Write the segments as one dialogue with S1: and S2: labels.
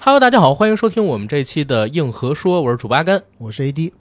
S1: Hello，大家好，欢迎收听我们这一期的硬核说，我是主八甘，
S2: 我是 AD，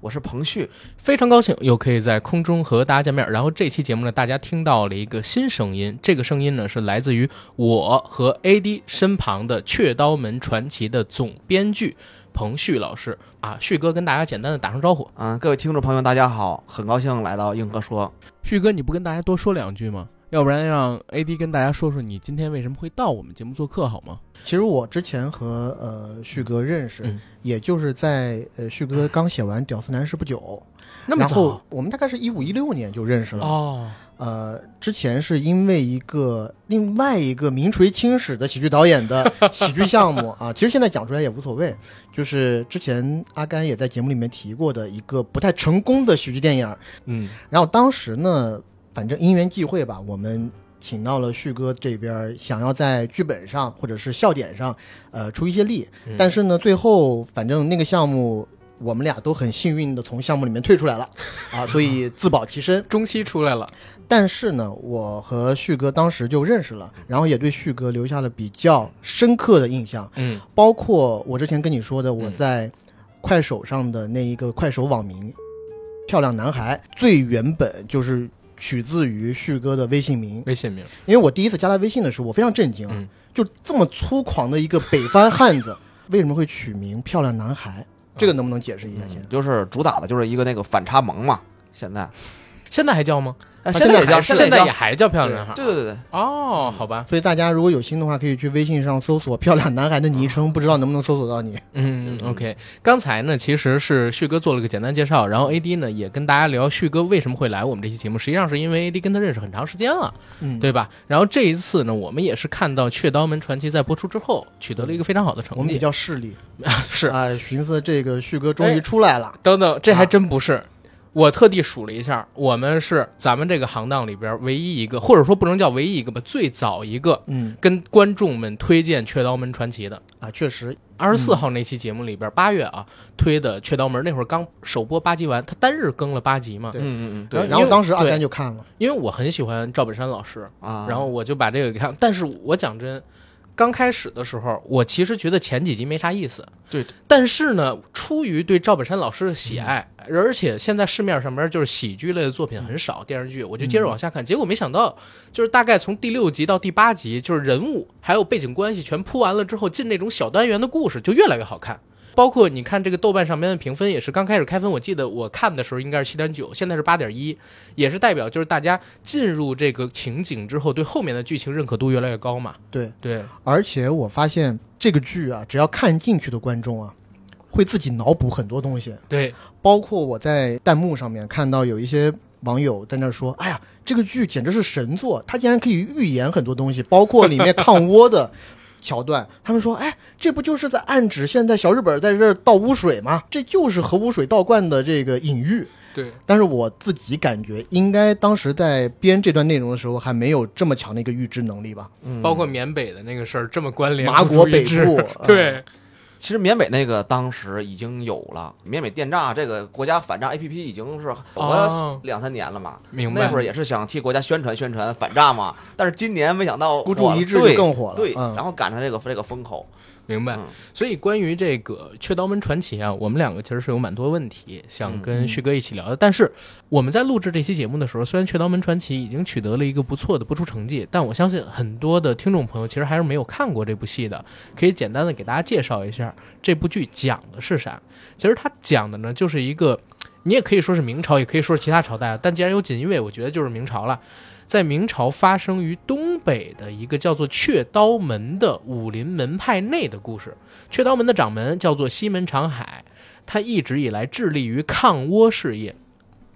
S3: 我是彭旭，
S1: 非常高兴又可以在空中和大家见面。然后这期节目呢，大家听到了一个新声音，这个声音呢是来自于我和 AD 身旁的《雀刀门传奇》的总编剧彭旭老师啊，旭哥跟大家简单的打声招呼。
S3: 啊，各位听众朋友们，大家好，很高兴来到硬核说。
S4: 旭哥，你不跟大家多说两句吗？要不然让 AD 跟大家说说你今天为什么会到我们节目做客好吗？
S2: 其实我之前和呃旭哥认识，
S1: 嗯
S2: 也就是在呃旭哥刚写完《屌丝男士》不久，
S1: 那么
S2: 然后
S1: 早
S2: 我们大概是一五一六年就认识了。
S1: 哦，
S2: 呃，之前是因为一个另外一个名垂青史的喜剧导演的喜剧项目啊，其实现在讲出来也无所谓，就是之前阿甘也在节目里面提过的一个不太成功的喜剧电影，
S1: 嗯，
S2: 然后当时呢，反正因缘际会吧，我们请到了旭哥这边儿，想要在剧本上或者是笑点上，呃，出一些力。
S1: 嗯
S2: 但是呢，最后反正那个项目，我们俩都很幸运的从项目里面退出来了，啊，所以自保其身。
S1: 中期出来了，
S2: 但是呢，我和旭哥当时就认识了，然后也对旭哥留下了比较深刻的印象，
S1: 嗯
S2: 包括我之前跟你说的，我
S1: 嗯
S2: 在快手上的那一个快手网名“漂亮男孩”，最原本就是取自于旭哥的微信名，
S1: 微信名，
S2: 因为我第一次加他微信的时候，我非常震惊，啊
S1: 嗯
S2: 就这么粗犷的一个北方汉子， 为什么会取名“漂亮男
S1: 啊
S2: 孩”？这个能不能解释一下？
S1: 嗯
S2: 先、
S3: 嗯就是主打的就是一个那个反差萌嘛。现在，
S1: 现在还叫吗？
S3: 哎
S2: 啊
S3: 现在也叫，
S2: 现
S1: 现
S3: 在
S1: 在
S3: 也
S1: 也
S3: 叫
S1: 还叫漂亮啊男孩。
S3: 对对对对，
S1: 哦，好吧，
S2: 所以大家如果有心的话，可以去微信上搜索“漂亮男孩”的昵称，不知道能不能搜索到你。
S1: 嗯，OK。刚才呢，其实是旭哥做了个简单介绍，然后 AD 呢也跟大家聊旭哥为什么会来我们这期节目，实际上是因为 AD 跟他认识很长时间了，
S2: 嗯，
S1: 对吧？然后这一次呢，我们也是看到《雀刀门传奇》在播出之后取得了一个非常好的
S2: 我
S1: 成
S2: 们比
S1: 绩，
S2: 较势利
S1: 是。
S2: 啊，寻思这个旭哥终
S1: 哎
S2: 于出来了。
S1: 等等，这还真不是。我特地数了一下，我们是咱们这个行当里边唯一一个，或者说不能叫唯一一个吧，最早一个
S2: 嗯
S1: 跟观众们推荐《雀刀门传奇》的。
S2: 啊，确实
S1: 二十四号那期节目里边，八月啊推的《雀刀门》，那会儿刚首播八集完，他单日更了八集嘛
S2: 对。
S3: 嗯嗯嗯，
S1: 对
S3: 对。
S2: 然后当时阿
S1: 对
S2: 甘就看了，
S1: 因为我很喜欢赵本山老师，
S3: 啊，
S1: 然后我就把这个给看。但是我讲真，刚开始的时候，我其实觉得前几集没啥意思。
S3: 对。
S1: 但是呢，出于对赵本山老师的喜爱，而且现在市面上边就是喜剧类的作品很少，电视剧我就接着往下看。结果没想到，就是大概从第六集到第八集，就是人物还有背景关系全铺完了之后，进那种小单元的故事就越来越好看。包括你看这个豆瓣上面的评分也是刚开始开分，我记得我看的时候应该是七点九，现在是八点一，也是代表就是大家进入这个情景之后，对后面的剧情认可度越来越高嘛。
S2: 对，
S1: 对，
S2: 而且我发现这个剧啊，只要看进去的观众啊，会自己脑补很多东西，
S1: 对，
S2: 包括我在弹幕上面看到有一些网友在那说：“哎呀，这个剧简直是神作，它竟然可以预言很多东西，包括里面抗倭的桥段。”他们说：“哎，这不就是在暗指现在小日本在这儿倒污水吗？这就是核污水倒灌的这个隐喻。”
S1: 对，
S2: 但是我自己感觉，应该当时在编这段内容的时候，还没有这么强的一个预知能力吧？
S3: 嗯
S1: 包括缅北的那个事儿这么关联，
S2: 麻国北部， 啊
S1: 对，
S3: 其实缅北那个当时已经有了，缅北电诈这个国家反诈 APP 已经是火
S1: 哦
S3: 了两三年了嘛。
S1: 明白
S3: 那会儿也是想替国家宣传宣传反诈嘛，但是今年没想到
S2: 孤注一掷
S3: 火了对
S2: 就更火了
S3: 对，
S2: 嗯
S3: 然后赶上这个这个风口，
S1: 明白
S3: 嗯。
S1: 所以关于这个《雀刀门传奇》啊，我们两个其实是有蛮多问题想跟旭哥一起聊的。但是我们在录制这期节目的时候，虽然《雀刀门传奇》已经取得了一个不错的播出成绩，但我相信很多的听众朋友其实还是没有看过这部戏的。可以简单的给大家介绍一下这部剧讲的是啥。其实它讲的呢，就是一个你也可以说是明朝，也可以说是其他朝代啊，但既然有锦衣卫，我觉得就是明朝了。在明朝发生于东北的一个叫做雀刀门的武林门派内的故事。雀刀门的掌门叫做西门长海，他一直以来致力于抗倭事业，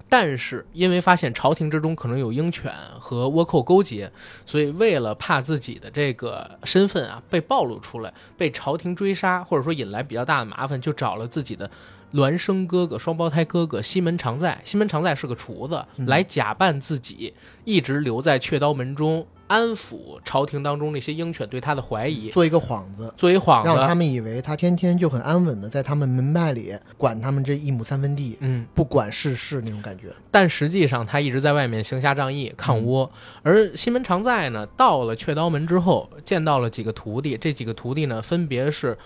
S1: 但是因为发现朝廷之中可能有鹰犬和倭寇勾结，所以为了怕自己的这个身份啊被暴露出来，被朝廷追杀，或者说引来比较大的麻烦，就找了自己的。呃孪生哥哥、双胞胎哥哥西门常在，西门常在是个厨子，来假扮自己，一直留在雀刀门中安抚朝廷当中那些鹰犬对他的怀疑，
S2: 嗯做一个幌子，
S1: 做一幌
S2: 让他
S1: 子。
S2: 们以为他天天就很安稳的在他们门派里管他们这一亩三分地，
S1: 嗯，
S2: 不管世事那种感觉。嗯
S1: 但实际上他一直在外面行侠仗义、抗倭。而西门常在呢，到了雀刀门之后，见到了几个徒弟，这几个徒弟呢，分别是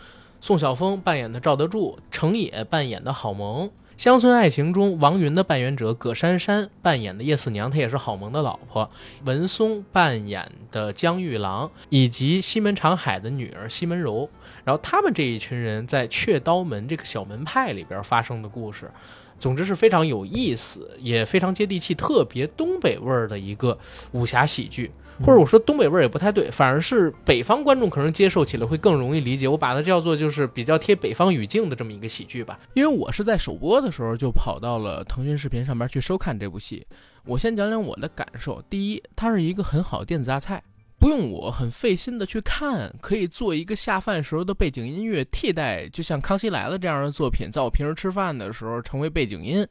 S1: 宋晓峰扮演的赵德柱、程野扮演的郝萌。《乡村爱情》中，王云的扮演者葛珊珊扮演的叶四娘，她也是郝萌的老婆；文松扮演的江玉郎，以及西门长海的女儿西门柔。然后他们这一群人在雀刀门这个小门派里边发生的故事，总之是非常有意思，也非常接地气，特别东北味儿的一个武侠喜剧。或者我说东北味儿也不太对，反而是北方观众可能接受起来会更容易理解。我把它叫做就是比较贴北方语境的这么一个喜剧吧。
S4: 因为我是在首播的时候就跑到了腾讯视频上面去收看这部戏。我先讲讲我的感受。第一，它是一个很好的电子榨菜，不用我很费心的去看，可以做一个下饭时候的背景音乐替代，就像《康熙来了》这样的作品，在我平时吃饭的时候成为背景音。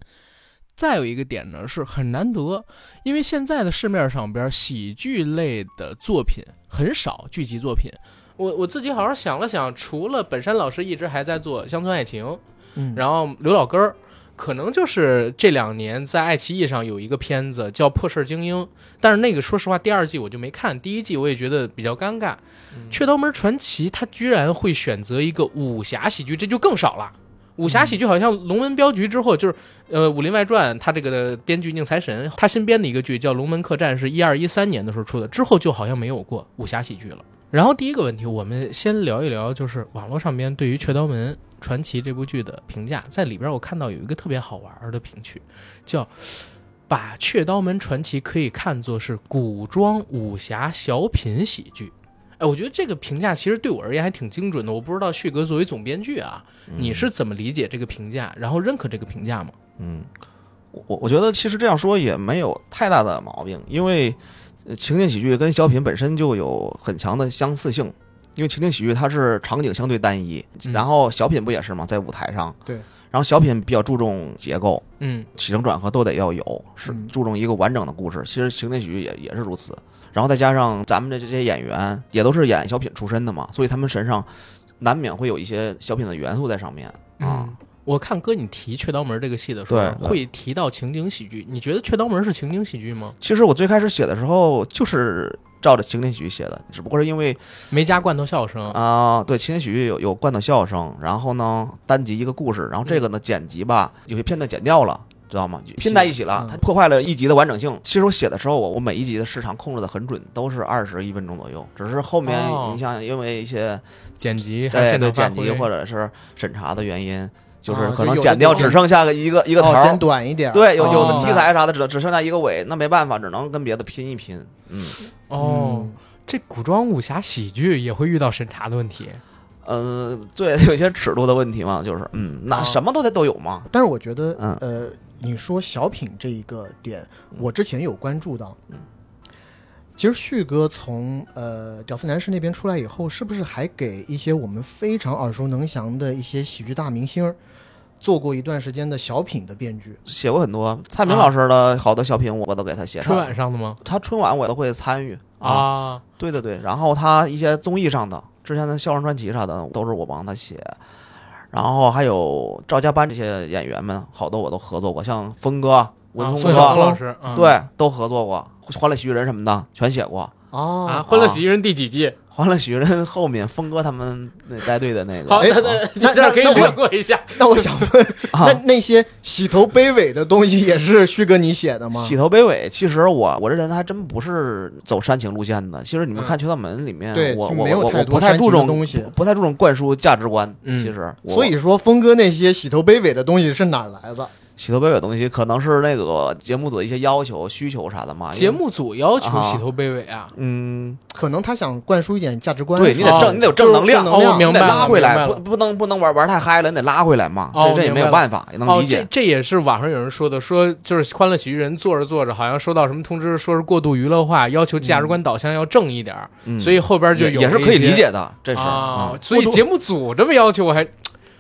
S4: 再有一个点呢，是很难得，因为现在的市面上边喜剧类的作品很少，剧集作品。
S1: 我我自己好好想了想，除了本山老师一直还在做《乡村爱情》，
S2: 嗯，
S1: 然后刘老根儿，可能就是这两年在爱奇艺上有一个片子叫《破事儿精英》，但是那个说实话第二季我就没看，第一季我也觉得比较尴尬。雀刀门传奇》它居然会选择一个武侠喜剧，这就更少了。武侠喜剧好像《龙门镖局》之后，就是呃《武林外传》，它这个的编剧宁财神他新编的一个剧叫《龙门客栈》，是一二一三年的时候出的，之后就好像没有过武侠喜剧了。然后第一个问题，我们先聊一聊，就是网络上边对于《雀刀门传奇》这部剧的评价，在里边我看到有一个特别好玩儿的评区，叫把《雀刀门传奇》可以看作是古装武侠小品喜剧。哎，我觉得这个评价其实对我而言还挺精准的。我不知道旭哥作为总编剧啊，你是怎么理解这个评价，然后认可这个评价吗？
S3: 嗯，我我我觉得其实这样说也没有太大的毛病，因为呃情景喜剧跟小品本身就有很强的相似性。因为情景喜剧它是场景相对单一，
S1: 嗯
S3: 然后小品不也是吗？在舞台上，
S2: 对，
S3: 然后小品比较注重结构，
S1: 嗯
S3: 起承转合都得要有，是
S2: 嗯
S3: 注重一个完整的故事。其实情景喜剧也也是如此，然后再加上咱们的这些演员也都是演小品出身的嘛，所以他们身上难免会有一些小品的元素在上面啊。
S1: 嗯我看哥你提《雀刀门》这个戏的时候啊
S3: 对，对
S1: 会提到情景喜剧。你觉得《雀刀门》是情景喜剧吗？
S3: 其实我最开始写的时候就是照着情景喜剧写的，只不过是因为
S1: 没加罐头笑
S2: 嗯
S1: 声，
S3: 啊、对情景喜剧有有罐头笑声，然后呢单集一个故事，然后
S2: 嗯
S3: 这个呢剪辑吧，有些片段剪掉了。知道吗？拼在一起了
S2: 嗯，
S3: 它破坏了一集的完整性。其实我写的时候，我我每一集的时长控制的很准，都是二十一分钟左右。只是后面
S1: 哦
S3: 你想，因为一些
S1: 剪辑还有
S3: 对
S1: 现
S3: 对
S1: 场
S3: 剪
S1: 发挥
S3: 辑或者是审查的原因，就是
S2: 啊
S3: 可
S2: 就有
S3: 能
S2: 的
S3: 剪掉
S2: 地方
S3: 只剩下个一个一个头
S2: 哦，
S3: 儿
S2: 剪。短一点儿，
S3: 对，有有
S1: 哦
S3: 的题材啥的只只剩下一个尾，那没办法，只能跟别的拼一拼。嗯，
S1: 哦，这古装武侠喜剧也会遇到审查的问题。
S3: 呃，对， 有些尺度的问题嘛，就是，嗯，
S1: 哦
S3: 那什么都得都有嘛，
S2: 但是我觉得，
S3: 嗯
S2: 呃，你说小品这一个点，我之前有关注到。
S3: 嗯
S2: 其实旭哥从呃屌丝男士那边出来以后，是不是还给一些我们非常耳熟能详的一些喜剧大明星儿做过一段时间的小品的编剧？
S3: 写过很多蔡
S1: 啊
S3: 明老师的好多小品，我都给他写。
S1: 春晚，上的吗？
S3: 他春晚我都会参与。
S1: 啊，
S3: 对对对，然后他一些综艺上的，之前的笑声传奇啥的，都是我帮他写。然后还有赵家班这些演员们，好多我都合作过，像峰哥、文
S1: 啊
S3: 松
S1: 宋
S3: 哥，
S1: 晓峰老师，啊
S3: 对，都合作过，《欢乐喜剧人》什么的全写过。
S2: 哦
S1: 啊，《欢乐喜剧人》第几季？
S3: 《欢乐喜剧人》后面峰哥他们那带队的那个，
S1: 好，那
S3: 啊
S1: 那
S2: 那
S1: 这儿可以
S2: 那我
S1: 略过一下。
S2: 那我想问， 那那些洗头卑尾的东西也是旭哥你写的吗？
S3: 洗头卑尾，其实我我这人还真不是走煽情路线的。其实你
S1: 嗯
S3: 们看《全道门》里面，
S2: 对
S3: 我
S2: 就
S3: 我
S2: 没有
S3: 我
S2: 太
S3: 我
S2: 多
S3: 不太注
S2: 煽情的
S3: 重
S2: 东西
S3: 不不太注重灌输价值观。
S1: 嗯
S3: 其实我，
S2: 所以说，峰哥那些洗头卑尾的东西是哪儿来的？
S3: 洗头卑尾的东西可能是那个节目组的一些要求、需求啥的嘛。啊因为
S1: 节目组要求洗头卑微啊，
S3: 嗯，
S2: 可能他想灌输一点价值观。
S3: 对你得
S1: 哦
S3: 正，你得有正能量，
S2: 正能量
S1: 哦我明
S3: 你
S1: 白
S3: 得
S1: 了
S3: 拉回
S1: 明白
S3: 来，
S1: 了
S3: 不不能不能玩玩太嗨了，你得拉回来嘛。
S1: 哦
S3: 这这也没
S1: 明白了
S3: 有办法，也能
S1: 哦，
S3: 理
S1: 这
S3: 解。
S1: 这也是网上有人说的，说就是《欢乐喜剧人》做着做着，好像收到什么通知，说是过度娱乐化，要求价值观导向要正一点儿，
S3: 嗯
S1: 所以后边就
S3: 也
S1: 有
S3: 也是可
S1: 了一
S3: 以
S1: 些
S3: 理解的，这是
S1: 啊
S3: 啊。。
S1: 所以
S2: 过度
S1: 节目组这么要求，我还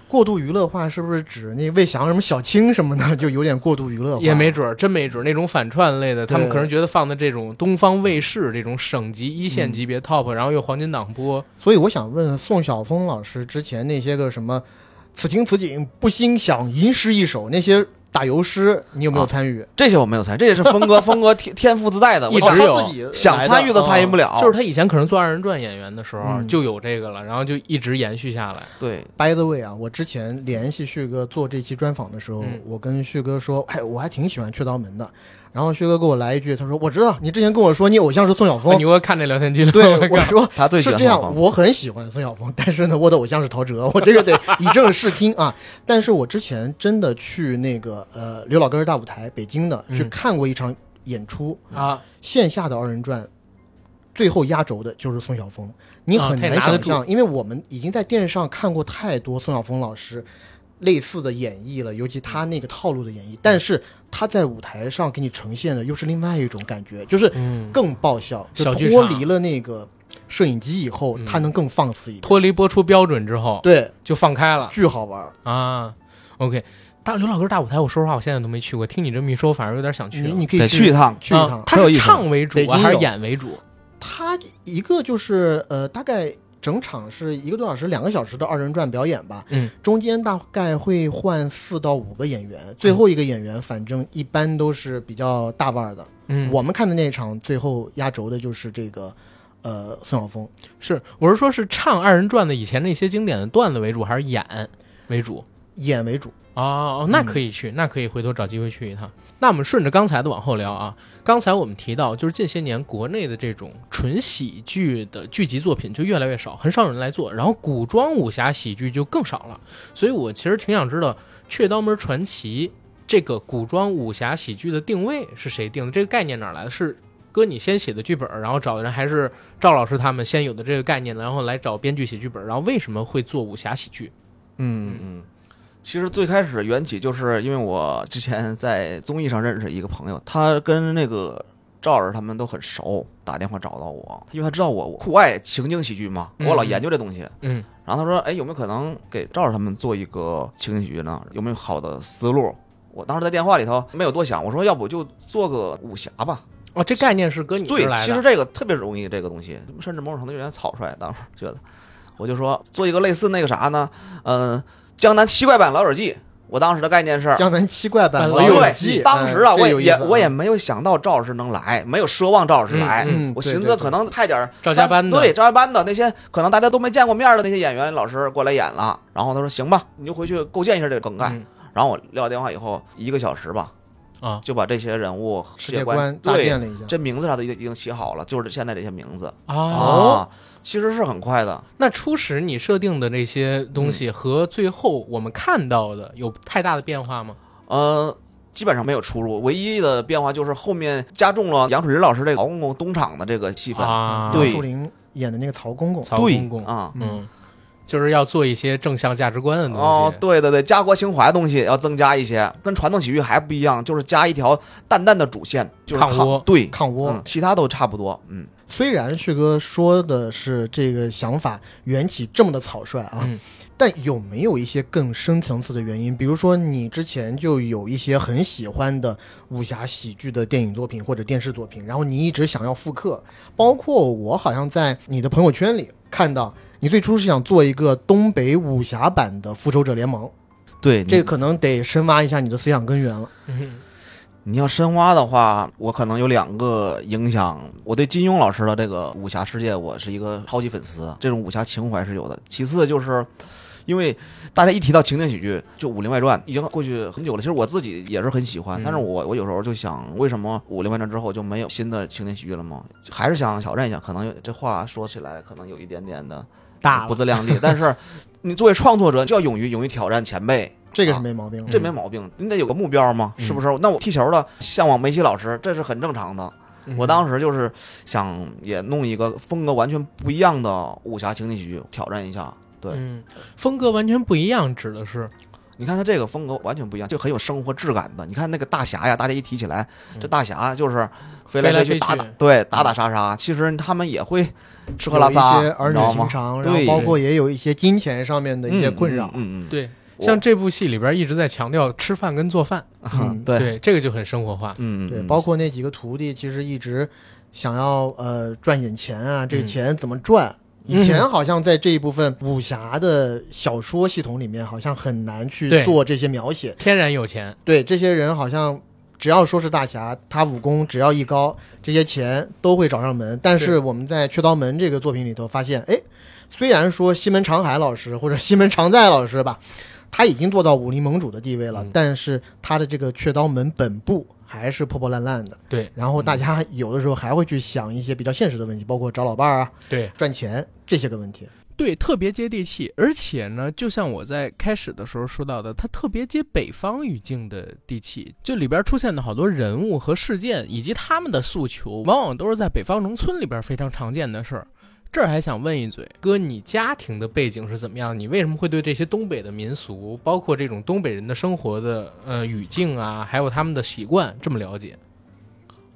S2: 过度娱乐化是不是指那魏翔什么小青什么的就有点过度娱乐化？
S1: 也没准儿，真没准儿，那种反串类的，他们
S2: 对
S1: 可能觉得放的这种东方卫视这种省级一线
S2: 嗯
S1: 级别 top，、然后又黄金档播，
S2: 所以我想问宋晓峰老师，之前那些个什么“此情此景不禁想吟诗一首”那些打油诗，你有没有
S3: 啊
S2: 参与？
S3: 这些我没有参与，这也是峰 哥峰哥天天赋自带的，我
S1: 一直
S3: 想
S1: 有哦
S2: 他自己来的
S3: 想参与都参与不
S2: 啊
S3: 了。
S1: 就是他以前可能做二人转演员的时候、
S2: 嗯
S1: 就有这个了，然后就一直延续下来。
S3: 对，
S2: By the way 啊，我之前联系旭哥做这期专访的时候，
S1: 嗯
S2: 我跟旭哥说，哎，我还挺喜欢雀刀门的。然后旭哥给我来一句，他说：“我知道你之前跟我说你偶像是宋晓
S1: 哎
S2: 峰
S1: 你。给我看这聊天记”录，
S2: 对，我说
S3: 他最喜
S2: 是
S3: 欢
S2: 这
S3: 画画
S2: 样，我很喜欢宋晓峰，但是呢，我的偶像是陶喆，我这个得以正视听啊。但是我之前真的去那个呃刘老根儿大舞台北京的
S1: 嗯
S2: 去看过一场演出，
S1: 啊，
S2: 线下的二人转。最后压轴的就是宋晓峰，你
S1: 啊
S2: 很
S1: 他也
S2: 难
S1: 拿得
S2: 想
S1: 住
S2: 象，因为我们已经在电视上看过太多宋晓峰老师类似的演绎了，尤其他那个套路的演绎。但是他在舞台上给你呈现的又是另外一种感觉，就是
S1: 嗯，
S2: 更爆笑，就
S1: 小剧
S2: 脱
S1: 场
S2: 离了那个摄影机以后，
S1: 嗯
S2: 它能更放肆一点。
S1: 脱离播出标准之后
S2: 对，
S1: 就放开了
S2: 巨好玩儿。
S1: 啊。OK，大刘老根大舞台，我说实话，我现在都没去过，听你这么一说，反而有点想去
S2: 你
S1: 了。
S2: 你可以
S3: 得去一
S2: 去
S3: 趟。
S2: 去一趟
S1: 啊，他
S3: 很有
S1: 是
S3: 意思
S1: 唱为主
S2: 北京
S1: 啊还是
S2: 有
S1: 演为主？
S2: 它一个就是呃，大概整场是一个多小时、两个小时的二人转表演吧。
S1: 嗯，
S2: 中间大概会换四到五个演员，最后一个演员反正一般都是比较大腕儿的。
S1: 嗯，
S2: 我们看的那一场最后压轴的就是这个。呃，宋晓峰
S1: 是我是说，是唱二人转的以前那些经典的段子为主，还是演为主？
S2: 演为主，
S1: 哦，那可以
S3: 嗯
S1: 去，那可以回头找机会去一趟。那我们顺着刚才的往后聊啊，刚才我们提到，就是近些年国内的这种纯喜剧的剧集作品就越来越少，很少有人来做，然后古装武侠喜剧就更少了。所以我其实挺想知道《雀刀门传奇》这个古装武侠喜剧的定位是谁定的？这个概念哪来的？是哥你先写的剧本，然后找的人，还是赵老师他们先有的这个概念，然后来找编剧写剧本？然后为什么会做武侠喜剧？
S3: 嗯嗯，其实最开始缘起就是因为我之前在综艺上认识一个朋友，他跟那个赵老师他们都很熟，打电话找到我，因为他知道我我酷爱情景喜剧嘛，
S1: 嗯
S3: 我老研究这东西。
S1: 嗯
S3: 然后他说：“哎，有没有可能给赵老师他们做一个情景喜剧呢？有没有好的思路？”我当时在电话里头没有多想，我说：“要不就做个武侠吧。
S1: 哦，这概念是哥”你这
S3: 对
S1: 儿来，的。
S3: 其实这个特别容易，这个东西甚至某种程度有点草率。当时觉得，我就说做一个类似那个啥呢？嗯、江南七怪版《老友记》。我当时的概念是，
S2: 江南七怪版
S1: 版
S2: 《
S1: 老友
S2: 友
S1: 记
S2: 记》。
S3: 当时啊，
S2: 嗯
S3: 我
S2: 这
S3: 也
S2: 有意思
S3: 也
S2: 啊
S3: 我也没有想到赵老师能来，没有奢望赵老师来。
S2: 嗯嗯
S3: 我
S2: 对
S3: 寻
S2: 对
S3: 思
S2: 对
S3: 可能派点儿
S1: 赵
S3: 三
S1: 家班的
S3: 对赵家班的那些可能大家都没见过面儿的那些演员老师过来演了。然后他说行吧，你就回去构建一下这个梗概。
S1: 嗯
S3: 然后我撂电话以后一个小时吧，
S1: 啊
S3: 就把这些人物
S2: 世界观
S3: 观
S2: 大
S3: 对
S2: 变了一下，
S3: 这名字啥的已经已经起好了，就是现在这些名字
S1: 哦，
S3: 啊，其实是很快的。
S1: 那初始你设定的这些东
S3: 嗯
S1: 西和最后我们看到的有太大的变化吗？
S3: 呃，基本上没有出入，唯一的变化就是后面加重了杨楚林老师这个曹公公东厂的这个戏份。
S1: 啊，
S3: 嗯对
S2: 杨树林演的那个曹公公，
S1: 曹
S3: 对
S1: 公公，
S3: 啊，
S1: 嗯，就是要做一些正向价值观的东西。
S3: 哦，对对对，家国情怀的东西要增加一些，跟传统喜剧还不一样，就是加一条淡淡的主线，就是
S1: 抗倭
S3: 对，
S2: 抗倭。
S3: 嗯，其他都差不多，嗯，
S2: 虽然旭哥说的是这个想法缘起这么的草率啊，
S1: 嗯
S2: 但有没有一些更深层次的原因？比如说，你之前就有一些很喜欢的武侠喜剧的电影作品或者电视作品，然后你一直想要复刻。包括我好像在你的朋友圈里看到，你最初是想做一个东北武侠版的《复仇者联盟》，
S3: 对，
S2: 这个可能得深挖一下你的思想根源了。
S1: 嗯
S3: 你要深挖的话，我可能有两个影响。我对金庸老师的这个武侠世界，我是一个超级粉丝，这种武侠情怀是有的。其次就是。因为大家一提到情景喜剧，就《武林外传》已经过去很久了。其实我自己也是很喜欢
S1: 嗯，
S3: 但是我我有时候就想，为什么《武林外传》之后就没有新的情景喜剧了吗？还是想挑战一下，可能有这话说起来可能有一点点的
S1: 大
S3: 不
S1: 了，
S3: 自量力，但是你作为创作者就要勇于勇于挑战前辈，
S2: 这个是没毛病的。
S3: 这没毛病，你得有个目标嘛，
S1: 嗯
S3: 是不是？那我踢球的向往梅西老师，这是很正常的。
S1: 嗯
S3: 我当时就是想也弄一个风格完全不一样的武侠情景喜剧，挑战一下。对，
S1: 嗯，风格完全不一样，指的是
S3: 你看他这个风格完全不一样，就很有生活质感的。你看那个大侠呀，大家一提起来，
S2: 嗯
S3: 这大侠就是飞来
S1: 飞来
S3: 去
S1: 飞
S3: 打
S1: 去
S3: 打，对，打打杀杀。其实他们也会吃喝
S2: 有
S3: 拉
S2: 一
S3: 撒啊
S2: 些，儿
S3: 你知
S2: 女
S3: 道
S2: 情
S3: 吗？
S2: 长，然
S3: 对
S2: 后包括也有一些金钱上面的一些
S3: 嗯
S2: 困扰。
S3: 嗯嗯，
S1: 对，
S3: 我
S1: 像这部戏里边一直在强调吃饭跟做饭，
S2: 嗯
S3: 对，
S1: 对，这个就很生活化。
S3: 嗯
S2: 对，
S3: 嗯
S2: 包括那几个徒弟，其实一直想要呃赚点钱啊，这个
S1: 嗯
S2: 钱怎么赚？
S1: 嗯
S2: 以前好像在这一部分武侠的小说系统里面，好像很难去
S1: 对
S2: 做这些描写。
S1: 天然有钱，
S2: 对，这些人好像只要说是大侠，他武功只要一高，这些钱都会找上门。但是
S1: 对
S2: 我们在《雀刀门》这个作品里头发现，哎，虽然说西门长海老师或者西门常在老师吧，他已经做到武林盟主的地位了，
S1: 嗯
S2: 但是他的这个雀刀门本部还是破破烂烂的。
S1: 对，
S2: 然后大
S1: 嗯
S2: 家有的时候还会去想一些比较现实的问题，包括找老伴儿啊、
S1: 对，
S2: 赚钱这些个问题。
S4: 对，特别接地气，而且呢，就像我在开始的时候说到的，它特别接北方语境的地气，就里边出现的好多人物和事件，以及他们的诉求，往往都是在北方农村里边非常常见的事儿。这儿还想问一嘴，
S1: 哥，你家庭的背景是怎么样？你为什么会对这些东北的民俗，包括这种东北人的生活的呃语境啊，还有他们的习惯这么了解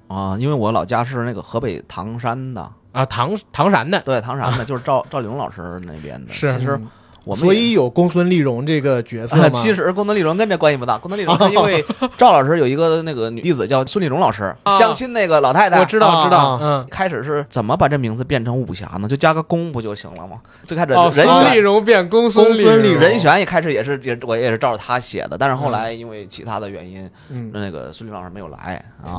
S3: 啊，因为我老家是那个河北唐山的，
S1: 啊？唐唐山的，
S3: 对，唐山的，就是赵赵丽蓉老师那边的。
S1: 是啊
S3: 其实我们
S2: 所
S3: 也
S2: 以有公孙丽蓉这个角色
S3: 啊，
S2: 嘛？
S3: 其实跟那丽蓉跟这关系不大，跟那丽蓉是因为
S1: 哦
S3: 赵老师有一个那个女弟子叫孙丽蓉老师，
S1: 啊
S3: 相亲那个老太太。
S1: 我知道，
S2: 啊
S1: 知道
S2: 啊，
S1: 嗯。
S3: 开始是怎么把这名字变成武侠呢？就加个公不就行了吗？最开始
S1: 哦，
S3: 人
S1: 孙丽
S3: 选，
S1: 蓉变公
S2: 啊公
S1: 丽
S2: 孙丽蓉
S1: 蓉，嗯
S3: 人选也开始也是也我也是照着他写的，但是后来因为其他的原因，
S2: 嗯。
S3: 那个孙丽蓉老师没有来啊。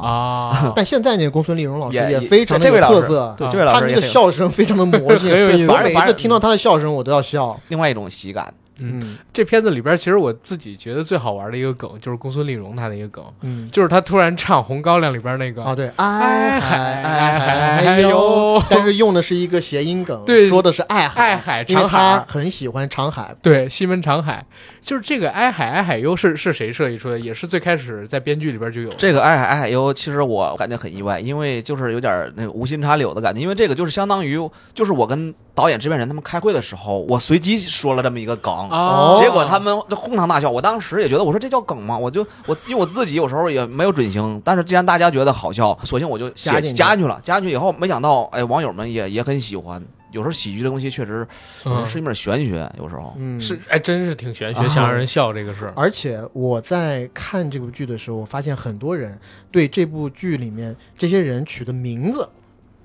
S1: 啊，
S2: 但现在那个公孙丽蓉老师
S3: 也也
S2: 非常的
S3: 这位
S2: 有
S3: 老师
S2: 特色，
S3: 对，
S1: 啊
S3: 这位老
S2: 他
S3: 师
S2: 那
S3: 也
S2: 个
S3: 挺
S2: 笑声非常的魔性，
S1: 很有意思
S2: 我每
S3: 反
S2: 一
S3: 正
S2: 次听到他的笑声，我都要笑。
S3: 另外一种喜感。
S2: 嗯
S1: 这片子里边，其实我自己觉得最好玩的一个梗就是公孙丽蓉她的一个梗，
S2: 嗯，
S1: 就是她突然唱《红高粱》里边那个
S3: 哦
S2: 啊对，哎
S1: 嗨嗯哎
S2: 嗨
S1: 嗨
S2: 哎嗨
S1: 哎
S2: 哎
S1: 呦
S2: 呦，但是用的是一个谐音梗，
S1: 对
S2: 说的是爱海，
S1: 爱海
S2: 因为
S1: 长
S2: 他
S1: 海，
S2: 很喜欢长海。
S1: 对西门长海，就是这个哀海哀海优是是谁设计出来的？也是最开始在编剧里边就有的。
S3: 这个爱海爱海优，其实我感觉很意外，因为就是有点那个无心插柳的感觉，因为这个就是相当于就是我跟导演、制片人他们开会的时候，我随机说了这么一个梗。
S2: 啊
S1: 哦
S3: 结果他们就哄堂大笑，我当时也觉得，我说这叫梗吗？我就我因为我自己有时候也没有准星，但是既然大家觉得好笑，索性我就写
S2: 加进去
S3: 加进去了。加进去以后，没想到哎，网友们也也很喜欢。有时候喜剧这东西确实
S1: 嗯
S3: 是一门玄学，有时候
S2: 嗯，
S1: 是，哎，真是挺玄学，
S3: 啊
S1: 想让人笑这个事儿。
S2: 而且我在看这部剧的时候，我发现很多人对这部剧里面这些人取的名字，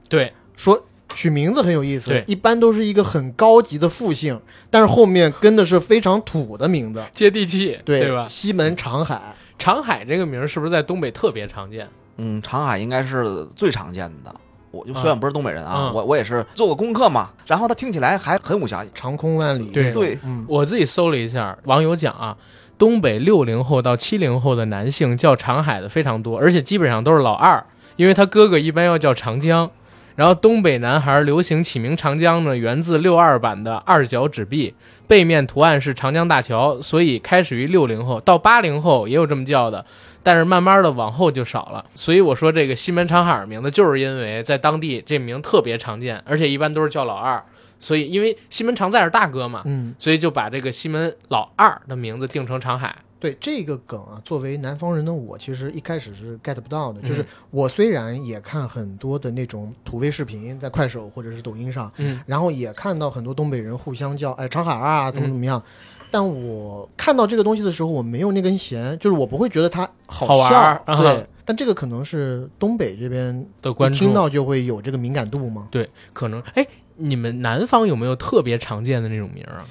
S1: 对，
S2: 说取名字很有意
S1: 对
S2: 思，一般都是一个很高级的复姓，但是后面跟的是非常土的名字，
S1: 接地气，对吧？
S2: 西门长海，
S1: 长海这个名儿是不是在东北特别常见？
S3: 嗯，长海应该是最常见的。我就虽然不是东北人啊，
S1: 嗯
S3: 我我也是做过功课嘛，然后他听起来还很武侠。
S2: 长空万里。
S1: 对
S3: 对，
S2: 嗯，
S1: 我自己搜了一下，网友讲啊，东北六零后到七零后的男性叫长海的非常多，而且基本上都是老二，因为他哥哥一般要叫长江。然后东北男孩流行起名长江呢，源自六二版的二角纸币，背面图案是长江大桥，所以开始于六零后，到八零后也有这么叫的，但是慢慢的往后就少了。所以我说这个西门长海儿名字，就是因为在当地这名特别常见，而且一般都是叫老二，所以因为西门常在是大哥嘛，
S2: 嗯，
S1: 所以就把这个西门老二的名字定成长海。
S2: 对这个梗啊，作为南方人的我，其实一开始是 get 不到的。
S1: 嗯
S2: 就是我虽然也看很多的那种土味视频，在快手或者是抖音上，
S1: 嗯，
S2: 然后也看到很多东北人互相叫哎长海啊，
S1: 嗯
S2: 怎么怎么样。但我看到这个东西的时候，我没有那根弦，就是我不会觉得它好
S1: 好玩
S2: 笑，
S1: 儿啊哈
S2: 对。但这个可能是东北这边
S1: 的关
S2: 一
S1: 注
S2: 听到就会有这个敏感度吗？
S1: 可能哎，你们南方有没有特别常见的那种名儿啊？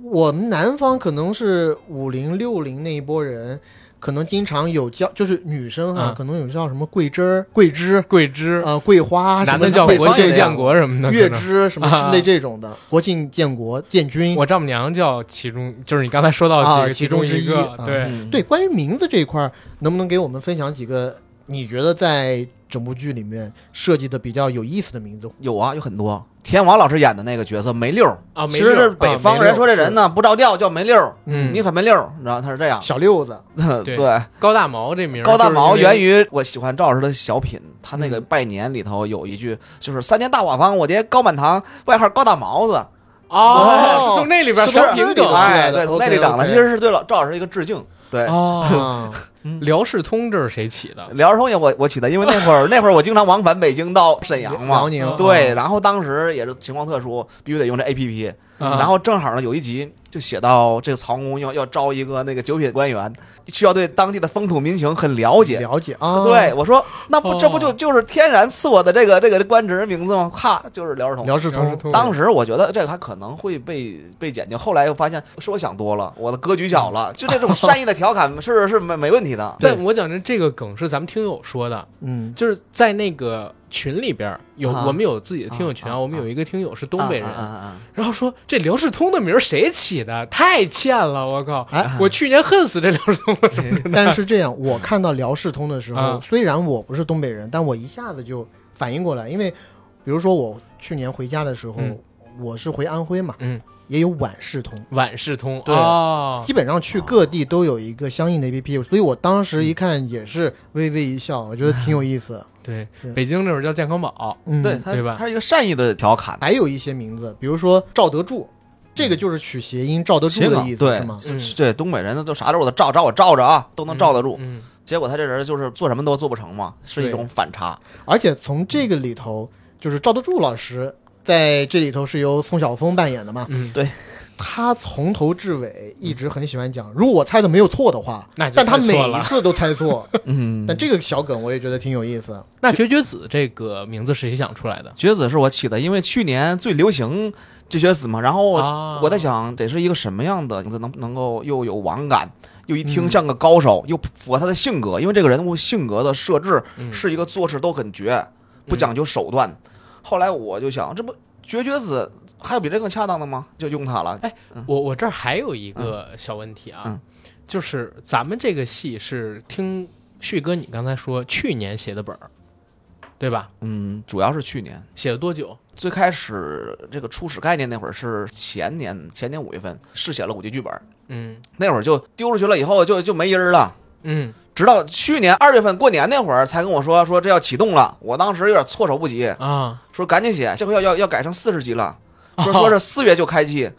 S2: 我们南方可能是五零六零那一波人，可能经常有叫，就是女生哈、
S1: 嗯
S2: 可能有叫什么桂枝儿、桂枝
S1: 桂枝，
S2: 啊、桂花，
S1: 嗯呃男的
S2: 什
S1: 叫
S2: 么
S1: 国
S2: 北方
S1: 庆
S2: 也
S1: 建
S2: 有
S1: 国什么的。
S2: 月
S1: 可能
S2: 枝什么
S1: 啊
S2: 之类这种的，国庆建国、建军。
S1: 我丈母娘叫其中，就是你刚才说到
S2: 啊
S1: 几个
S2: 其
S1: 中
S2: 中之
S1: 一个，
S2: 一
S1: 对，
S3: 嗯
S2: 对，关于名字这一块儿，能不能给我们分享几个你觉得在整部剧里面设计的比较有意思的名字？
S3: 有啊，有很多。田王老师演的那个角色梅六儿，
S1: 啊，没
S3: 其实
S1: 有
S3: 是北方人说这人呢不着调叫梅六儿，
S1: 嗯
S3: 你很梅六儿，你知道他是这样。
S2: 小六子，
S1: 对
S3: 对，
S1: 高大毛这名儿，
S3: 高大毛
S1: 就是因为嗯
S3: 源于我喜欢赵老师的小品，他那个拜年里头有一句就是“三年大瓦房，我爹高满堂，外号高大毛子”。
S1: 哦，是从那里边
S2: 是
S1: 小品
S2: 从那里
S1: 梗
S2: 出来
S3: 哎，
S2: 的
S3: 对，
S2: OK，
S3: 那里长的
S2: OK
S3: 其实是对老赵老师一个致敬。对，
S1: 哦，
S2: 啊，
S1: 辽视通这是谁起的？
S3: 辽通也我我起的，因为那会儿 那会儿我经常往返北京到沈阳嘛
S2: 辽。宁
S1: 嗯
S3: 对，然后当时也是情况特殊，必须得用这 A P P。
S1: 啊
S3: 嗯然后正好呢，有一集就写到这个曹公要要招一个那个九品官员，需要对当地的风土民情很了解。
S2: 了解啊，
S3: 对，我说那不这不就
S1: 哦
S3: 就是天然赐我的这个这 个官职名字吗？咔，就是辽视通。
S2: 辽视
S1: 辽视
S2: 通
S1: 通
S3: 当时我觉得这个还可能会被被剪掉，后来又发现是我想多了，我的格局小了，就这种善意的调侃是是没没问题的。
S1: 但我讲真，这个梗是咱们听友说的，
S2: 嗯，
S1: 就是在那个群里边有
S3: 啊
S1: 我们有自己的听友群啊，
S3: 啊啊
S1: 我们有一个听友是东北人
S3: 啊，啊啊啊
S1: 然后说这辽视通的名儿谁起的？太欠了，我靠！
S3: 啊
S2: 哎
S1: 我去年恨死这辽视通 了，什么的。
S2: 但是这样，我看到辽视通的时候，
S1: 啊
S2: 虽然我不是东北人，但我一下子就反应过来，因为比如说我去年回家的时候，
S1: 嗯
S2: 我是回安徽嘛，
S1: 嗯，
S2: 也有皖视通。
S1: 晚视通
S2: 对
S3: 啊
S1: 哦，
S2: 基本上去各地都有一个相应的 APP，所以我当时一看也是微微一笑，我觉得挺有意思。
S1: 对
S2: 是，
S1: 北京那会儿叫健康宝，
S2: 嗯，
S3: 对，它
S1: 对吧
S3: 它是一个善意的调侃，
S2: 还有一些名字，比如说赵德柱，这个就是取谐音赵德柱的意
S3: 谐梗对
S2: 思，是吗？
S1: 嗯，
S3: 对东北人都啥都我都罩，找我罩着啊，都能罩得住。
S1: 嗯，嗯
S3: 结果他这人就是做什么都做不成嘛，是一种反 差。
S2: 而且从这个里头，就是赵德柱老师在这里头是由宋晓峰扮演的嘛，
S1: 嗯，
S2: 他从头至尾一直很喜欢讲，如果我猜的没有错的话，
S1: 那就
S2: 但他
S1: 猜
S2: 每
S1: 错
S2: 一
S1: 了
S2: 次都 猜错。
S3: 嗯
S2: 但这个小梗我也觉得挺有意思。
S1: 那绝绝子这个名字是谁想出来的？
S3: 绝子是我起的，因为去年最流行绝学子嘛，然后
S1: 啊
S3: 我在想得是一个什么样的名字能能够又有网感，又一听像个高手，又符合他的性格，因为这个人物性格的设置
S1: 嗯
S3: 是一个做事都很绝，不讲究手段。后来我就想，这不绝绝子还有比这更恰当的吗？就用它了。
S1: 我我这儿还有一个小问题啊，
S3: 嗯
S1: 就是咱们这个戏是听旭哥你刚才说去年写的本儿，对吧？
S3: 嗯，主要是去年
S1: 写了多久？
S3: 最开始这个初始概念那会儿是前年，前年五月份试写了五集剧本，
S1: 嗯
S3: 那会儿就丢出去了，以后就就没音儿了。
S1: 嗯，
S3: 直到去年二月份过年那会儿才跟我说说这要启动了，我当时有点措手不及，
S1: 啊，
S3: 说赶紧写，这回要要要改成四十集了，说
S1: 哦
S3: 说是四月就开机，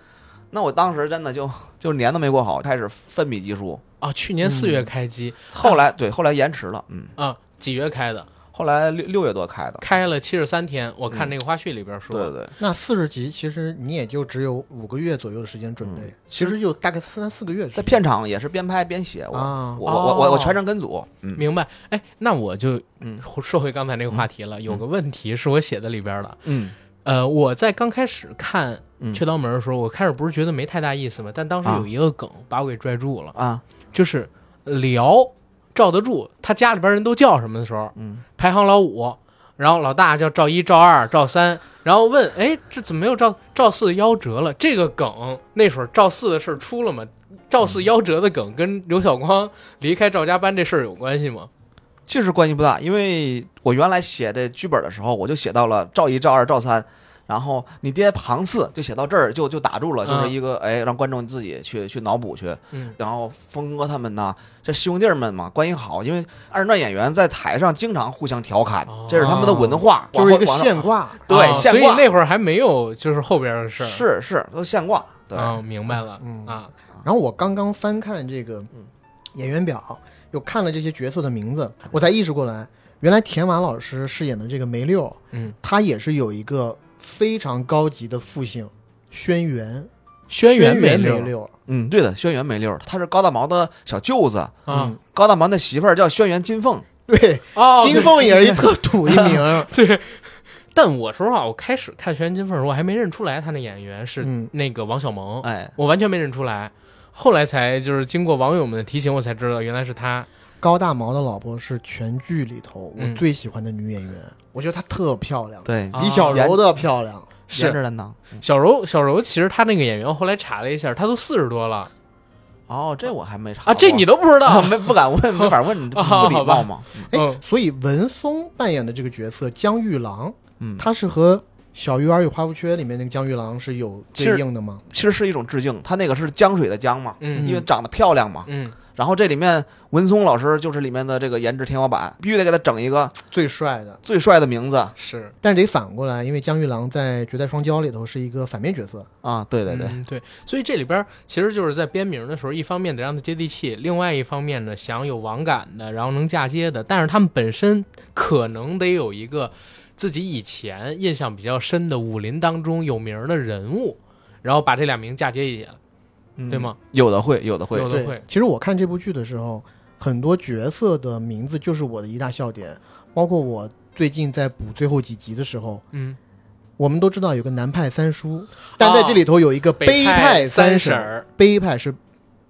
S3: 那我当时真的就就年都没过好，开始奋笔疾书。
S1: 啊，去年四
S3: 嗯
S1: 月开机，
S3: 后来对，后来延迟了，嗯，
S1: 啊，几月开的？
S3: 后来六六月多开的，
S1: 开了七十三天，我看那个花絮里边说，
S3: 对嗯对对，
S2: 那四十集其实你也就只有五个月左右的时间准备，
S3: 嗯
S2: 其实就大概三四个月左右。
S3: 在片场也是边拍边写，我、
S2: 啊
S3: 我我我我全程跟组，嗯，
S1: 明白？哎，那我就
S3: 嗯
S1: 说回刚才那个话题了。有个问题是我写的里边的，
S3: 嗯
S1: 呃，我在刚开始看
S3: 嗯
S1: 《雀刀门》的时候，我开始不是觉得没太大意思嘛，但当时
S3: 啊
S1: 有一个梗把我给拽住了，
S3: 啊
S1: 就是辽赵德柱他家里边人都叫什么的时候，
S3: 嗯
S1: 排行老五，然后老大叫赵一、赵二、赵三，然后问，哎，这怎么没有赵赵四夭折了？这个梗那会儿赵四的事儿出了嘛？赵
S3: 嗯
S1: 四夭折的梗跟刘晓光离开赵家班这事儿有关系吗？
S3: 其实关系不大，因为我原来写这剧本的时候，我就写到了赵一、赵二、赵三，然后你爹旁次就写到这儿就就打住了，就是
S1: 嗯
S3: 一个、哎，让观众自己去去脑补去。
S1: 嗯
S3: 然后峰哥他们呐，这师兄弟儿们嘛关系好，因为二人转演员在台上经常互相调侃，
S1: 哦
S3: 这是他们的文化，
S2: 就是一个
S3: 往后
S2: 现挂，
S3: 对
S1: 啊
S3: 现
S1: 所以
S3: 挂
S1: 那会儿还没有就是后边的事儿。
S3: 往是是都现挂，对，
S1: 啊，明白了
S2: 嗯
S1: 啊，嗯
S2: 然后我刚刚翻看这个演员表，又看了这些角色的名字，我才意识过来，原来田娃老师饰演的这个梅六，
S1: 嗯，
S2: 他也是有一个非常高级的复姓，轩辕，
S1: 轩辕梅
S2: 梅
S1: 六
S2: 六
S3: 嗯，对的，轩辕梅六，他是高大毛的小舅子，
S1: 啊，
S3: 高大毛的媳妇儿叫轩辕金凤，
S2: 对，
S1: 哦，
S2: 金
S1: 对
S2: 凤也是一特土一 名儿，
S1: 但我说实话，我开始看《轩辕金凤》的时候，我还没认出来他那演员是
S2: 嗯
S1: 那个王小蒙，
S3: 哎，
S1: 我完全没认出来。后来才就是经过网友们的提醒，我才知道原来是他。
S2: 高大毛的老婆是全剧里头我
S1: 嗯
S2: 最喜欢的女演员，我觉得她特漂亮，
S3: 对，
S1: 啊
S2: 比小柔的漂亮。
S3: 闲
S1: 是
S3: 着担当。嗯
S1: 小柔，小柔其实她那个演员，我后来查了一下，她都四十多了
S3: 哦，这我还没查
S1: 啊，这
S3: 过
S1: 你都不知
S3: 啊，
S1: 道？
S3: 没不敢问，没法 问，不
S1: 啊
S3: 礼
S1: 好吧
S3: 貌嘛。
S2: 哎
S1: 嗯，
S2: 所以文松扮演的这个角色江玉郎，
S3: 嗯，
S2: 他是和《小鱼儿与花无缺》里面那个江玉郎是有对应的吗？
S3: 其实是一种致敬，他那个是江水的江嘛，
S1: 嗯
S3: 因为长得漂亮嘛，
S1: 嗯
S3: 然后这里面文松老师就是里面的这个颜值天花板，必须得给他整一个
S2: 最帅的
S3: 最帅的名字
S2: 是，但是得反过来，因为江玉郎在《绝代双骄》里头是一个反面角色，
S3: 啊！对对对，
S1: 嗯对，所以这里边儿其实就是在编名的时候，一方面得让它接地气，另外一方面呢，想有网感的，然后能嫁接的，但是他们本身可能得有一个自己以前印象比较深的武林当中有名儿的人物，然后把这俩名嫁接一下，
S3: 嗯
S1: 对吗？
S3: 有的会，有的会
S1: 有，的会
S2: 对，其实我看这部剧的时候，很多角色的名字就是我的一大笑点，包括我最近在补最后几集的时候，
S1: 嗯，
S2: 我们都知道有个南派三叔，但在这里头有一个
S1: 北
S2: 派
S1: 三
S2: 婶儿，
S1: 儿，
S2: 悲派是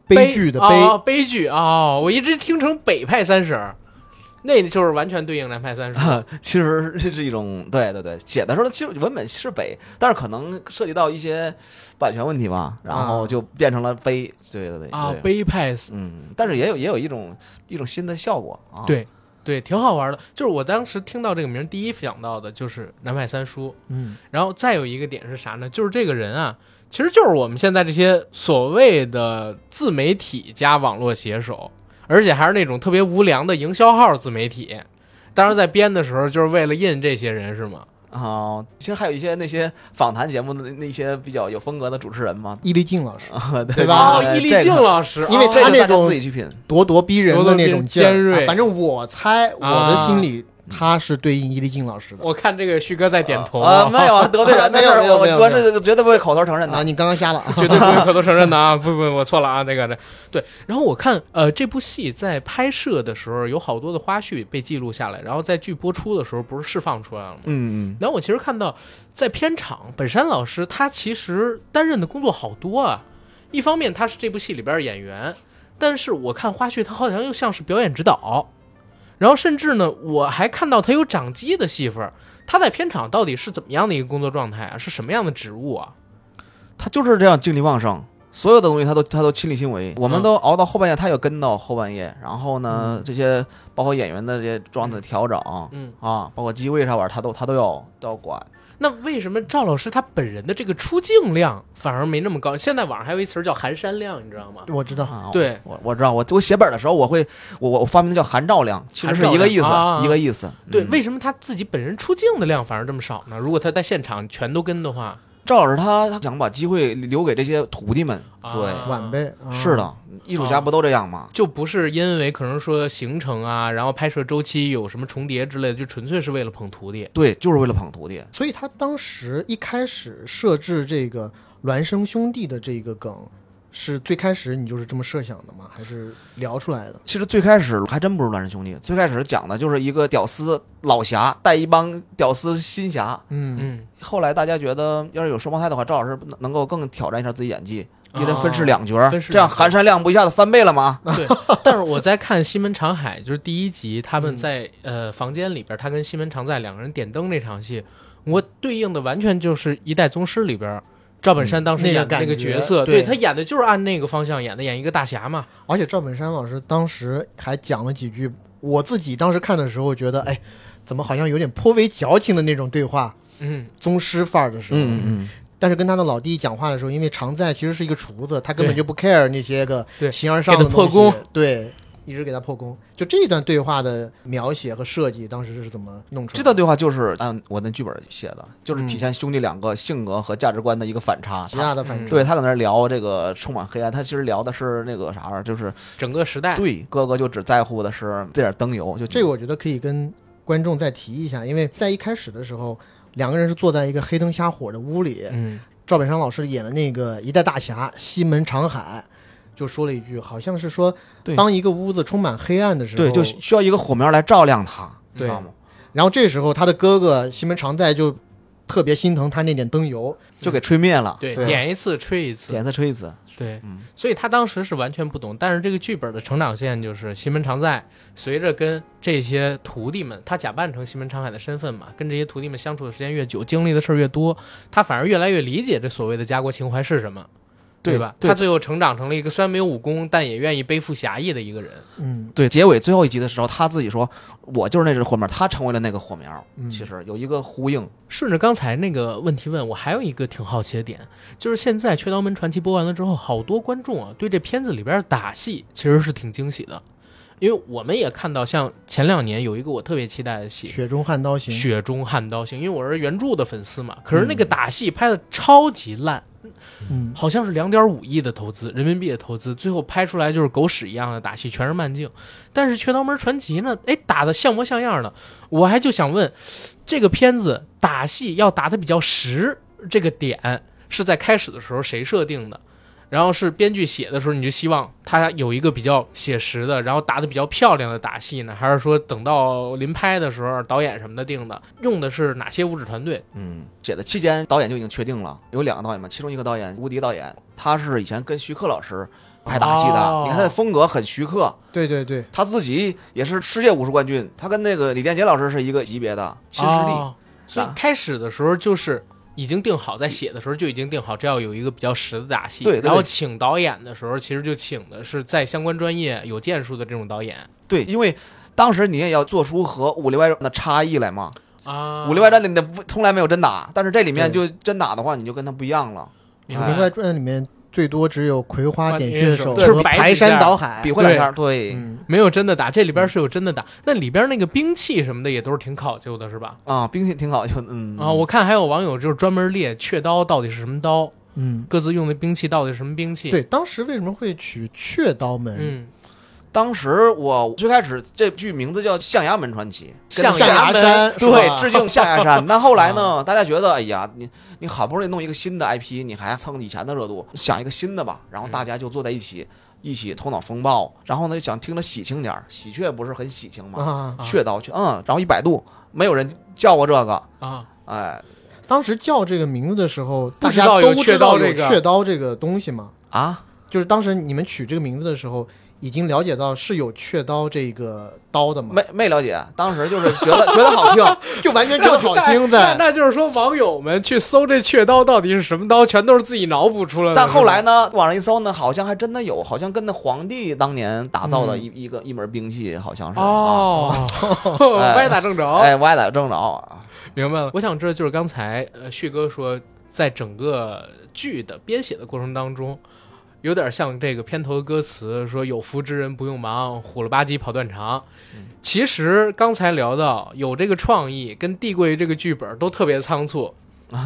S2: 悲剧的悲，
S1: 哦，悲剧哦，我一直听成北派三婶儿，那就是完全对应南派 三婶儿。
S3: 其实这是一种对对对，写的时候其实文本是北，但是可能涉及到一些版权问题吧，然后就变成了悲，对对对
S1: 啊
S3: 对，
S1: 悲派
S3: 嗯，但是也有也有一种一种新的效果啊，
S1: 对对，挺好玩的。就是我当时听到这个名儿，第一想到的就是南派三叔，
S2: 嗯，
S1: 然后再有一个点是啥呢？就是这个人啊，其实就是我们现在这些所谓的自媒体加网络写手，而且还是那种特别无良的营销号自媒体。当时在编的时候，就是为了印这些人，是吗？
S3: 啊，其实还有一些那些访谈节目的那那些比较有风格的主持人嘛，
S2: 伊丽静老师，
S3: 啊对
S2: 对吧
S1: 哦，
S3: 对
S1: 易立
S3: 这
S1: 竞
S3: 个
S1: 老师，
S2: 因为
S1: 哦
S3: 这
S2: 他
S3: 个
S2: 那
S3: 大家
S2: 种
S3: 自己去品，
S2: 咄咄逼人的那种劲儿
S1: 咄咄逼人尖锐
S2: 啊反正我猜我的心里他是对应伊丽静老师的
S1: 我看这个旭哥在点头
S3: 啊，没有啊得 罪人的事儿，
S2: 没有
S3: 我
S2: 没有
S3: 我
S2: 没有
S3: 是绝对不会口头承认
S2: 啊，
S3: 的。
S2: 你刚刚瞎了啊，
S1: 绝对不会口头承认的啊！不不，我错了啊！这个这对。然后我看呃，这部戏在拍摄的时候有好多的花絮被记录下来，然后在剧播出的时候不是释放出来了吗？
S3: 嗯，
S1: 然后我其实看到在片场，本山老师他其实担任的工作好多啊。一方面他是这部戏里边的演员，但是我看花絮他好像又像是表演指导。然后甚至呢，我还看到他有掌机的戏份儿。他在片场到底是怎么样的一个工作状态啊？是什么样的职务啊？
S3: 他就是这样精力旺盛，所有的东西他都他都亲力亲为。我们都熬到后半夜，他也跟到后半夜。然后呢，
S2: 嗯
S3: 这些包括演员的这些状态调整，
S1: 嗯
S3: 啊，包括机位啥玩意儿，他都他都要都要管。
S1: 那为什么赵老师他本人的这个出镜量反而没那么高？现在网上还有一词儿叫“含山量”，你知道吗？
S2: 我知道，
S3: 啊
S1: 对
S3: 我我知道，我我写本的时候，我会我我我发明的叫含照量，其实是一个意思，
S1: 含照量啊
S3: 一个意思。
S1: 对，
S3: 嗯
S1: 为什么他自己本人出镜的量反而这么少呢？如果他在现场全都跟的话，
S3: 赵老师他他想把机会留给这些徒弟们，
S1: 啊
S3: 对，
S2: 晚辈啊
S3: 是的，艺术家不都这样吗？
S1: 就不是因为可能说行程啊，然后拍摄周期有什么重叠之类的，就纯粹是为了捧徒弟。
S3: 对，就是为了捧徒弟。
S2: 所以他当时一开始设置这个孪生兄弟的这个梗，是最开始你就是这么设想的吗？还是聊出来的？
S3: 其实最开始还真不是孪生兄弟，最开始讲的就是一个屌丝老侠带一帮屌丝新侠。
S2: 嗯，
S1: 嗯，
S3: 后来大家觉得，要是有双胞胎的话，赵老师能能够更挑战一下自己演技，
S1: 哦
S3: 一人分饰两角儿，
S1: 分饰
S3: 这样
S1: 两角儿嗯
S3: 含山量不一下子翻倍了吗？
S1: 对。但是我在看西门长海，就是第一集他们 在、呃房间里边，他跟西门常在两个人点灯那场戏，我对应的完全就是《一代宗师》里边。赵本山当时
S2: 嗯那个
S1: 演的那个
S2: 感觉
S1: 角色，
S2: 对
S1: 他演的就是按那个方向演的，演一个大侠嘛。
S2: 而且赵本山老师当时还讲了几句，我自己当时看的时候觉得，哎，怎么好像有点颇为矫情的那种对话，
S1: 嗯，
S2: 宗师范儿的时候。
S3: 嗯
S2: 但是跟他的老弟讲话的时候，因为常在其实是一个厨子，他根本
S1: 对
S2: 就不 care 那些个
S1: 对
S2: 形而上
S1: 给
S2: 的
S1: 他破
S2: 东西
S1: 功，
S2: 对，一直给他破功。就这一段对话的描写和设计，当时是怎么弄出来的？
S3: 这段对话就是按我那剧本写的，就是
S2: 嗯
S3: 体现兄弟两个性格和价值观的一个反差。
S2: 极
S3: 他
S1: 嗯
S2: 大的反差。
S3: 对他在那儿聊这个充满黑暗，他其实聊的是那个啥玩意儿，就是
S1: 整个时代，
S3: 对哥哥就只在乎的是这点灯油，就
S2: 这个我觉得可以跟观众再提一下，因为在一开始的时候，两个人是坐在一个黑灯瞎火的屋里，
S1: 嗯，
S2: 赵本山老师演的那个一代大侠西门长海，就说了一句，好像是说
S3: 对，
S2: 当一个屋子充满黑暗的时候，
S3: 对，就需要一个火苗来照亮他，你知
S2: 对
S3: 道吗？
S2: 然后这时候他的哥哥西门常在就特别心疼他那点灯油，
S3: 就给吹灭了，
S1: 对，
S2: 对啊
S1: 点一次吹一次，
S3: 点再吹一次，
S1: 对，
S3: 嗯
S1: 所以他当时是完全不懂，但是这个剧本的成长线就是西门常在随着跟这些徒弟们，他假扮成西门常海的身份嘛，跟这些徒弟们相处的时间越久，经历的事儿越多，他反而越来越理解这所谓的家国情怀是什么。对
S3: 对
S1: 吧？
S3: 对
S1: 他最后成长成了一个虽然没有武功，但也愿意背负侠义的一个人。
S2: 嗯，
S3: 对，结尾最后一集的时候，他自己说：“我就是那只火苗。”他成为了那个火苗。
S2: 嗯
S3: 其实有一个呼应，
S1: 顺着刚才那个问题问，我还有一个挺好奇的点，就是现在《雀刀门传奇》播完了之后，好多观众啊对这片子里边的打戏其实是挺惊喜的，因为我们也看到，像前两年有一个我特别期待的戏，
S2: 雪中悍刀
S1: 《
S2: 行，
S1: 雪中悍刀行》，因为我是原著的粉丝嘛，可是那个打戏拍的超级烂，
S2: 嗯，
S1: 好像是两点五亿的投资，人民币的投资，最后拍出来就是狗屎一样的打戏，全是慢镜。但是《雀刀门传奇》呢，哎，打的像模像样的。我还就想问，这个片子打戏要打的比较实，这个点是在开始的时候谁设定的？然后是编剧写的时候，你就希望他有一个比较写实的，然后打的比较漂亮的打戏呢，还是说等到临拍的时候导演什么的定的？用的是哪些物质团队？
S3: 嗯，写的期间导演就已经确定了，有两个导演嘛，其中一个导演吴迪导演，他是以前跟徐克老师拍打戏的，
S1: 哦
S3: 你看他的风格很徐克，
S2: 对对对，
S3: 他自己也是世界武术冠军，他跟那个李连杰老师是一个级别的亲师弟。
S1: 哦所以
S3: 啊
S1: 开始的时候就是已经定好，在写的时候就已经定好，这要有一个比较实的打戏。
S3: 对对对
S1: 然后请导演的时候，其实就请的是在相关专业有建树的这种导演
S3: 对，因为当时你也要做出和《武林外传》的差异来嘛，
S1: 啊
S3: 武林外传》里的不从来没有真打，但是这里面
S2: 对
S3: 就真打的话，你就跟他不一样了。
S1: 明
S2: 《武林
S1: 白
S2: 外呃传》里面最多只有葵花点
S1: 花
S2: 穴
S1: 点穴手
S2: 手
S1: 就是
S2: 和
S1: 摆
S2: 排
S1: 几下
S2: 山倒海，
S3: 比划两下，对
S2: 嗯，
S1: 没有真的打，这里边是有真的打，那里边那个兵器什么的也都是挺考究的，是吧？
S3: 啊，兵器挺好，就嗯
S1: 啊，我看还有网友就是专门列雀刀到底是什么刀，
S2: 嗯，
S1: 各自用的兵器到底是什么兵器。，
S2: 对，当时为什么会取雀刀门？
S1: 嗯，
S3: 当时我最开始这剧名字叫《象牙门传奇》，跟
S1: 象牙门
S2: 山是吧啊
S3: 对，致敬象 牙山。那后来呢？大家觉得，哎呀，你你好不容易弄一个新的 IP，你还蹭以前的热度，想一个新的吧。然后大家就坐在一起，
S2: 嗯
S3: 一起头脑风暴。然后呢，就想听着喜庆点儿，喜鹊不是很喜庆吗？
S2: 啊，
S1: 啊
S3: 雀刀去，嗯。然后一百度，没有人叫过这个，
S1: 啊，
S3: 哎
S2: 当时叫这个名字的时候，
S1: 不
S2: 大
S1: 知
S2: 家
S1: 道
S2: 都
S1: 有
S2: 知
S1: 雀刀
S2: 道
S1: 这
S2: 有
S1: 个
S2: 雀刀这个东西嘛？
S3: 啊，
S2: 就是当时你们取这个名字的时候，已经了解到是有雀刀这个刀的嘛？
S3: 没没了解。当时就是觉得 觉得好听，
S2: 就完全叫好 听
S1: 那
S2: 的。
S1: 那就是说，网友们去搜这雀刀到底是什么刀，全都是自己脑补出来的。
S3: 但后来
S1: 呢？
S3: 呢，网上一搜呢，好像还真的有，好像跟那皇帝当年打造
S2: 嗯
S3: 的一、一个一门兵器，好像是啊
S1: 哦，
S3: 哎
S1: 歪打正着，
S3: 哎，歪打正着啊，
S1: 明白了。我想知道，就是刚才呃旭哥说，在整个剧的编写的过程当中，有点像这个片头的歌词说“有福之人不用忙，虎了吧唧跑断肠”其实刚才聊到有这个创意跟递归这个剧本都特别仓促，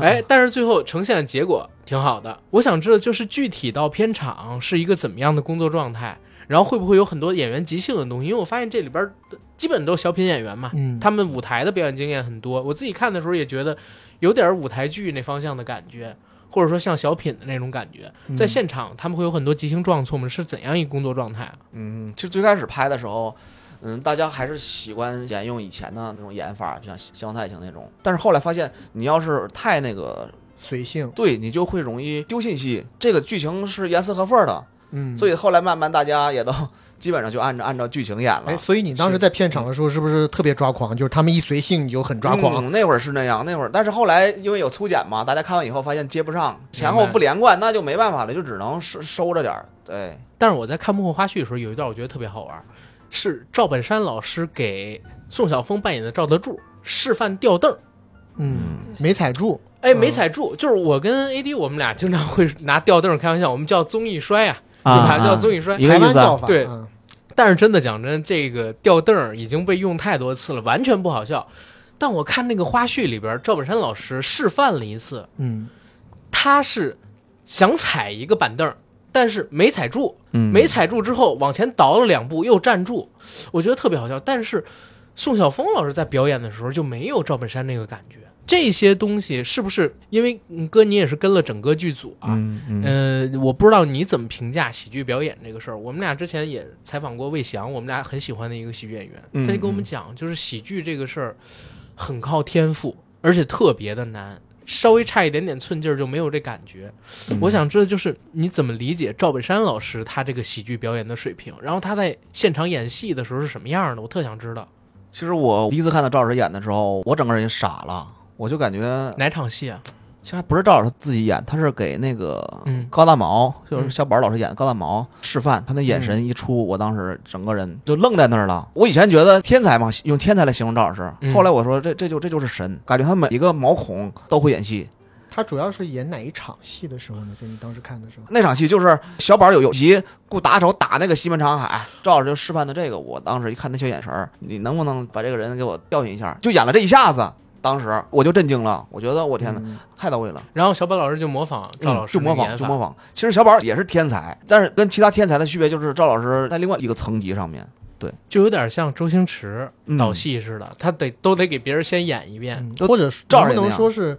S1: 哎，但是最后呈现的结果挺好的。我想知道，就是具体到片场是一个怎么样的工作状态，然后会不会有很多演员即兴的东西？因为我发现这里边儿基本都是小品演员嘛，
S2: 嗯，
S1: 他们舞台的表演经验很多。我自己看的时候也觉得有点舞台剧那方向的感觉，或者说像小品的那种感觉。在现场他们会有很多即兴撞错吗？是怎样一个工作状态啊？
S3: 嗯，其实最开始拍的时候，嗯，大家还是习惯沿用以前的那种演法，就像西洋菜型那种。但是后来发现，你要是太那个，
S2: 随性，
S3: 对你就会容易丢信息。这个剧情是严丝合缝的，
S2: 嗯，
S3: 所
S2: 以
S3: 以后来慢慢大家也都基本上就按照按照剧情演了。
S2: 哎，所以你当时在片场的时候是不是特别抓狂？就是他们一随性你就很抓狂。
S3: 嗯那会儿是那样，那会儿，但是后来因为有粗剪嘛，大家看完以后发现接不上，前后
S1: 明白
S3: 不连贯，那就没办法了，就只能收收着点儿。对，
S1: 但是我在看幕后花絮的时候，有一段我觉得特别好玩，是赵本山老师给宋晓峰扮演的赵德柱示范吊凳儿。
S2: 嗯，没踩住。
S1: 哎，
S2: 嗯
S1: 没踩住，就是我跟 AD 我们俩经常会拿吊凳儿开玩笑，我们叫综艺摔啊，对吧？叫综艺摔。
S3: 一个
S2: 台湾
S3: 意思啊
S2: 叫法
S1: 对
S2: 嗯
S1: 但是真的讲真，这个吊凳儿已经被用太多次了，完全不好笑。但我看那个花絮里边，赵本山老师示范了一次，
S2: 嗯，
S1: 他是想踩一个板凳儿，但是没踩住，
S3: 嗯
S1: 没踩住之后往前倒了两步又站住，我觉得特别好笑。但是宋晓峰老师在表演的时候就没有赵本山那个感觉。这些东西是不是因为嗯哥你也是跟了整个剧组啊？
S3: 嗯
S2: 哎
S3: 嗯
S1: 呃，我不知道你怎么评价喜剧表演这个事儿。我们俩之前也采访过魏翔，我们俩很喜欢的一个喜剧演员，
S3: 嗯
S1: 他就跟我们讲，就是喜剧这个事儿很靠天赋，而且特别的难，稍微差一点点寸劲儿就没有这感觉。
S3: 嗯
S1: 我想知道，就是你怎么理解赵本山老师他这个喜剧表演的水平，然后他在现场演戏的时候是什么样的？我特想知道
S3: 其实我第一次看到赵老师演的时候，我整个人也傻了，我就感觉
S1: 哪场戏啊？
S3: 其实还不是赵老师自己演，他是给那个
S1: 嗯
S3: 高大毛，就是
S1: 嗯
S3: 小宝老师演高大毛示范，他那眼神一出，我当时整个
S1: 嗯
S3: 人就愣在那儿了。我以前觉得天才嘛，用天才来形容赵老师，
S1: 嗯
S3: 后来我说这这就这就是神，感觉他每一个毛孔都会演戏。
S2: 他主要是演哪一场戏的时候呢？就你当时看的时候，
S3: 那场戏就是小宝有有集顾打手打那个西门长海，赵老师就示范的这个，我当时一看那小眼神儿，你能不能把这个人给我教训一下？就演了这一下子。当时我就震惊了，我觉得我天哪，
S2: 嗯
S3: 太到位了！
S1: 然后小宝老师就模仿赵老师
S3: 嗯就模
S1: 的
S3: 仿，
S1: 演
S3: 就
S1: 法
S3: 模仿。其实小宝也是天才，但是跟其他天才的区别就是赵老师在另外一个层级上面。
S1: 就有点像周星驰
S3: 嗯
S1: 导戏似的，他得都得给别人先演一遍。
S2: 嗯
S3: 就
S2: 或者是
S3: 照着
S2: 能不
S3: 那
S2: 能
S3: 样
S2: 说是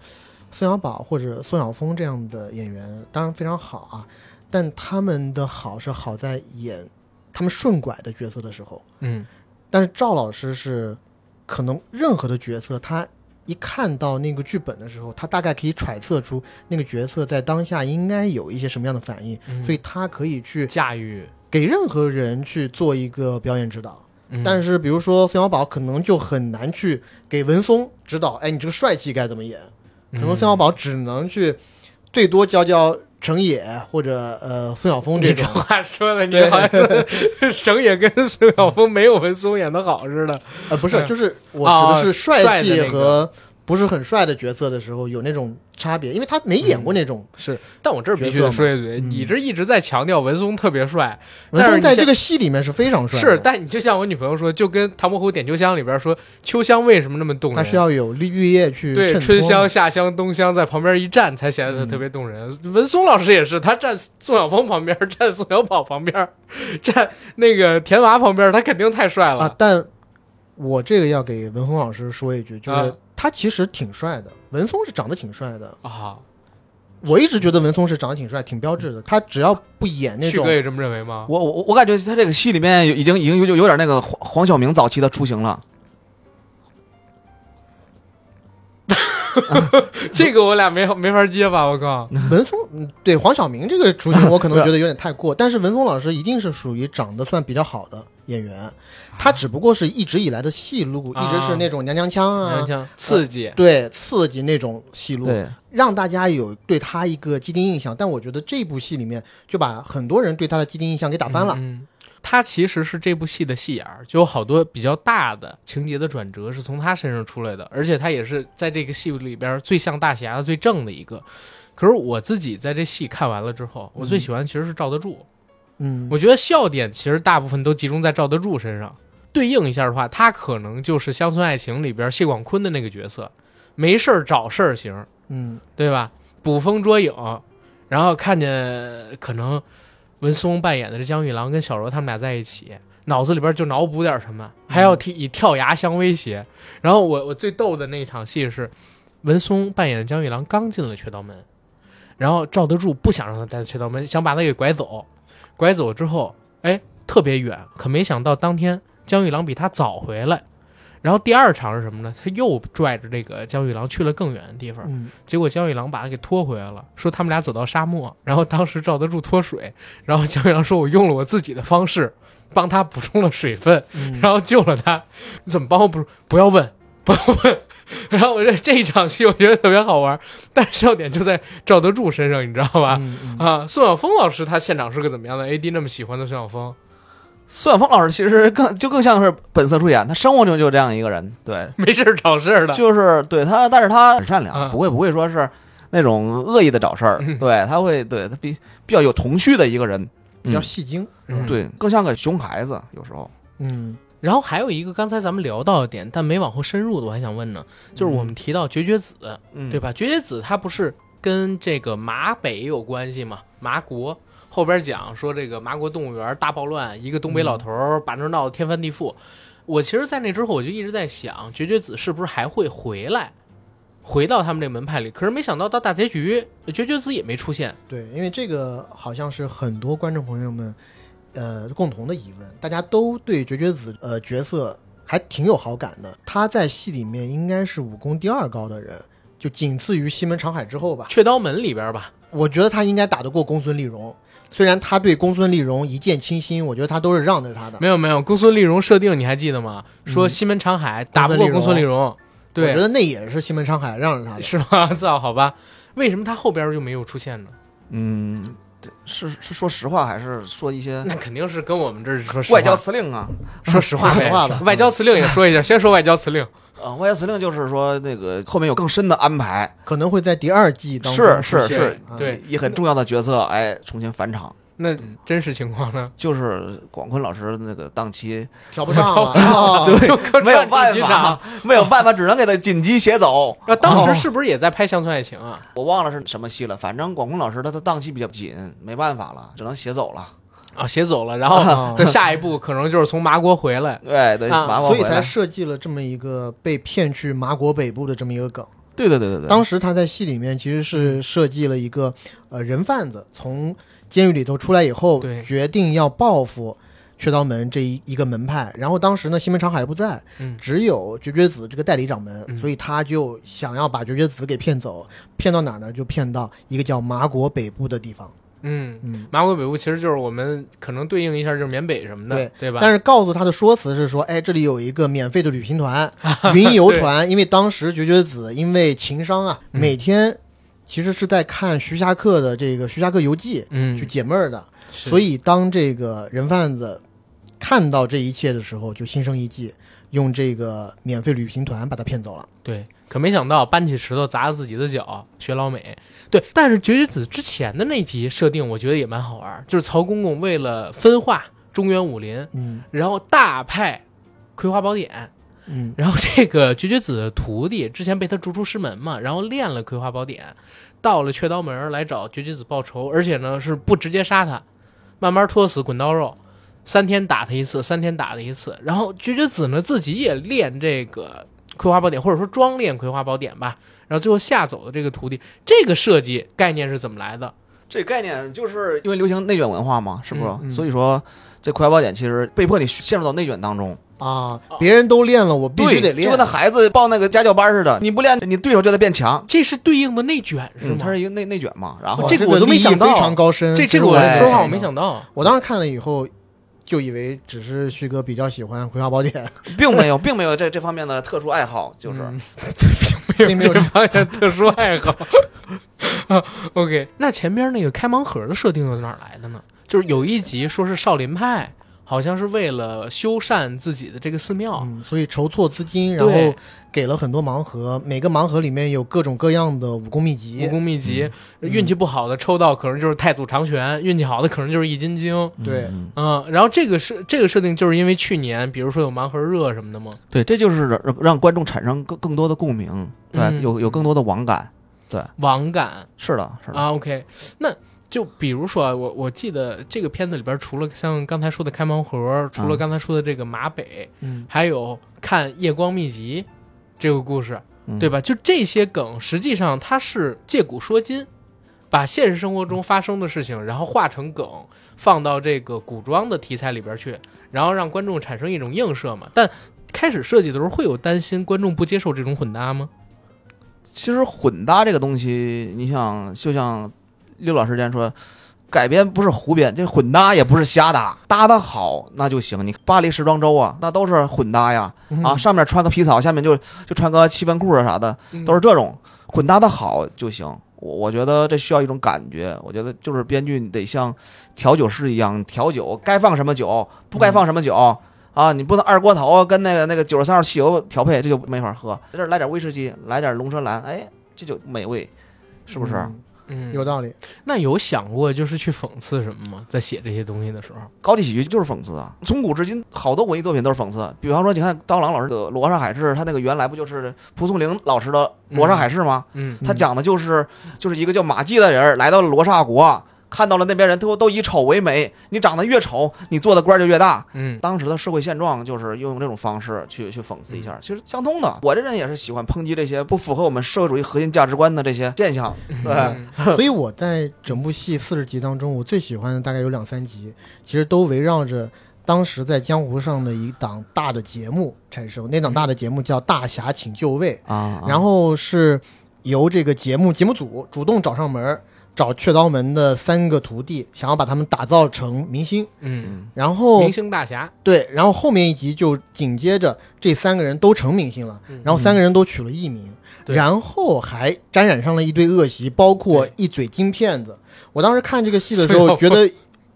S2: 宋小宝或者宋晓峰这样的演员，当然非常好啊，但他们的好是好在演他们顺拐的角色的时候，
S1: 嗯，
S2: 但是赵老师是可能任何的角色，他一看到那个剧本的时候，他大概可以揣测出那个角色在当下应该有一些什么样的反应，
S1: 嗯
S2: 所以他可以去
S1: 驾驭。
S2: 给任何人去做一个表演指导。
S1: 嗯
S2: 但是比如说宋小宝可能就很难去给文松指导，哎，你这个帅气该怎么演？可能
S1: 嗯
S2: 宋小宝只能去最多教教程野或者呃孙晓峰这
S1: 你这
S2: 种。
S1: 话说的，你
S2: 对
S1: 好像说的省也跟孙晓峰没有文松演的好似 的。
S2: 呃，不是，就是我
S1: 啊
S2: 指的是
S1: 帅
S2: 帅
S1: 的
S2: 气
S1: 那个
S2: 和不是很帅的角色的时候有那种差别，因为他没演
S1: 嗯
S2: 过那种。
S1: 是，但我这儿必须
S2: 角色
S1: 得说一
S2: 嘛
S1: 嘴，
S2: 嗯
S1: 你这一直在强调文松特别帅，
S2: 文
S1: 但是
S2: 松
S1: 你
S2: 在
S1: 现
S2: 这个戏里面是非常帅啊的，
S1: 是，但你就像我女朋友说，就跟《唐伯虎点秋香》里边说，秋香为什么那么动人？
S2: 他需要有绿绿叶去衬
S1: 对
S2: 托嗯
S1: 春香、夏香、冬香在旁边一站，才显得他特别动人。文松老师也是，他站宋晓峰旁边，站宋小宝旁边，站那个田娃旁边，他肯定太帅了。
S2: 啊。但我这个要给文松老师说一句，就是
S1: 啊
S2: 他其实挺帅的，文松是长得挺帅的，
S1: 啊，
S2: 我一直觉得文松是长得挺帅、挺标致的。他只要不演那
S1: 旭
S2: 种
S1: 哥，也这么认为吗？
S3: 我我我感觉他这个戏里面有已经已经有有有点那个黄黄晓明早期的雏形了。
S1: 这个我俩没没法接吧？我靠，
S2: 文松嗯对黄晓明这个雏形，我可能觉得有点太过。但是文松老师一定是属于长得算比较好的演员，他只不过是一直以来的戏路，
S1: 啊
S2: 一直是那种娘娘腔啊，
S1: 像刺激，
S2: 对刺激那种戏路，
S3: 对，
S2: 让大家有对他一个既定印象。但我觉得这部戏里面就把很多人对他的既定印象给打翻了。
S1: 嗯，他其实是这部戏的戏眼儿，就有好多比较大的情节的转折是从他身上出来的，而且他也是在这个戏里边最像大侠的、最正的一个。可是我自己在这戏看完了之后，我最喜欢其实是赵德柱，
S2: 嗯，
S1: 我觉得笑点其实大部分都集中在赵德柱身上。对应一下的话，他可能就是《乡村爱情》里边谢广坤的那个角色，没事儿找事儿型，
S2: 嗯，
S1: 对吧？捕风捉影，然后看见呃可能文松扮演的这江玉郎跟小柔他们俩在一起，脑子里边就脑补点什么，还要替以跳崖相威胁。然后我我最逗的那一场戏是，文松扮演的江玉郎刚进了雀刀门，然后赵德柱不想让他待在雀刀门，想把他给拐走，拐走之后，哎，特别远，可没想到当天江玉郎比他早回来。然后第二场是什么呢？他又拽着这个江玉郎去了更远的地方，
S2: 嗯，
S1: 结果江玉郎把他给拖回来了，说他们俩走到沙漠，然后当时赵德柱脱水，然后江玉郎说我用了我自己的方式帮他补充了水分，
S2: 嗯
S1: 然后救了他，你怎么帮我补？不要问， 不要问。然后我这这一场戏我觉得特别好玩，但是笑点就在赵德柱身上，你知道吧？
S2: 嗯嗯
S1: 啊，宋晓峰老师他现场是个怎么样的 AD？那么喜欢的宋晓峰，
S3: 孙晓峰老师其实更就更像是本色出演，他生活中就这样一个人。对，
S1: 没事儿找事儿的，
S3: 就是对他，但是他很善良，
S1: 嗯
S3: 不会不会说是那种恶意的找事儿。
S1: 嗯
S3: 对，他会对他比比较有童趣的一个人，
S2: 比较戏精。
S1: 嗯
S3: 对，更像个熊孩子有时候。
S2: 嗯
S1: 然后还有一个刚才咱们聊到的点，但没往后深入的，我还想问呢，就是我们提到绝绝子，
S3: 嗯
S1: 对吧？绝绝子他不是跟这个马北有关系吗？麻国后边讲说这个麻国动物园大暴乱，一个东北老头儿把那儿闹得天翻地覆。我其实，在那之后我就一直在想，绝绝子是不是还会回来，回到他们这门派里？可是没想到到大结局，绝绝子也没出现。
S2: 对，因为这个好像是很多观众朋友们，呃，共同的疑问，大家都对绝绝子呃角色还挺有好感的。他在戏里面应该是武功第二高的人，就仅次于西门长海之后吧。
S1: 雀刀门里边吧，
S2: 我觉得他应该打得过公孙丽蓉，虽然他对公孙丽蓉一见倾心，我觉得他都是让着他的。
S1: 没有没有，公孙丽蓉设定你还记得吗？说
S2: 啊嗯
S1: 西门长海打不过公
S2: 公
S1: 孙
S2: 孙
S1: 丽
S2: 丽
S1: 蓉，
S2: 我觉
S1: 对，
S2: 得那也是西门长海让着他 的。
S1: 是吗？操，好吧。为什么他后边就没有出现呢？
S3: 嗯，对是是说实话还是说一些
S1: 那肯定是跟我们这儿说实话
S3: 外交辞令啊？
S1: 说实话
S2: 说
S1: 呗
S2: 实话吧，
S1: 外交辞令也说一下，先说外交辞令。
S3: 呃，外交辞令就是说那个后面有更深的安排，嗯
S2: 可能会在第二季当中
S3: 是是
S2: 出现
S3: 是
S2: 啊
S1: 对
S3: 也很重要的角色，哎，重新返场。
S1: 那真实情况呢？
S3: 就是广坤老师那个档期
S2: 调不上 了啊，
S1: 就客
S3: 没有
S1: 串
S3: 办
S1: 几
S3: 法
S1: 场。，
S3: 没有办法，只能给他紧急写走。
S1: 啊，当时是不是也在拍《乡村爱情》啊？
S3: 我忘了是什么戏了，反正广坤老师他的档期比较紧，没办法了，只能写走了。
S1: 啊，写走了， 然后
S2: 啊
S1: 的下一步可能就是从麻国回来。
S3: 对对，
S1: 啊
S3: 麻烦
S2: 所以
S3: 回来
S2: 才设计了这么一个被骗去麻国北部的这么一个梗。
S3: 对对对对对，
S2: 当时他在戏里面其实
S1: 嗯
S2: 是设计了一个呃人贩子从监狱里头出来以后，
S1: 对
S2: 决定要报复雀刀门这一一个门派。然后当时呢，西门长海不在，
S1: 嗯
S2: 只有绝绝子这个代理掌门，
S1: 嗯
S2: 所以他就想要把绝绝子给骗走。骗到哪儿呢？就骗到一个叫麻国北部的地方。
S1: 嗯，
S2: 嗯，
S1: 麻国北部其实就是我们可能对应一下就是缅北什么的，对
S2: 对
S1: 吧？
S2: 但是告诉他的说辞是说，哎，这里有一个免费的旅 行团、云游团，因为当时绝绝子因为情商啊，
S1: 嗯
S2: 每天其实是在看徐霞客的这个《徐霞客游记》去
S1: 嗯，
S2: 解闷儿的，
S1: 是
S2: 所以当这个人贩子看到这一切的时候，就心生一计，用这个免费旅行团把他骗走了。
S1: 对，可没想到搬起石头砸自己的脚，学老美。对，但是绝绝子之前的那集设定，我觉得也蛮好玩儿，就是曹公公为了分化中原武林，
S2: 嗯
S1: 然后大派葵花宝典，
S2: 嗯，
S1: 然后这个绝绝子的徒弟之前被他逐出师门嘛，然后练了葵花宝典，到了雀刀门儿来找绝绝子报仇，而且呢是不直接杀他，慢慢拖死滚刀肉，三天打他一次，三天打他一次。然后绝绝子呢自己也练这个葵花宝典，或者说装练葵花宝典吧。然后最后吓走的这个徒弟，这个设计概念是怎么来的？
S3: 这概念就是因为流行内卷文化嘛，是不是？
S1: 嗯
S2: 嗯
S3: 所以说这快报点其实被迫你陷入到内卷当中，
S2: 啊，别人都练了，我必须
S3: 对，
S2: 得
S3: 就
S2: 练
S3: 跟那。孩子报那个家教班似的，你不练，你对手就得变强。
S1: 这是对应的内卷是
S3: 嗯，
S1: 吗
S3: 它？是一个哦内内卷嘛，然
S2: 哇
S3: 后
S1: 这个我都没
S2: 利益
S1: 想到
S2: 非常高深。
S1: 这
S2: 其
S1: 这
S2: 实
S1: 个我
S2: 也
S3: 哎
S1: 说实话
S2: 想
S1: 我没
S2: 到
S1: 想到，
S2: 我当时看了以后，就以为只是旭哥比较喜欢《葵花宝典》，
S3: 并没有，并没有这这方面的特殊爱好，就是、
S1: 嗯
S2: 并没有
S1: 这方面特殊爱好。 啊 OK，那前边那个开盲盒的设定又是哪儿来的呢？就是有一集说是少林派，好像是为了修缮自己的这个寺庙，
S2: 嗯，所以筹措资金，然
S1: 哦对
S2: 后给了很多盲盒，每个盲盒里面有各种各样的武功秘籍。
S1: 武功秘籍。运气不好的抽到可能就是太祖长拳，运气好的可能就是易筋经。
S2: 对
S3: 嗯
S1: 嗯，然后这个设这个设定就是因为去年，比如说有盲盒热什么的嘛，
S3: 对，这就是让让观众产生更更多的共鸣，对，
S1: 嗯
S3: 有有更多的网感，
S1: 网感
S3: 是的，是的，
S1: 啊，OK，那就比如说啊，我我记得这个片子里边，除了像刚才说的开盲盒，除了
S3: 嗯
S1: 刚才说的这个马北，
S2: 嗯，
S1: 还有看《夜光秘籍》这个故事，
S3: 嗯
S1: 对吧？就这些梗，实际上它是借古说今，把现实生活中发生的事情，然后化成梗，放到这个古装的题材里边去，然后让观众产生一种映射嘛。但开始设计的时候，会有担心观众不接受这种混搭吗？
S3: 其实混搭这个东西，你想，就像六老师之前说，改编不是胡编，这混搭也不是瞎搭，搭的好那就行。你巴黎时装周啊，那都是混搭呀，啊，上面穿个皮草，下面就就穿个七分裤啊啥的，
S1: 嗯
S3: 都是这种混搭的好就行。我我觉得这需要一种感觉，我觉得就是编剧你得像调酒师一样调酒，该放什么酒，不该放什么酒。啊，你不能二锅头跟那个那个九十三号汽油调配，这就没法喝。这儿来点威士忌，来点龙舌兰，哎，这就美味，是不啊是？
S2: 嗯
S1: 嗯，
S2: 有道理？
S1: 那有想过就是去讽刺什么吗？在写这些东西的时候，
S3: 高级喜剧就是讽刺啊，从古至今好多文艺作品都是讽刺。比方说，你看刀郎老师的《罗刹海市》，他那个原来不就是蒲松龄老师的《罗刹海市》吗？
S1: 嗯
S3: 他讲的就是就是一个叫马季的人来到了罗刹国，看到了那边人都都以丑为美，你长得越丑，你做的官儿就越大。
S1: 嗯
S3: 当时的社会现状就是用这种方式去去讽刺一下，其实相通的。我这人也是喜欢抨击这些不符合我们社会主义核心价值观的这些现象。对，
S1: 嗯
S2: 所以我在整部戏四十集当中，我最喜欢的大概有两三集，其实都围绕着当时在江湖上的一档大的节目产生。那档大的节目叫《大侠请就位》，
S3: 啊
S2: 然后是由这个节目节目组主动找上门儿，找雀刀门的三个徒弟，想要把他们打造成明星。
S1: 嗯，
S2: 然后
S1: 明星大侠，
S2: 对，然后后面一集就紧接着这三个人都成明星了，
S1: 嗯
S2: 然后三个人都取了艺名，
S1: 对
S2: 然后还沾染上了一堆恶习，包括一嘴金片子。我当时看这个戏的 时
S1: 孙
S2: 候，
S1: 晓
S2: 觉
S1: 峰
S2: 得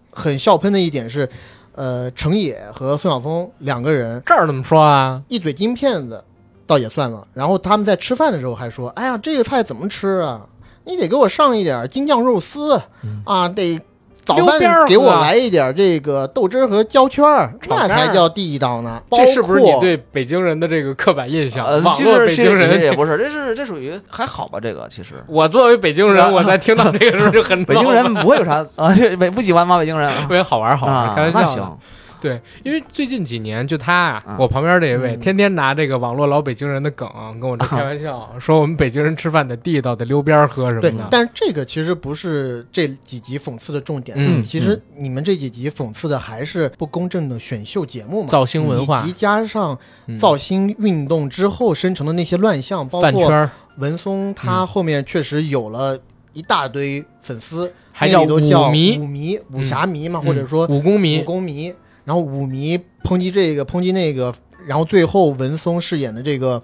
S2: 很笑喷的一点是，呃，程野和孙晓峰两个人
S1: 这儿怎么说啊？
S2: 一嘴金片子，倒也算了。然后他们在吃饭的时候还说：“哎呀，这个菜怎么吃啊？你得给我上一点京酱肉丝、
S1: 嗯
S2: 啊，得早
S1: 溜边儿
S2: 饭
S1: 喝啊
S2: 给我来一点这个豆汁儿和焦圈儿，
S1: 炒
S2: 那
S1: 肝儿
S2: 才叫地道呢。”
S1: 这是不是
S2: 包
S1: 你
S2: 括
S1: 对北京人的这个刻板印象？
S3: 呃，
S1: 网
S3: 其
S1: 络
S3: 实
S1: 北
S3: 其实
S1: 京
S3: 其实也
S1: 人，
S3: 不是，这是这属于还好吧？这个其 实
S1: 我作为北京人，我在听到这个时候就很
S3: 北京
S1: 恼
S3: 人
S1: 了
S3: 不会有啥 啊，北不喜欢吗？北京人啊
S1: 特别好玩，好玩，
S3: 啊
S1: 开玩笑
S3: 那
S1: 的。
S3: 行，
S1: 对，因为最近几年就他啊
S3: 嗯，
S1: 我旁边这一位，
S2: 嗯
S1: 天天拿这个网络老北京人的梗跟我这开玩笑，说我们北京人吃饭得地道，得溜边儿喝什么
S2: 对
S1: 的，。
S2: 但是这个其实不是这几集讽刺的重点。
S1: 嗯
S2: 其实你们这几集讽刺的还是不公正的选秀节目嘛，
S1: 造星文化
S2: 以及加上
S1: 嗯
S2: 造星运动之后生成的那些乱象，包
S1: 饭圈
S2: 括
S1: 儿
S2: 文松他后面确实有了一大堆粉丝，
S1: 还叫
S2: 那里都叫
S1: 舞迷嗯
S2: 舞迷、武侠迷
S3: 啊
S2: 嘛，或者说
S1: 武功
S2: 武
S1: 迷，
S2: 功迷，然后武迷抨击这个抨击那个，然后最后文松饰演的这个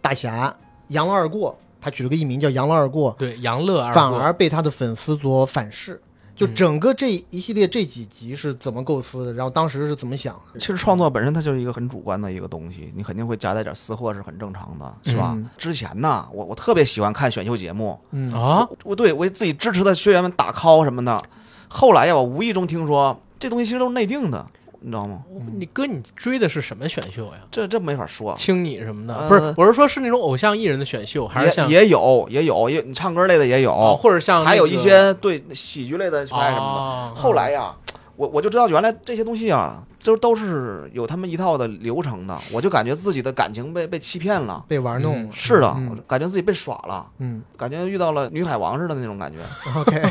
S2: 大侠杨了二过，他取了个艺名叫杨了二过，
S1: 对杨乐二
S2: 反
S1: 过
S2: 而被他的粉丝所反噬。就
S1: 嗯
S2: 整个这一系列这几集是怎么构思的，然后当时是怎么想的，
S3: 其实创作本身它就是一个很主观的一个东西，你肯定会夹带点私货是很正常的，是吧？
S2: 嗯
S3: 之前呢，我我特别喜欢看选秀节目，
S2: 嗯
S1: 啊，
S3: 我我对我自己支持的学员们打 call 什么的。后来呀，我无意中听说这东西其实都是内定的，你知道吗？
S1: 嗯你哥你追的是什么选秀呀？
S3: 这这没法说，
S1: 青你什么的？
S3: 呃
S1: 不是，我是说，是那种偶像艺人的选秀，还是像
S3: 也也有也有也你唱歌类的也有，
S1: 哦，或者像
S3: 还有一
S1: 那个
S3: 些对喜剧类的赛什么的。
S1: 哦
S3: 后来呀，我我就知道原来这些东西啊，就都是有他们一套的流程的，我就感觉自己的感情被被欺骗了。
S2: 被玩弄了。
S3: 是的，
S2: 嗯
S3: 我感觉自己被耍了，
S2: 嗯
S3: 感觉遇到了女海王似的那种感觉，
S2: ，OK，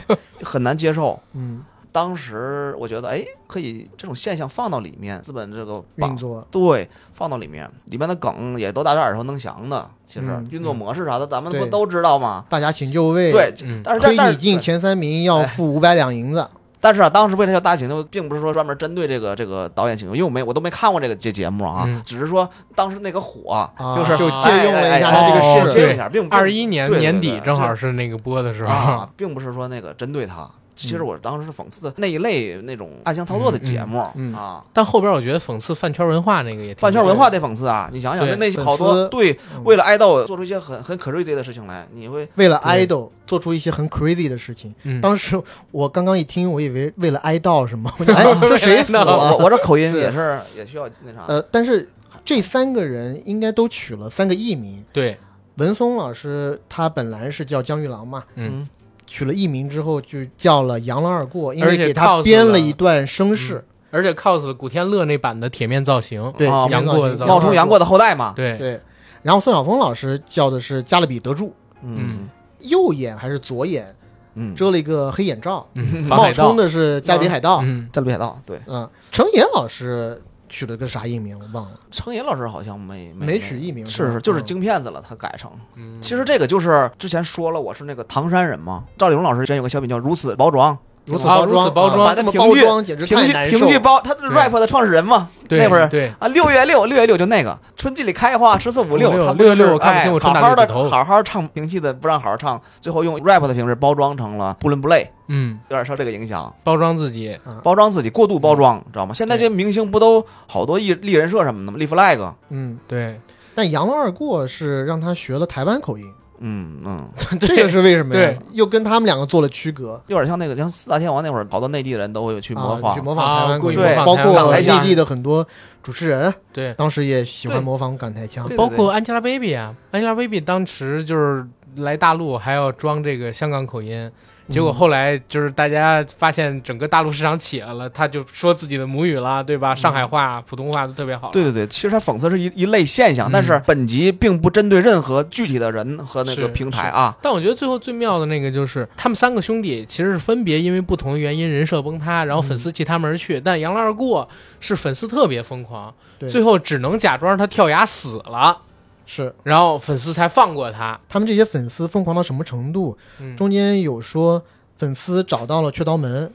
S3: 很难接受。
S2: 嗯，
S3: 当时我觉得，哎，可以这种现象放到里面，资本这个
S2: 运
S3: 榜
S2: 作，
S3: 对放到里面，里面的梗也都大家耳熟能详的。其实
S2: 嗯
S3: 运作模式啥的，咱们
S2: 对
S3: 不都知道吗？
S2: 大家请就位，
S3: 对，
S1: 嗯
S3: 但是
S2: 推
S3: 但但
S2: 你进
S3: 是
S2: 前三
S1: 哎
S2: 名要付五百两银子。
S3: 但是啊，当时为了要大请就并不是说专门针对这个这个导演请求，因为我没我都没看过这个这节目啊，
S1: 嗯
S3: 只是说当时那个火，
S2: 啊
S3: 就是
S1: 就
S2: 借用了一下
S3: 哎哎哎
S1: 他这个
S3: 哎哎
S1: 势
S3: 借用一下，并
S1: 嗯
S3: 不
S1: 二一年
S3: 对对
S1: 年
S3: 对
S1: 底
S3: 对
S1: 正
S3: 这
S1: 好是那个播的时候
S3: 啊，，并不是说那个针对他。其实我当时讽刺的那一类那种暗箱操作的节目、
S2: 嗯嗯嗯嗯
S3: 啊，
S1: 但后边我觉得讽刺饭圈文化那个也挺
S3: 饭圈文化得讽刺啊！你想想，
S1: 对
S3: 那那些
S2: 粉丝
S3: 好多对
S2: 嗯
S3: 为了爱豆做出一些很很 crazy 的事情来，你会
S2: 为了
S1: 对
S2: idol 做出一些很 crazy 的事情。
S1: 嗯
S2: 当时我刚刚一听，我以为为了哀悼什么，我就哎，这谁死
S1: 为了
S3: 我
S2: 了？
S3: 我这口音也是也需要那啥，
S2: 呃，但是这三个人应该都取了三个艺名。
S1: 对，
S2: 文松老师他本来是叫江玉郎嘛，
S1: 嗯，
S2: 取了艺名之后就叫了杨郎二过，因
S1: 而
S2: 为
S1: 且
S2: 给
S1: cos
S2: 他编
S1: 了嗯
S2: 了一段声势，
S1: 而且 cos 了古天乐那版的铁面造型，
S2: 对，
S3: 啊
S2: 铁面
S1: 哦杨过的
S2: 造型
S3: 冒充杨过的后代嘛，
S1: 对，
S2: 对。然后宋晓峰老师叫的是加勒比德柱，
S1: 嗯
S2: 右眼还是左眼
S3: 嗯，
S2: 遮了一个黑眼罩，
S1: 嗯，反
S2: 冒
S1: 海盗
S2: 充，的是加勒比海盗。
S1: 嗯，
S3: 加勒比海盗对，
S2: 嗯，程岩老师取了个啥艺名我忘了，
S3: 程岩老师好像没
S2: 没取艺名
S3: 是
S2: 吧
S3: 是，就是
S2: 嗯
S3: 京片子了，他改成。啊
S1: 嗯
S3: 其实这个就是之前说了，我是那个唐山人嘛。赵丽蓉老师之前有个小品叫《如此包装
S2: 如此
S1: 啊
S2: 包
S1: 如
S2: 装，
S1: 此包
S2: 啊
S1: 装
S2: 把他们
S3: 评
S2: 包
S3: 剧
S2: 装简》，直
S3: 评
S2: 太
S3: 剧
S2: 难受
S3: 评剧
S2: 了。
S3: 包，他是
S1: 对
S3: rap 的创始人嘛，
S1: 对
S3: 那会儿
S1: 对，
S3: 啊，六月六，六月六就那个春季里开花，十四五
S1: 五六
S3: 他不是
S1: 六月六我看不清
S3: 哎
S1: 我穿哪
S3: 好好
S1: 里指头
S3: 的好好唱评戏的，不让好好唱，最后用 rap 的形式包装成了不伦不类，
S1: 嗯，
S3: 有点受这个影响，
S1: 包装自己，
S3: 包装自己过度包装，知道吗？现在这些明星不都好多艺立人设什么的吗？立 flag，
S2: 嗯，
S1: 对
S2: 但杨乐二过是让他学了台湾 口音，
S3: 嗯嗯，
S2: 这个是为什么呀？
S1: 对
S2: 又跟他们两个做了区隔
S3: 有点像那个像四大天王那会儿，好多内地人都会去模
S2: 啊，
S3: 仿
S2: 去，模仿台湾口音，
S3: 啊故意模仿
S2: 包
S1: 台湾
S2: 括
S3: 口音
S2: 内地的很多主持人，
S1: 对，
S2: 当时也喜欢
S1: 对
S2: 模仿港台腔
S3: 对。
S1: 啊包括 Angelababy 啊，Angelababy 当时就是来大陆还要装这个香港口音。结
S3: 嗯
S1: 果后来就是大家发现整个大陆市场起来了，他就说自己的母语了，对吧？上海话、普通话都特别好了。
S3: 嗯对对对，其实它讽刺是一一类现象，
S1: 嗯
S3: 但是本集并不针对任何具体的人和那
S1: 是
S3: 个平台啊。
S1: 但我觉得最后最妙的那个就是，他们三个兄弟其实是分别因为不同的原因人设崩塌，然后粉
S3: 嗯
S1: 丝弃他们而去。但杨乐二过是粉丝特别疯狂，
S2: 对
S1: 最后只能假装他跳崖死了，
S2: 是
S1: 然后粉丝才放过他。
S2: 他们这些粉丝疯狂到什么程度？
S1: 嗯
S2: 中间有说粉丝找到了雀刀门，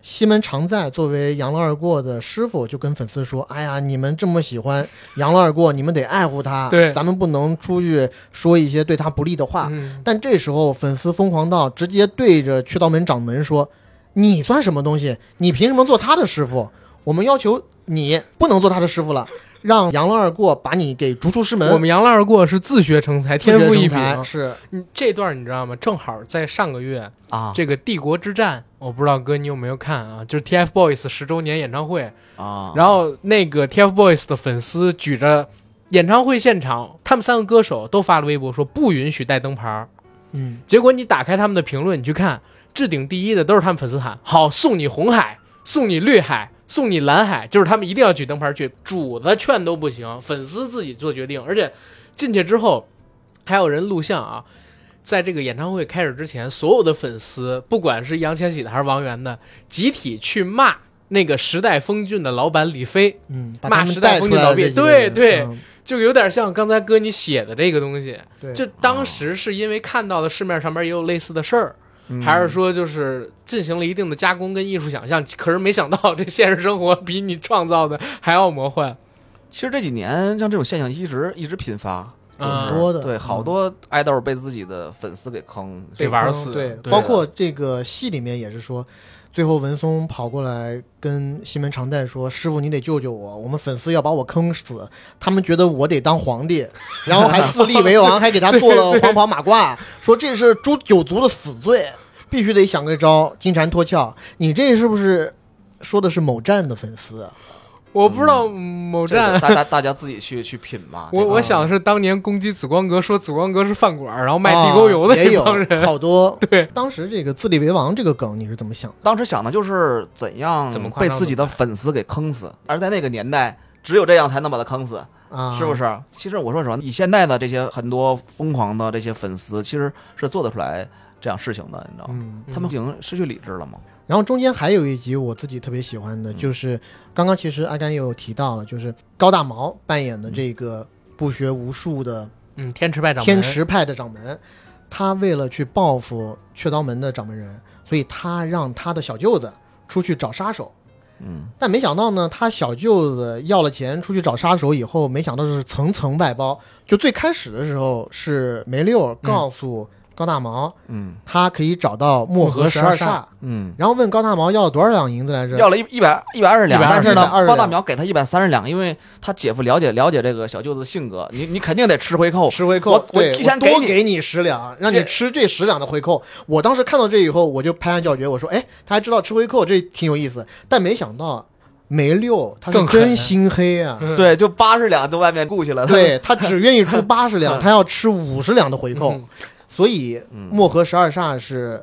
S2: 西门常在作为杨老二过的师傅，就跟粉丝说：“哎呀，你们这么喜欢杨老二过，你们得爱护他，
S1: 对
S2: 咱们不能出去说一些对他不利的话。
S1: 嗯，
S2: 但这时候粉丝疯狂到直接对着雀刀门掌门说：“你算什么东西？你凭什么做他的师傅？我们要求你不能做他的师傅了，让杨老二过把你给逐出师门。”
S1: 我们杨老二过是自学成才，天赋异
S2: 一
S1: 禀。
S2: 是
S1: 嗯这段你知道吗？正好在上个月，
S3: 啊
S1: 这个《帝国之战》，我不知道哥你有没有看啊？就是 TFBOYS 十周年演唱会，
S3: 啊，
S1: 然后那个 TFBOYS 的粉丝举着演唱会现场，他们三个歌手都发了微博说不允许带灯牌儿。
S2: 嗯，
S1: 结果你打开他们的评论，你去看置顶第一的都是他们粉丝喊好，送你红海，送你绿海，送你蓝海，就是他们一定要举灯牌去，主子劝都不行，粉丝自己做决定，而且进去之后还有人录像啊。在这个演唱会开始之前，所有的粉丝，不管是易烊千玺的还是王源的，集体去骂那个时代峰峻的老板李飞，
S2: 嗯，把
S1: 骂
S2: 他们
S1: 时代
S2: 带
S1: 风
S2: 出
S1: 景
S2: 来
S1: 倒
S2: 的
S1: 闭
S2: 这几个
S1: 对
S2: 人
S1: 对
S2: 嗯
S1: 就有点像刚才哥你写的这个东西。
S2: 对，
S1: 就当时是因为看到了市面上面也有类似的事儿，
S3: 嗯
S1: 还是说就是进行了一定的加工跟艺术想象，可是没想到这现实生活比你创造的还要魔幻。
S3: 其实这几年像这种现象一直一直频发，就是
S1: 啊
S2: 挺多的
S3: 对，
S2: 嗯
S3: 好多爱豆被自己的粉丝给坑，
S1: 被玩死
S2: 对，
S1: 对
S2: 包括这个戏里面也是说，最后文松跑过来跟西门常在说：“师傅，你得救救我，我们粉丝要把我坑死，他们觉得我得当皇帝，然后还自立为王，还给他做了黄袍马褂，说这是诛九族的死罪，必须得想个招金蝉脱壳。你这是不是说的是某站的粉丝？啊
S1: 我不知道某
S3: 这个
S1: 站，
S3: 大家大家自己去去品吧。
S1: 我
S3: 这个
S1: 我想的是当年攻击紫光阁，说紫光阁是饭馆，然 后卖
S2: 啊
S1: 地沟油的
S2: 也
S1: 那
S2: 有
S1: 帮人，
S2: 好多。
S1: 对，
S2: 当时这个自立为王这个梗你是怎么想的？
S3: 当时想的就是怎样
S1: 怎么夸
S3: 被
S1: 张
S3: 自己的粉丝给坑死，而在那个年代，只有这样才能把他坑死，
S2: 啊，
S3: 是不？是？其实我说实话，以现在的这些很多疯狂的这些粉丝，其实是做得出来这样事情的，你知道吗？
S2: 嗯。
S3: 他们已经失去理智了嘛？
S2: 然后中间还有一集我自己特别喜欢的，
S3: 嗯
S2: 就是刚刚其实阿甘也有提到了，就是高大毛扮演的这个不学无术的
S1: 嗯，天池拜掌门
S2: 天，池派的掌门，他为了去报复雀刀门的掌门人，所以他让他的小舅子出去找杀手。
S3: 嗯，
S2: 但没想到呢，他小舅子要了钱出去找杀手以后，没想到是层层外包。就最开始的时候是梅六告诉高大毛，
S3: 嗯
S2: 他可以找到漠
S1: 漠
S2: 河
S1: 河
S2: 十
S1: 十
S2: 二
S1: 二
S2: 煞
S1: 煞，
S3: 嗯，
S2: 然后问高大毛要了多少两银子来着？
S3: 要了一一百一百二十两，
S1: 120
S3: 但是呢，
S2: 120
S3: 高大苗给他一百三十两，因为他姐夫了解了解这个小舅子的性格，你你肯定得吃回扣。
S2: 吃回扣，
S3: 我我
S2: 对
S3: 提前
S2: 我多
S3: 给你
S2: 给你十两，让
S3: 这
S2: 你吃这十两的回扣。我当时看到这以后，我就拍案叫绝，我说：“哎，他还知道吃回扣，这挺有意思。”但没想到梅六他是
S1: 更狠
S2: 真心黑啊，
S1: 嗯
S3: 对，就八十两都外面雇去了。
S2: 对他只愿意出八十 两，
S3: 嗯
S2: 他要吃五十两的回扣，
S1: 嗯
S2: 所以
S3: 嗯
S2: 漠河十二煞是。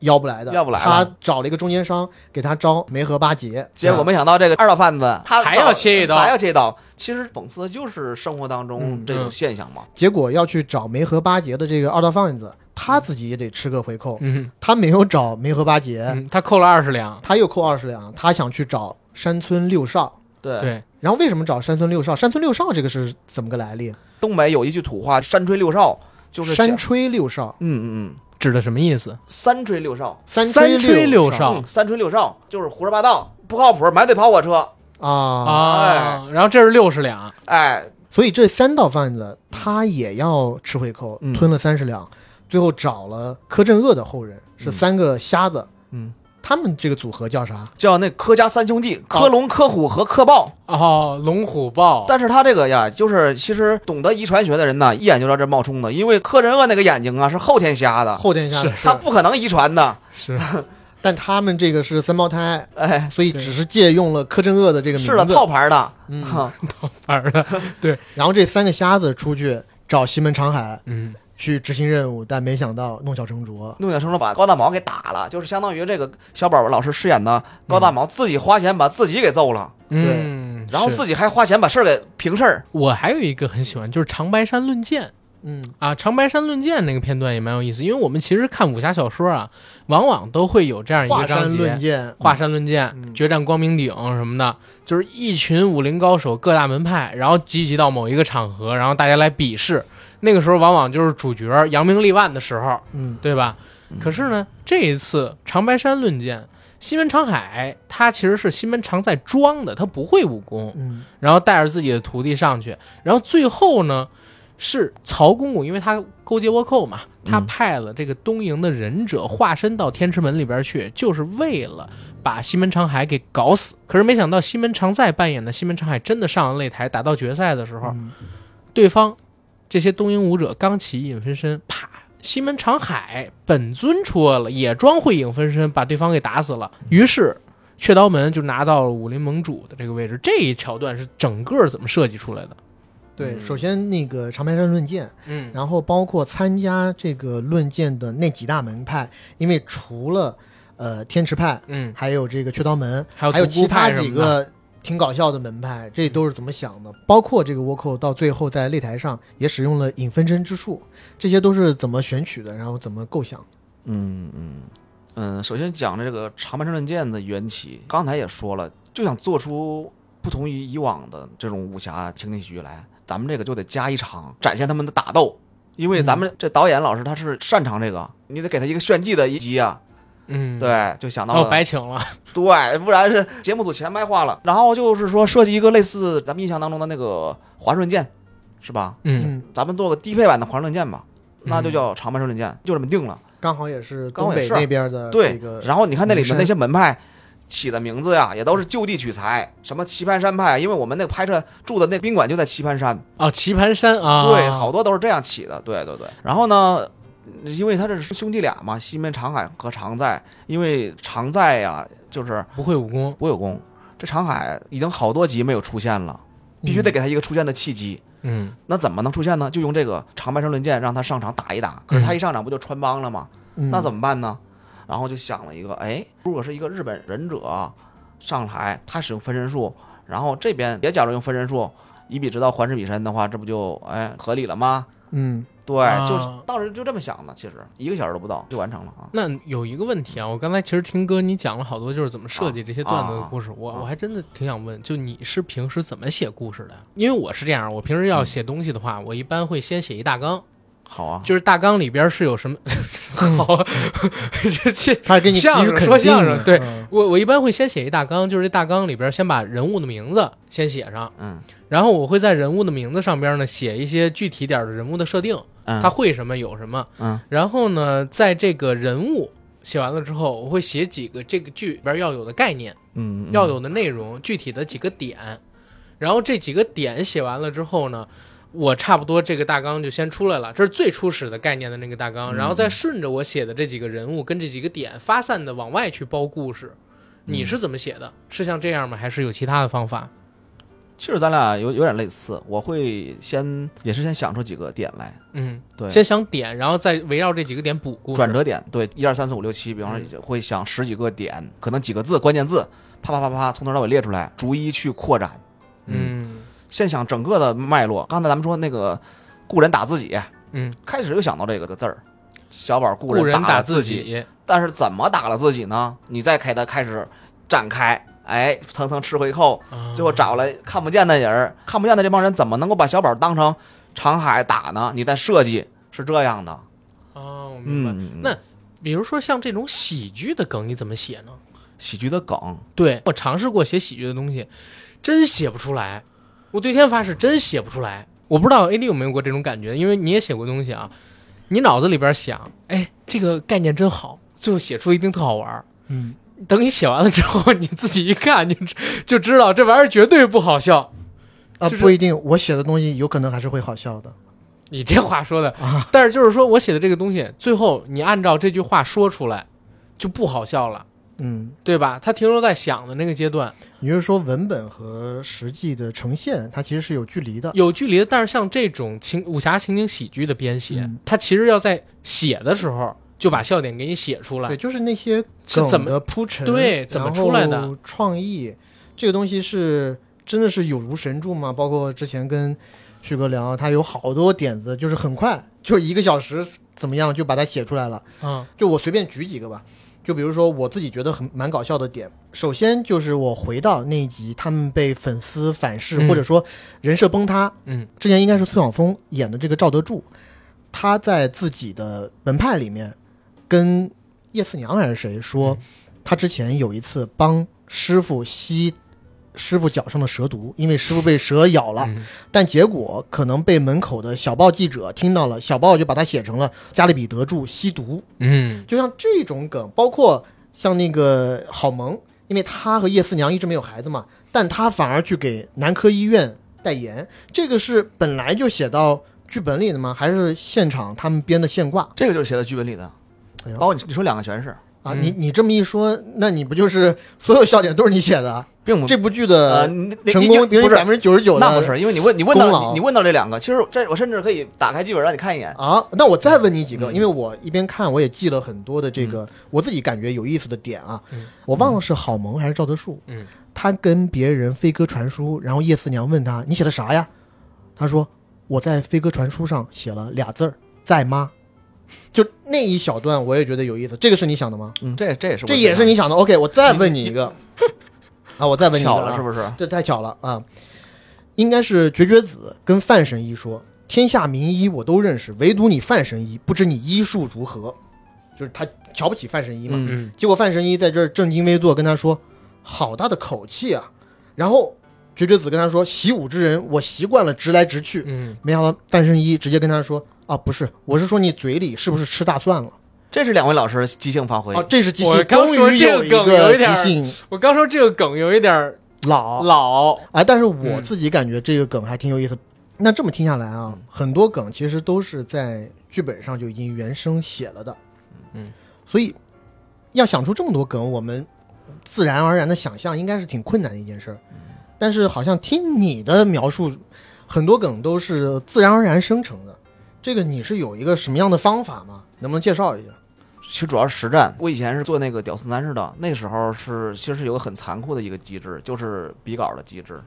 S2: 要不来的，
S3: 要不来的
S2: 他找了一个中间商给他招梅和八杰， 啊
S3: 结果没想到这个二道贩子他
S1: 还
S3: 找
S1: 要切一刀
S3: 还要切一刀。其实讽刺的就是生活当中
S2: 嗯
S3: 这种
S1: 嗯
S3: 现象嘛。
S2: 结果要去找梅和八杰的这个二道贩子，他自己也得吃个回扣，
S1: 嗯
S2: 他没有找梅和八杰，
S1: 嗯，他扣了二十两，
S2: 他又扣二十两，他想去找山村六少。
S3: 对
S1: 对，
S2: 然后为什么找山村六少？山村六少这个是怎么个来历？
S3: 东北有一句土话“山吹六哨”，就是讲
S2: 山吹六少，
S3: 嗯嗯嗯，
S1: 指的什么意思？
S3: 三吹六哨，
S2: 三
S1: 三吹
S2: 六
S1: 六少
S3: 嗯，三吹六哨就是胡说八道，不靠谱，满嘴跑火车。
S2: 啊！
S1: 啊，然后这是六十两，
S3: 哎，
S2: 所以这三道贩子他也要吃回扣，
S3: 嗯
S2: 吞了三十两，最后找了柯镇恶的后人，是
S3: 嗯
S2: 三个瞎子。
S3: 嗯，
S2: 他们这个组合叫啥？
S3: 叫那柯家三兄弟，柯龙、柯虎和柯豹。
S1: 哦，龙虎豹，
S3: 但是他这个呀，就是其实懂得遗传学的人呢，一眼就知道这冒充的，因为柯镇恶那个眼睛啊是后天瞎的，
S2: 后天瞎子
S1: 是
S3: 他不可能遗传的。
S1: 是
S2: 但他们这个是三胞胎，
S3: 哎，
S2: 所以
S1: 对
S2: 只是借用了柯镇恶的这个名字。
S3: 是的，套牌的。
S2: 嗯，
S3: 哈
S1: 反正
S2: 然后这三个瞎子出去找西门长海，
S1: 嗯，
S2: 去执行任务，但没想到弄巧成拙。
S3: 弄巧成拙把高大毛给打了，就是相当于这个小宝老师饰演的高大毛自己花钱把自己给揍了，
S1: 嗯，
S3: 然后
S1: 是
S3: 自己还花钱把事儿给平事儿。
S1: 我还有一个很喜欢，就是长白山论剑。
S2: 嗯，
S1: 啊，《长白山论剑》那个片段也蛮有意思，因为我们其实看武侠小说啊，往往都会有这样一
S2: 华
S1: 个章
S2: 山论
S1: 节。
S2: 剑，
S1: 华山论剑、
S2: 嗯
S1: 决战光明顶什么的，就是一群武林高手各大门派，然后聚集到某一个场合，然后大家来比试。那个时候往往就是主角扬名立万的时候，
S2: 嗯，
S1: 对吧？可是呢，这一次《长白山论剑》西门长海他其实是西门常在装的，他不会武功，
S2: 嗯，
S1: 然后带着自己的徒弟上去，然后最后呢是曹公公，因为他勾结倭寇嘛，他
S3: 嗯
S1: 派了这个东瀛的忍者化身到天池门里边去，就是为了把西门长海给搞死。可是没想到西门常在扮演的西门长海真的上了擂台，打到决赛的时
S2: 嗯
S1: 候，对方这些东瀛武者刚起影分身，啪！西门长海本尊出来了，也装会影分身，把对方给打死了。于是雀刀门就拿到了武林盟主的这个位置。这一桥段是整个怎么设计出来的？
S2: 对，
S3: 嗯
S2: 首先那个长白山论剑，
S1: 嗯
S2: 然后包括参加这个论剑的那几大门派，因为除了呃天池派，
S1: 嗯，
S2: 还有这个雀刀门，
S1: 还有
S2: 还有
S1: 独孤
S2: 其
S1: 派
S2: 他
S1: 什
S2: 几
S1: 么的，
S2: 个挺搞笑的门派，这都是怎么想的？包括这个倭寇到最后在擂台上也使用了影分身之术，这些都是怎么选取的，然后怎么构想的？
S3: 嗯嗯嗯，首先讲这个长白山论剑的缘起，刚才也说了，就想做出不同于以往的这种武侠情景喜剧来，咱们这个就得加一场展现他们的打斗，因为咱们这导演老师他是擅长这个，你得给他一个炫技的一集啊，
S1: 嗯，，
S3: 对，就想到
S1: 哦，
S3: 了，
S1: 白请了，
S3: 对，不然是节目组钱白花了。然后就是说设计一个类似咱们印象当中的那个华顺剑，是吧？
S1: 嗯，
S2: 嗯，
S3: 咱们做个低配版的华顺剑吧，那就
S1: 嗯
S3: 叫长白山论剑，就这么定了。
S2: 刚好也是
S3: 刚
S2: 东
S3: 好也
S2: 北
S3: 是
S2: 那边
S1: 呃
S2: 的
S3: 对
S2: 这个，
S3: 然后你看那里面
S2: 名
S3: 那些门派起的名字呀，也都是就地取材，什么棋盘山派，因为我们那个拍摄住的那宾馆就在棋盘山，
S1: 哦，棋盘山啊，
S3: 对，好，多都是这样起的，对对对。然后呢，因为他这是兄弟俩嘛，西门长海和常在，因为常在呀就是
S1: 不会武功，
S3: 不会武功，这长海已经好多集没有出现了，必须得给他一个出现的契机。
S1: 嗯
S3: 那怎么能出现呢？就用这个长白山论剑让他上场打一
S1: 嗯
S3: 打，可是他一上场不就穿帮了吗？那怎
S2: 么
S3: 么办呢？然后就想了一个，哎，如果是一个日本忍者上台，他使用分身术，然后这边也假如用分身术，以彼之道还施彼身的话，这不就哎合理了吗？
S2: 嗯
S3: 对，
S1: 啊
S3: 就是当时就这么想的，其实一个小时都不到就完成了啊。
S1: 那有一个问题啊，我刚才其实听哥你讲了好多，就是怎么设计这些段子的故事，我
S3: 啊
S1: 我还真的挺想问，就你是平时怎么写故事的？因为我是这样，我平时要写东西的话，我一般会先写一大纲，
S3: 好啊，
S1: 就是大纲里边是有什么， 好，这这
S2: 他还给你
S1: 相
S2: 给予
S1: 声
S2: 肯
S1: 说
S2: 定
S1: 相声
S2: 的
S1: 对
S2: 嗯
S1: 我我一般会先写一大纲，就是这大纲里边先把人物的名字先写上，
S3: 嗯
S1: 然后我会在人物的名字上边呢写一些具体点儿的人物的设定，
S3: 嗯，
S1: 他会什么有什么，
S3: 嗯，
S1: 然后呢，在这个人物写完了之后，我会写几个这个剧里边要有的概念，
S3: 嗯嗯
S1: 要有的内容，具体的几个点，然后这几个点写完了之后呢。我差不多这个大纲就先出来了，这是最初始的概念的那个大
S3: 嗯
S1: 纲，然后再顺着我写的这几个人物跟这几个点发散的往外去包故事。
S3: 嗯
S1: 你是怎么写的？是像这样吗？还是有其他的方法？
S3: 其实咱俩有有点类似，我会先也是先想出几个点来，
S1: 嗯，
S3: 对
S1: 先想点，然后再围绕这几个点补故事。嗯
S3: 转折点，对，一二三四五六七，比方说会想十几个点，可能几个字关键字，啪啪啪啪从头到尾列出来，逐一去扩展。
S1: 嗯
S3: 先想整个的脉络。刚才咱们说那个故人打自己，
S1: 嗯，
S3: 开始就想到这个字儿，小宝故
S1: 故人
S3: 打了
S1: 自
S3: 自己，，但是怎么打了自己呢？你再给他开始展开，哎，层层吃回扣，
S1: 啊
S3: 最后找来看不见的人儿，看不见的这帮人怎么能够把小宝当成长海打呢？你在设计是这样的，
S1: 哦，我明白。
S3: 嗯，
S1: 那比如说像这种喜剧的梗，你怎么写呢？
S3: 喜剧的梗，
S1: 对我尝试过写喜剧的东西，真写不出来。我对天发誓，真写不出来。我不知道 AD 有没有过这种感觉，因为你也写过东西啊，你脑子里边想，哎，这个概念真好，最后写出一定特好玩儿。
S2: 嗯，
S1: 等你写完了之后，你 自己一看就知就知道这玩意儿绝对不好笑。
S2: 啊
S1: 就是
S2: 不一定，我写的东西有可能还是会好笑的。
S1: 你这话说的，
S3: 啊
S1: 但是就是说我写的这个东西，最后你按照这句话说出来，就不好笑了，
S2: 嗯，
S1: 对吧？它停留在想的那个阶段，
S2: 也就是说文本和实际的呈现，它其实是有距离的。
S1: 有距离的。但是像这种情武侠情景喜剧的编写，
S2: 嗯
S1: 它其实要在写的时候就把笑点给你写出
S2: 对，
S1: 来。
S2: 就是那些
S1: 是怎
S2: 梗
S1: 么
S2: 的铺陈，
S1: 对怎么
S2: 然后
S1: 出来的
S2: 创意，这个东西是真的是有如神助吗？包括之前跟旭哥聊，他有好多点子，就是很快，就是一个小时怎么样就把它写出来了。
S1: 嗯
S2: 就我随便举几个吧，就比如说我自己觉得很蛮搞笑的点，首先就是我回到那一集他们被粉丝反噬、
S1: 嗯
S2: 或者说人设崩塌，
S1: 嗯，
S2: 之前应该是苏晓峰演的这个赵德柱，
S1: 嗯
S2: 他在自己的门派里面跟叶四娘还是谁说，他之前有一次帮师傅吸师傅脚上的蛇毒，因为师傅被蛇咬了，
S1: 嗯
S2: 但结果可能被门口的小报记者听到了，小报就把它写成了加勒比得住吸毒，
S1: 嗯
S2: 就像这种梗，包括像那个郝萌，因为他和叶四娘一直没有孩子嘛，但他反而去给男科医院代言，这个是本来就写到剧本里的吗？还是现场他们编的现挂？
S3: 这个就是写在剧本里的
S2: 哎呦。
S3: 包括你你说两个全是，
S2: 啊，
S1: 嗯
S2: 你你这么一说，那你不就是所有笑点都是你写的啊？
S3: 并不
S2: 这部剧
S3: 呃
S2: 的
S3: 你你
S2: 成
S3: 你
S2: 功
S3: 你
S2: 有
S3: 不是
S2: 百分之九十九的，
S3: 那不是，因为你问你问
S2: 功
S3: 到
S2: 劳
S3: 你你问到这两个，其实这我甚至可以打开剧本让你看一眼。
S2: 啊？那我再问你几个，
S3: 嗯
S2: 因为我一边看我也记了很多的这个我自己感觉有意思的点啊
S1: 嗯。
S2: 我忘了是郝萌还是赵德树，
S1: 嗯，
S2: 他跟别人飞鸽传书，然后叶四娘问他你写的啥呀？他说我在飞鸽传书上写了俩字儿在吗？就那一小段我也觉得有意思，这个是你想的吗？
S3: 嗯，这这也是我
S2: 这也是你想的。OK，我再 问你一个啊，我再问你一个
S3: 巧
S2: 啊
S3: 了是不是？
S2: 这太巧了啊！应该是绝绝子跟范神医说，天下名医我都认识，唯独你范神医，不知你医术如何。就是他瞧不起范神医嘛。
S3: 嗯，
S1: 嗯
S2: 结果范神医在这儿正襟危坐，跟他说：“好大的口气啊！”然后绝绝子跟他说：“习武之人，我习惯了直来直去。
S1: 嗯”
S2: 没想到范神医直接跟他说：“啊，不是，我是说你嘴里是不是吃大蒜了
S3: 这是两位老师即兴发挥？”
S2: 啊，。这是即
S1: 我
S2: 兴，
S1: 刚
S2: 终
S1: 说
S2: 于
S1: 这
S2: 有
S1: 个
S2: 一
S1: 梗有
S2: 个
S1: 一点儿
S2: 即兴
S1: 我刚说这个梗有一点儿
S2: 老
S1: 老，
S2: 哎，但是我
S1: 嗯
S2: 自己感觉这个梗还挺有意思。那这么听下来啊，很多梗其实都是在剧本上就已经原声写了的。
S1: 嗯，
S2: 所以要想出这么多梗，我们自然而然的想象应该是挺困难的一件事儿。但是好像听你的描述，很多梗都是自然而然生成的。这个你是有一个什么样的方法吗？能不能介绍一下？
S3: 其实主要是实战。我以前是做那个屌丝男士的，那时候是其实是有个很残酷的一个机制，就是比稿的机制。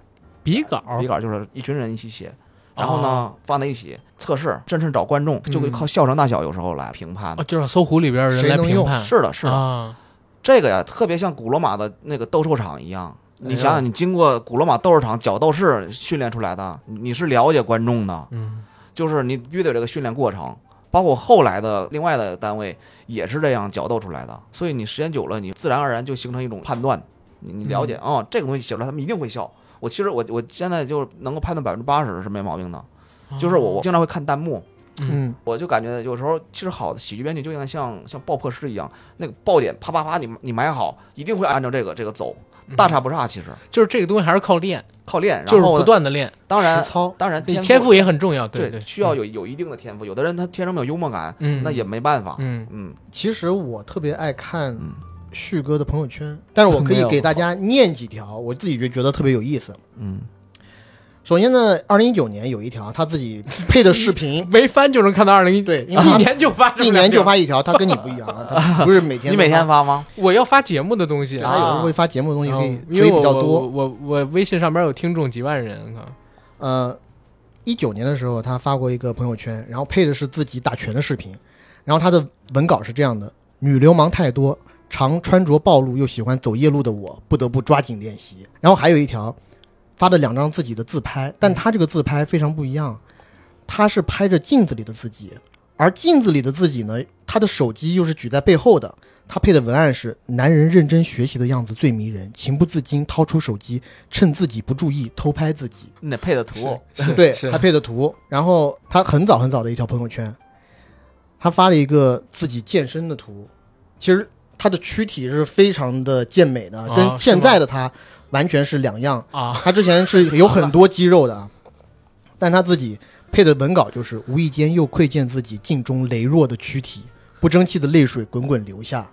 S1: 笔稿
S3: 比稿就是一群人一起写，然后呢、
S1: 哦
S3: 放在一起测试，甚至找观众，就会
S1: 嗯
S3: 靠笑声大小有时候来评判。
S1: 哦，就是搜狐里边的人
S2: 谁
S1: 来
S2: 能
S1: 评
S2: 用
S1: 判，
S3: 是的，是的，
S1: 啊，
S3: 这个呀，特别像古罗马的那个斗兽场一样。
S2: 哎
S3: 你
S2: 呦
S3: 想想，你经过古罗马斗兽场角斗士训练出来的，你你是了解观众的，
S1: 嗯
S3: 就是你必须得有这个训练过程。包括后来的另外的单位也是这样角斗出来的，所以你时间久了，你自然而然就形成一种判断，你你了解啊、
S1: 嗯
S3: 哦这个东西写出来他们一定会笑。我其实我我现在就是能够判断百分之八十是没毛病的，就是我我
S1: 哦
S3: 经常会看弹幕，
S1: 嗯
S2: 嗯，
S3: 我就感觉有时候其实好的喜剧编剧就应该像像爆破师一样，那个爆点啪啪啪你你埋好，一定会按照这个这个走，大差不差。其实
S1: 就是这个东西还是靠练，
S3: 靠练，
S1: 嗯就是
S3: 然后
S1: 不
S3: 呢
S1: 断的练，
S3: 当然
S2: 实操
S3: 当然
S1: 对，
S3: 天
S1: 天赋也很重要，对
S3: 对需要，有有一定的天赋，有的人他天生没有幽默感，
S1: 嗯，
S3: 那也没办法。
S1: 嗯
S3: 嗯
S2: 其实我特别爱看
S3: 嗯
S2: 旭哥的朋友圈，但是我可以给大家念几条，我自己就觉得特别有意思。
S3: 嗯，
S2: 首先呢，二零一九年有一条他 自己配的视频，
S1: 没翻就能看到二零一，
S2: 对，
S3: 啊
S2: 因为
S1: 一
S2: 他
S1: 年就发这么
S2: 一
S1: 两
S2: 年就
S1: 条，
S2: 发一条，他跟你不一样啊，他不 是每天
S3: 你每天
S2: 发，
S3: 发吗？
S1: 我要发节目的东西
S2: 对
S3: 啊
S2: 他有时候会发节目的东西可
S1: 嗯
S2: 以
S1: 因
S2: 可
S1: 为
S2: 以
S1: 我
S2: 比较
S1: 我
S2: 多。
S1: 我我微信上边有听众几万人，啊
S2: 呃，一九年的时候他发过一个朋友圈，然后配的是自己打拳的视频，然后他的文稿是这样的：女流氓太多，常穿着暴露又喜欢走夜路的我，不得不抓紧练习。然后还有一条，发的两张自己的自拍，但他这个自拍非常不一样，他是拍着镜子里的自己，而镜子里的自己呢，他的手机又是举在背后的。他配的文案是：男人认真学习的样子最迷人，情不自禁掏出手机，趁自己不注意偷拍自己。
S3: 你得配的图，
S2: 对
S1: 是
S2: 他配的图，然后他很早很早的一条朋友圈，他发了一个自己健身的图，其实他的躯体是非常的健美的，
S1: 啊
S2: 跟现在的他完全是两样。
S1: 啊，
S2: 他之前是有很多肌肉的，啊，但他自己配的文稿就是无意间又窥见自己镜中羸弱的躯体，不争气的泪水滚滚流下。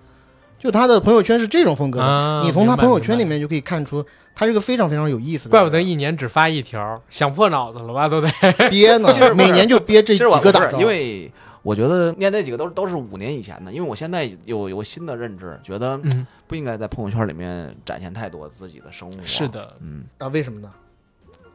S2: 就他的朋友圈是这种风格的，
S1: 啊
S2: 你从他
S1: 明白
S2: 朋友圈里
S1: 明白
S2: 面就可以看出，他是个非常非常有意思的人。
S1: 怪不得一年只发一条，想破脑子了吧，都得，
S2: 憋呢
S3: 其实，不是
S2: 每年就憋这几
S3: 其实我
S2: 个
S3: 不
S2: 打
S3: 是
S2: 招，
S3: 因为我觉得念这几个都是都是五年以前的，因为我现在有有个新的认知，觉得
S1: 嗯，
S3: 不应该在朋友圈里面展现太多自己的生活。
S1: 是，的，
S3: 嗯。
S2: 啊，为什么呢？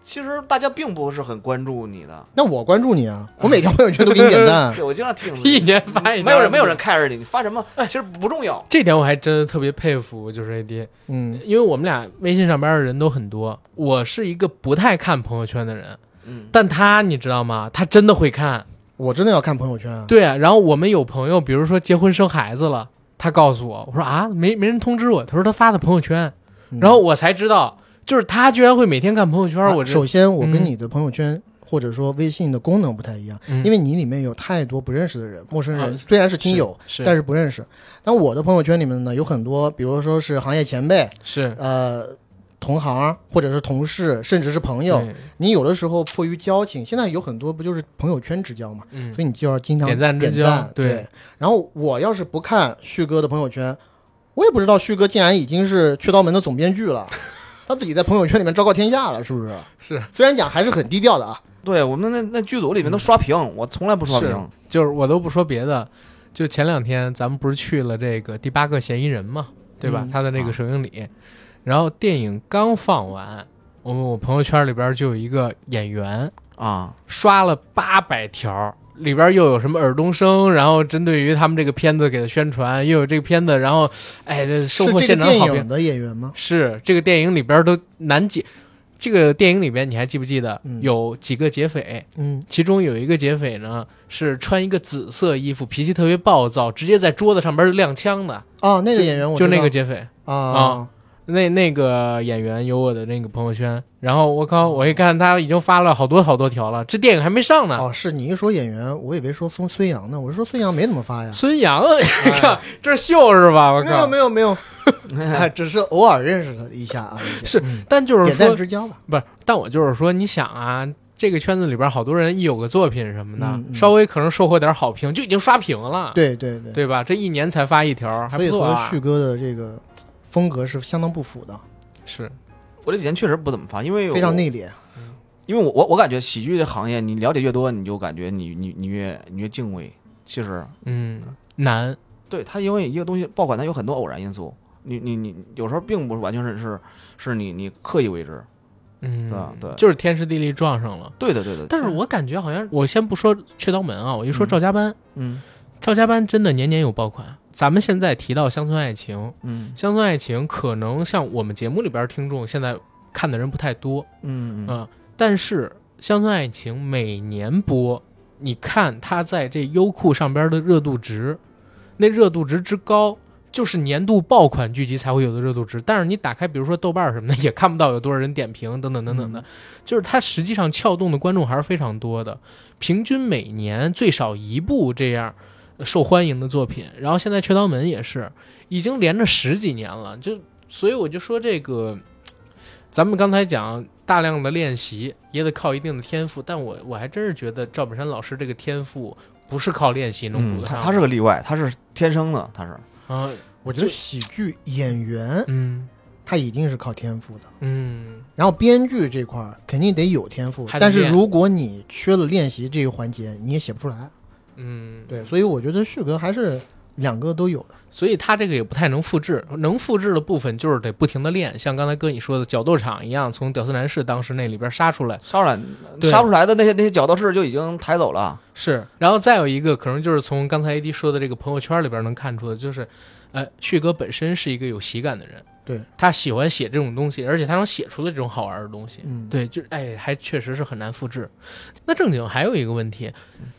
S3: 其实大家并不是很关注你的，
S2: 那我关注你啊，我每条朋友圈都给你点赞
S3: 对我经常听
S1: 一年发一条，
S3: 没有人没有人 care 你，你发什么其实不重要。
S1: 这点我还真的特别佩服，就是 AD，
S2: 嗯，
S1: 因为我们俩微信上边的人都很多，我是一个不太看朋友圈的人，
S3: 嗯，
S1: 但他你知道吗？他真的会看，
S2: 我真的要看朋友圈啊。
S1: 对。然后我们有朋友，比如说结婚生孩子了，他告诉我，我说啊，没没人通知我。他说他发的朋友圈，
S2: 嗯
S1: 然后我才知道，就是他居然会每天看朋友圈。
S2: 啊
S1: 我这
S2: 首先我跟
S1: 嗯
S2: 你的朋友圈。或者说微信的功能不太一样，
S1: 嗯
S2: 因为你里面有太多不认识的人、陌生人，
S1: 啊
S2: 虽然是听友，
S1: 是
S2: 但是不认识。但我的朋友圈里面呢，有很多，比如说是行业前辈、
S1: 是
S2: 呃同行，或者是同事，甚至是朋友。
S1: 对
S2: 你有的时候迫于交情，现在有很多不就是朋友圈之交嘛，
S1: 嗯
S2: 所以你就要经常
S1: 点赞之
S2: 点
S1: 交
S2: 赞。
S1: 对
S2: 对，然后我要是不看旭哥的朋友圈，我也不知道旭哥竟然已经是雀刀门的总编剧了。他自己在朋友圈里面昭告天下了，是不是？
S1: 是，
S2: 虽然讲还是很低调的啊。
S3: 对我们那那剧组里面都刷屏，我从来不刷
S2: 是
S3: 屏。
S1: 就是我都不说别的，就前两天咱们不是去了这个第八个嫌疑人嘛，对吧？
S2: 嗯
S1: 他的那个首映礼，然后电影刚放完，我们我朋友圈里边就有一个演员
S3: 啊，
S1: 刷了八百条。里边又有什么尔冬升，然后针对于他们这个片子给他宣传，又有这个片子，然后，哎，这收
S2: 是
S1: 获
S2: 这
S1: 现
S2: 个
S1: 场
S2: 电
S1: 好评
S2: 影。的演员吗？
S1: 是这个电影里边都难解。这个电影里边你还记不记得
S2: 嗯
S1: 有几个劫匪？
S2: 嗯，
S1: 其中有一个劫匪呢是穿一个紫色衣服，脾气特别暴躁，直接在桌子上边亮枪的，
S2: 啊，那个演员我
S1: 就
S2: 知
S1: 那
S2: 道
S1: 个劫匪。
S2: 啊
S1: 啊那那个演员有我的那个朋友圈，然后我
S2: 哦
S1: 靠，我一看他已经发了好多好多条了，这电影还没上呢。
S2: 哦，是你一说演员，我以为说孙孙杨呢，我是说孙杨没怎么发呀。
S1: 孙杨，你
S2: 哎
S1: 看 这是秀是吧？我
S2: 没有
S1: 靠，
S2: 没有没有，哎，只是偶尔认识他一下啊，一下
S1: 是但就是
S2: 点
S1: 说
S2: 赞之交吧。
S1: 不是，但我就是说，你想啊，这个圈子里边好多人一有个作品什么的，
S2: 嗯嗯
S1: 稍微可能收获点好评，就已经刷屏了，
S2: 对对对，
S1: 啊对吧？这一年才发一条，还
S2: 所
S1: 不
S2: 以
S1: 错
S2: 和
S1: 啊
S2: 旭。哥的这个风格是相当不符的，
S1: 是，
S3: 我这几年确实不怎么发，因为
S2: 非常
S3: 我
S2: 内敛。
S3: 因为我我我感觉喜剧这行业，你了解越多，你就感觉你你你越你越敬畏。其实，
S1: 嗯，难，
S3: 对它因为一个东西爆款，它有很多偶然因素。你你你有时候并不是完全是是是你你刻意为之。
S1: 嗯，
S2: 啊
S3: 对对
S1: 就是天时地利撞上了。
S3: 对的对的。
S1: 但是我感觉好像，我先不说雀刀门啊，我就说
S3: 嗯
S1: 赵家班，
S3: 嗯
S1: 赵家班真的年年有爆款。咱们现在提到乡村爱情，
S3: 嗯
S1: 乡村爱情可能像我们节目里边听众现在看的人不太多，
S3: 嗯嗯
S1: 嗯，但是《乡村爱情》每年播，你看它在这优酷上边的热度值，那热度值之高，就是年度爆款剧集才会有的热度值。但是你打开，比如说豆瓣儿什么的，也看不到有多少人点评，等等等等的，就是它实际上撬动的观众还是非常多的，平均每年最少一部这样。受欢迎的作品，然后现在《雀刀门》也是已经连着十几年了，就所以我就说这个咱们刚才讲大量的练习也得靠一定的天赋，但我我还真是觉得赵本山老师这个天赋不是靠练习能补
S3: 嗯，
S1: 得
S3: 他
S1: 上。
S3: 他是个例外，他是天生的，他是
S1: 啊，
S2: 我觉得喜剧演员
S1: 嗯
S2: 他一定是靠天赋的，
S1: 嗯
S2: 然后编剧这块儿肯定得有天赋，
S1: 还得
S2: 但是
S1: 练
S2: 如果你缺了练习这个环节，你也写不出来。
S1: 嗯，
S2: 对，所以我觉得旭哥还是两个都有的。
S1: 所以他这个也不太能复制，能复制的部分就是得不停的练，像刚才哥你说的角斗场一样，从屌丝男士当时那里边杀出来
S3: 杀出来
S1: 对
S3: 杀不出来的那些那些角斗士就已经抬走了。
S1: 是，然后再有一个可能就是从刚才 AD 说的这个朋友圈里边能看出的，就是，呃，旭哥本身是一个有喜感的人，
S2: 对
S1: 他喜欢写这种东西，而且他能写出来这种好玩的东西，
S2: 嗯，
S1: 对，就是哎，还确实是很难复制。那正经还有一个问题，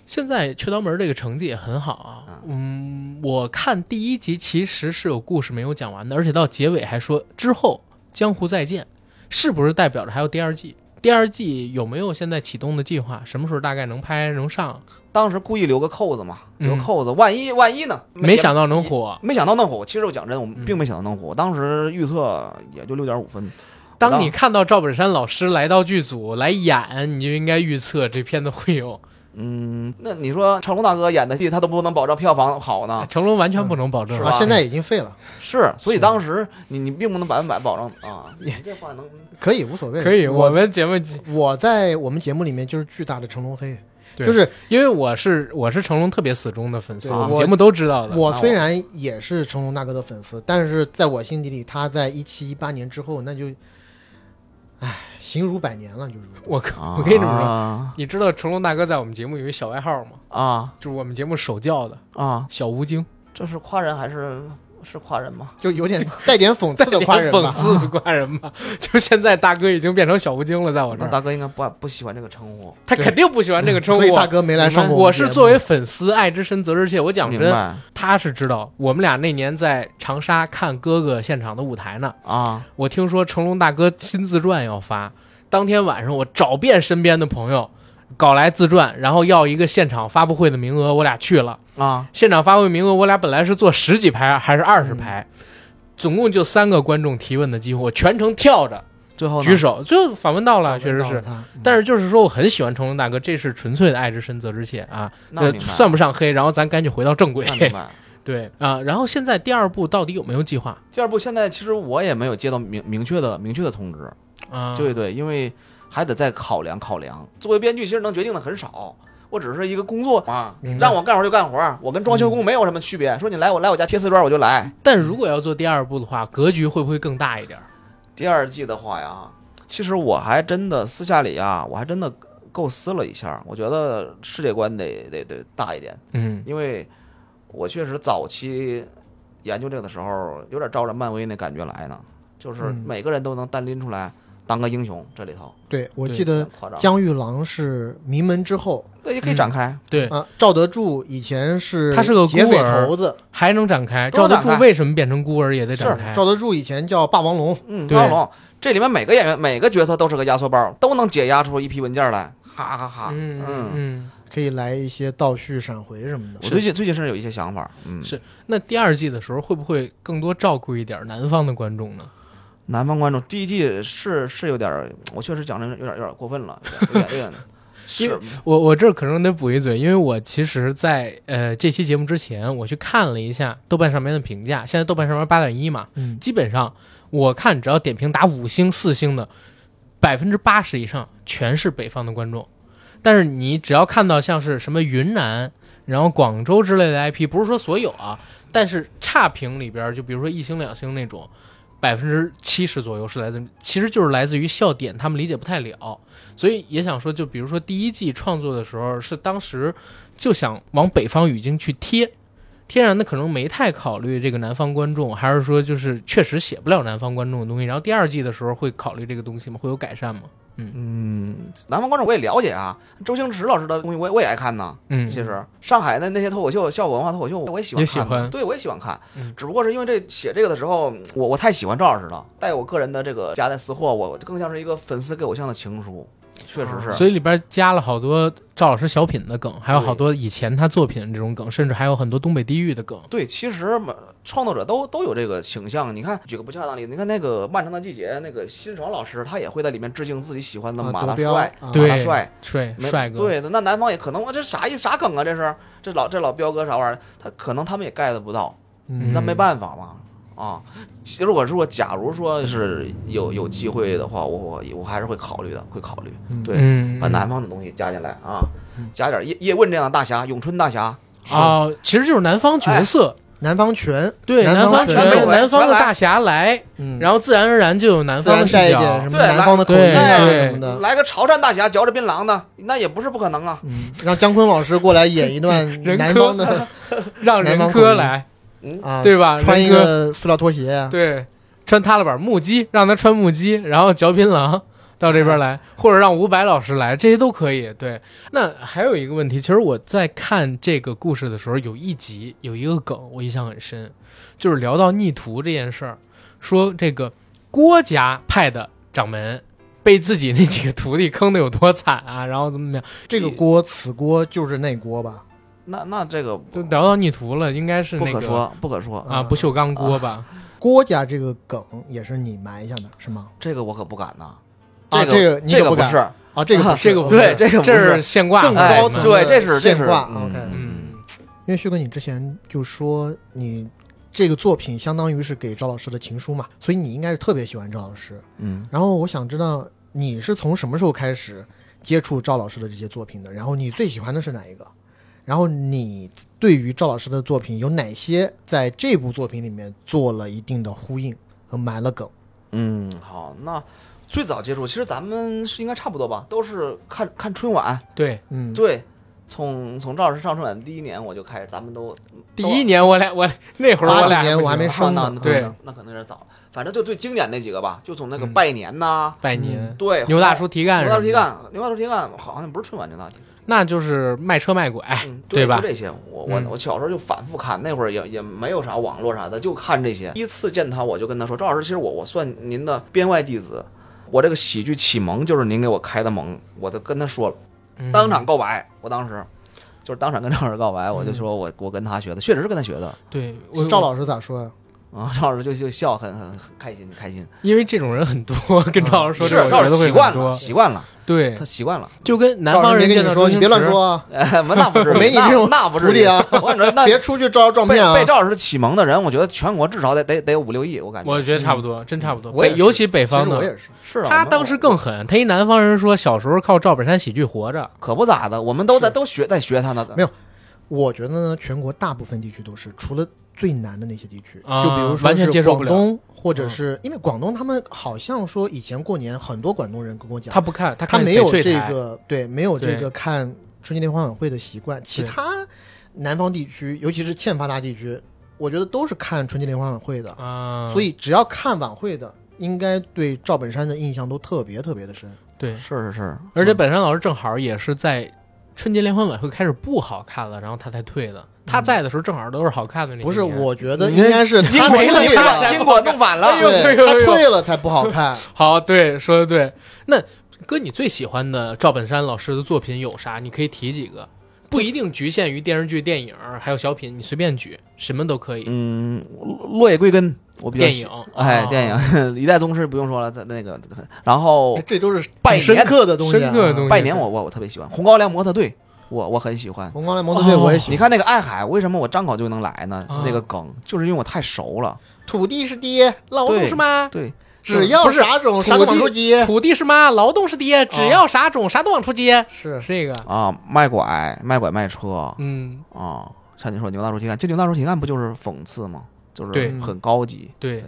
S1: 现在《雀刀门》这个成绩也很好啊。嗯，我看第一集其实是有故事没有讲完的，而且到结尾还说之后江湖再见，是不是代表着还有第二季？第二季有没有现在启动的计划？什么时候大概能拍能上？
S3: 当时故意留个扣子嘛，留
S1: 嗯
S3: 扣子，万一万一呢？
S1: 没
S3: 也
S1: 想到能火。
S3: 没想到能火。其实我讲真，我
S1: 嗯
S3: 并没想到能火。我当时预测也就六点五分。
S1: 当你看到赵本山老师来到剧组来演，你就应该预测这片子会有。
S3: 嗯，那你说成龙大哥演的戏，他都不能保证票房好呢？
S1: 成龙完全不能保证
S3: 啊是
S1: 啊
S3: 吧
S2: 啊，现在已经废了，
S3: 是，所以
S1: 是
S3: 当时你你并不能百分百保证 啊。你这话能
S2: 可以无所谓。
S1: 可以，我
S2: 我
S1: 们节目
S2: 我在我们节目里面就是巨大的成龙黑，
S1: 对
S2: 就是
S1: 因为我是我是成龙特别死忠的粉丝，
S2: 对
S1: 我们
S2: 我
S1: 节目都知道的。
S2: 我
S3: 那
S2: 虽
S3: 我
S2: 然也是成龙大哥的粉丝，但是在我心底里，他在一七一八年之后，那就，唉，形如百年了，就是。
S1: 我可
S3: 啊
S1: 我跟你这么说，
S3: 啊
S1: 你知道成龙大哥在我们节目有一小外号吗？
S3: 啊
S1: 就是我们节目首叫的
S3: 啊，
S1: 小吴京，
S3: 这是夸人还是
S5: 是夸人吗？
S2: 就有点 带点讽刺的夸人吧
S1: 讽。刺的夸人吧。 就现在大哥已经变成小狐精了，在我这
S3: 那
S1: 儿，
S3: 大哥应该不不喜欢这个称呼。
S1: 他肯定不喜欢这个称
S2: 所以
S1: 呼。啊
S2: 大哥没来上过
S1: 我
S2: 们节目
S1: 是作为粉丝，爱之深责之切。我讲
S3: 明
S1: 真，
S3: 白
S1: 他是知道我们俩那年在长沙看哥哥现场的舞台呢。
S3: 啊，
S1: 我听说成龙大哥新自传要发，当天晚上我找遍身边的朋友，搞来自传，然后要一个现场发布会的名额，我俩去了。
S3: 啊，
S1: 现场发布会名额，我俩本来是坐十几排还是二十排，
S3: 嗯
S1: 总共就三个观众提问的机会，我全程跳着
S3: 最后呢
S1: 举手，最后反问到了，确实是。嗯
S2: 他，
S3: 嗯
S1: 但是就是说，我很喜欢成龙大哥，这是纯粹的爱之深责之切啊，
S3: 那
S1: 呃
S3: 明，白
S1: 算不上黑。然后咱赶紧回到正轨
S3: 那，明白。
S1: 对啊。然后现在第二部到底有没有计划
S3: 第二步，现在其实我也没有接到明明确的明确的通知，
S1: 啊？
S3: 对对，因为还得再考量考量。作为编剧，其实能决定的很少，我只是一个工作啊嗯
S1: 明，白
S3: 让我干活就干活，我跟装修工没有什么区别。说你来我来我家贴瓷砖我就来。
S1: 但如果要做第二部的话，格局会不会更大一点？
S3: 第二季的话呀，其实我还真的私下里啊，我还真的构思了一下，我觉得世界观得得得大一点，
S1: 嗯
S3: 因为我确实早期研究这个的时候，有点照着漫威那感觉来呢，就是
S2: 嗯
S3: 每个人都能单拎出来当个英雄，这里头
S2: 对我
S1: 对嗯
S2: 记
S3: 有
S2: 得
S3: 点夸张，
S2: 江玉郎是名门之后
S3: 对，也可以
S1: 嗯
S3: 展开。
S1: 对，
S2: 啊，赵德柱以前是
S1: 他是个孤
S2: 劫匪
S1: 儿
S2: 头子，
S1: 还能展开。
S3: 都
S1: 赵
S3: 能
S1: 德
S3: 展开
S1: 柱为什么变成孤儿也得展开？
S2: 赵德柱以前叫霸王龙，
S3: 嗯，
S1: 对
S3: 张龙，这里面每个演员每个角色都是个压缩包，都能解压出一批文件来，哈哈哈。
S1: 嗯嗯
S2: 可以来一些倒叙、闪回什么的。
S3: 我最近最近甚至有一些想法，嗯，
S1: 是那第二季的时候会不会更多照顾一点南方的观众呢？
S3: 南方观众第一季是是有点儿，我确实讲的有点有点过分了，有点有点，
S1: 因为
S3: 是
S1: 我我这儿可能得补一嘴，因为我其实在，呃这期节目之前，我去看了一下豆瓣上面的评价，现在豆瓣上面八点一嘛，
S2: 嗯，
S1: 基本上我看只要点评打五星、四星的，百分之八十以上全是北方的观众。但是你只要看到像是什么云南，然后广州之类的 IP，不是说所有啊，但是差评里边儿，就比如说一星、两星那种，百分之七十左右是来自，其实就是来自于笑点，他们理解不太了。所以也想说，就比如说第一季创作的时候，是当时就想往北方语境去贴，天然的可能没太考虑这个南方观众，还是说就是确实写不了南方观众的东西。然后第二季的时候会考虑这个东西吗？会有改善吗？
S3: 嗯，南方观众我也了解啊，周星驰老师的东西我也我也爱看呢。
S1: 嗯，
S3: 其实上海的那些脱口秀、笑果文化脱口秀，我也喜欢
S1: 也
S3: 看
S1: 喜
S3: 的，
S1: 欢
S3: 对我也喜欢看
S1: 嗯。
S3: 只不过是因为这写这个的时候，我我太喜欢赵老师了，带我个人的这个夹带私货，我更像是一个粉丝给偶像的情书，确实是。
S1: 啊所以里边加了好多赵老师小品的梗，还有
S3: 对
S1: 好多以前他作品的这种梗，甚至还有很多东北地域的梗。
S3: 对，其实嘛创作者都都有这个倾向。你看，举个不恰当的例子，你看那个《漫长的季节》，那个辛爽老师，他也会在里面致敬自己喜欢的
S2: 啊
S3: 马
S2: 德
S3: 大
S2: 彪
S3: 帅、
S2: 啊
S1: 对
S3: 马大帅、
S1: 帅
S3: 没
S1: 帅哥，
S3: 对，那南方也可能，哇这啥意啥梗啊？这是这老这老彪哥啥玩意儿？他可能他们也 get 不到，
S2: 嗯
S3: 那
S1: 嗯
S3: 没办法嘛。啊，其如果说假如说是有有机会的话，我我我还是会考虑的，会考虑。
S2: 嗯
S3: 对，
S1: 嗯，
S3: 把南方的东西加进来啊，加点叶叶问这样的大侠，咏春大侠，
S1: 哦，其实就是南方角色，
S2: 南方拳，
S1: 对，
S2: 哎南
S1: 南
S2: 方
S1: 角
S2: 全
S1: 色
S3: 来
S1: 南方
S3: 全
S1: 的
S3: 来
S1: 大侠来，
S2: 嗯，
S1: 然后自然而然就有南
S2: 自
S1: 方的
S2: 然
S1: 视
S2: 带一点
S1: 角
S2: 什。么
S3: 对
S2: 南
S3: 来
S2: 方的口音
S1: 对
S2: 啊
S1: 对
S2: 什么的。
S3: 来个潮汕大侠嚼着槟榔的，那也不是不可能啊。
S2: 嗯，让姜昆老师过来演一段
S1: 人
S2: 南
S1: 科
S2: 方的
S1: 让
S2: 南
S1: 人
S2: 方
S1: 哥
S2: 口音
S1: 来，
S3: 嗯，
S2: 啊，
S1: 对吧
S2: 穿一
S1: 人科
S2: 个塑料拖鞋啊，
S1: 对，穿踏了板木屐，让他穿木屐，然后嚼槟榔到这边来，或者让伍佰老师来，这些都可以。对，那还有一个问题，其实我在看这个故事的时候，有一集有一个梗我印象很深，就是聊到逆徒这件事儿，说这个郭家派的掌门。被自己那几个徒弟坑的有多惨啊！然后怎么怎么样，
S2: 这个锅此锅就是那锅吧？
S3: 那那这个不
S1: 都聊到逆徒了，应该是
S3: 不
S1: 那
S3: 可
S1: 个
S3: 说，不可说，
S1: 啊不锈钢锅吧？
S2: 郭家这个梗也是你埋下的是吗？
S3: 这个我可不敢呐。
S2: 啊
S3: 个
S2: 这个你可
S3: 这个
S2: 不
S3: 不
S2: 敢
S3: 是，
S2: 啊，这个不是
S1: 这个不
S3: 对，
S1: 是
S3: 这个不
S1: 这是现挂
S2: 更
S1: 的
S3: 哎
S2: 高
S1: 嘛
S2: 层
S3: 对
S2: 的
S3: 这是这
S2: 现
S3: 是
S2: 挂
S3: 嗯
S2: OK，
S1: 嗯，
S2: 因为旭哥，你之前就说你这个作品相当于是给赵老师的情书嘛，所以你应该是特别喜欢赵老师。
S3: 嗯，
S2: 然后我想知道你是从什么时候开始接触赵老师的这些作品的？然后你最喜欢的是哪一个？然后你对于赵老师的作品有哪些在这部作品里面做了一定的呼应和埋了梗？
S3: 嗯，好，那最早接触，其实咱们是应该差不多吧，都是看看春晚，
S1: 对，
S2: 嗯，
S3: 对，从从赵老师上春晚第一年我就开始，咱们都
S1: 第一年我俩我那会儿
S2: 八
S1: 我
S2: 几
S1: 俩
S2: 年我还
S1: 还
S2: 没
S3: 上
S2: 生
S3: 那
S2: 呢
S3: 那，
S1: 对
S3: 可能那可能有点早了，反正就最经典那几个吧，就从那个
S1: 嗯
S3: 拜年呐，
S1: 拜
S2: 嗯
S1: 年，
S3: 对，
S1: 牛大叔提干，
S3: 牛大叔提，干，牛大叔提干好像不是春晚牛大叔提干，
S1: 那就是卖车卖拐，
S3: 嗯，
S1: 对吧
S3: 就这些，我我
S1: 嗯
S3: 我小时候就反复看，那会儿也也没有啥网络啥的，就看这些。第一次见他，我就跟他说：“赵老师，其实我我算您的编外弟子，我这个喜剧启蒙就是您给我开的蒙。”我都跟他说了，
S1: 嗯
S3: 当场告白。我当时就是当场跟赵老师告白，我
S1: 嗯
S3: 就说我我跟他学的，确实是跟他学的
S1: 对我
S2: 赵老师咋说呀？
S3: 啊。 赵老师就就笑，很很很开心，开心。
S1: 因为这种人很多，跟赵老师说
S3: 是
S1: 这，
S3: 赵
S1: 种
S3: 老
S1: 人
S3: 师
S1: 会
S3: 习
S1: 很
S3: 惯了，
S1: 多。
S3: 习惯了，
S1: 对
S3: 他，习惯了。
S1: 就跟南
S2: 赵老
S1: 方
S2: 师没
S1: 人见
S2: 跟你
S1: 到
S2: 说，
S1: 周
S2: 你
S1: 星
S2: 别乱
S1: 驰
S2: 说，啊，
S3: 哎，那不是
S2: 没你这种
S3: 那不
S2: 徒
S3: 是
S2: 弟 啊
S3: 我跟你说，那
S2: 别出去招摇撞
S3: 被
S2: 骗啊！
S3: 被赵老师启蒙的人，我觉得全国至少得得得有五六亿，我感觉。
S1: 我觉得差不多，真差不多。
S3: 我也
S1: 北
S3: 是
S1: 尤其北
S2: 其
S1: 方
S2: 嗯实我
S1: 的，
S2: 也是，
S3: 是啊，
S1: 他
S3: 我
S1: 当时更狠，他一南方人说小时候靠赵本山喜剧活着，
S3: 可不咋的，我们都在都学在学他呢。
S2: 没有我觉得呢，全国大部分地区都是，除了最难的那些地区，
S1: 啊
S2: 就比如说
S1: 完全
S2: 是
S1: 接受不
S2: 广
S1: 了嗯
S2: 东，或者是因为广东他们好像说以前过年很多广东人跟我讲，
S1: 他不看，他
S2: 他
S1: 看
S2: 没有
S1: 翡翠
S2: 这
S1: 台
S2: 个对，没有这
S1: 对
S2: 个看春节联欢晚会的习惯。其
S1: 对
S2: 他南方地区，尤其是欠发达地区，我觉得都是看春节联欢晚会的。
S1: 啊，
S2: 所以只要看晚会的，应该对赵本山的印象都特别特别的深。
S1: 对，
S3: 是是是，嗯
S1: 而且本山老师正好也是在春节联欢晚会开始不好看了，然后他才退的。他在的时候正好都是好看的那些
S2: 不是，
S1: 年
S2: 我觉
S3: 嗯
S2: 得应该 是
S3: 因
S2: 他
S3: 果
S2: 退
S3: 弄反，
S2: 了，
S3: 因果弄反
S1: 哎呦
S3: 了。
S1: 哎
S2: 对
S1: 呦
S2: 他
S1: 哎呦
S2: 退了才不好 看。
S1: 好，对，说的对。那哥，你最喜欢的赵本山老师的作品有啥？你可以提几个，不一定局限于电视剧、电影，还有小品，你随便举，什么都可以。
S3: 嗯，落叶归根，我比较
S1: 电
S3: 喜
S1: 影，
S3: 哎，
S1: 啊
S3: 电影 《一代宗师》不用说了，在那个，然后
S2: 哎这都是
S3: 哦拜
S2: 很深
S3: 年
S2: 刻的东西啊，
S1: 深刻的东西
S3: 拜年我我我特别喜欢《红高粱模特队》，我我很喜欢。
S2: 红光来摩托队我也喜
S3: 你看那个爱海，为什么我张口就能来呢
S1: 啊？
S3: 那个梗就是因为我太熟了。
S2: 欢。土地是爹，
S1: 劳动是妈，
S3: 对，
S2: 只要
S1: 不是
S2: 啥种啥
S1: 土
S2: 都
S1: 地
S2: 往出接。
S1: 土地是妈，劳动是爹，只要啥种啥都往出接，
S2: 是
S1: 是这个。
S3: 啊，卖拐、卖拐、卖车
S1: 嗯，
S3: 啊，像你说牛大叔提干，这牛大叔提干不就是讽刺吗？就是
S1: 对
S3: 很高级，
S1: 对，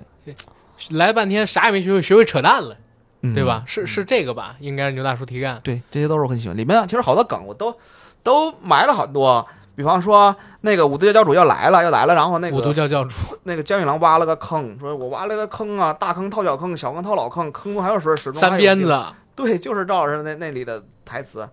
S1: 来半天啥也没学会，学会扯淡了，
S3: 嗯
S1: 对吧？？是是这个吧？应该是牛大叔提干。
S3: 对，这些都是我很喜欢。里面其实好多梗我都都埋了很多，比方说那个五毒教教主要来了，要来了，然后那
S1: 五毒
S3: 个
S1: 教教主，
S3: 那个江玉郎挖了个坑，说我挖了个坑啊，大坑套小坑，小坑套老坑，坑中还有水，水中还
S1: 三
S3: 有
S1: 鞭
S3: 钉
S1: 子。，
S3: 对，就是赵老师那那里的台词。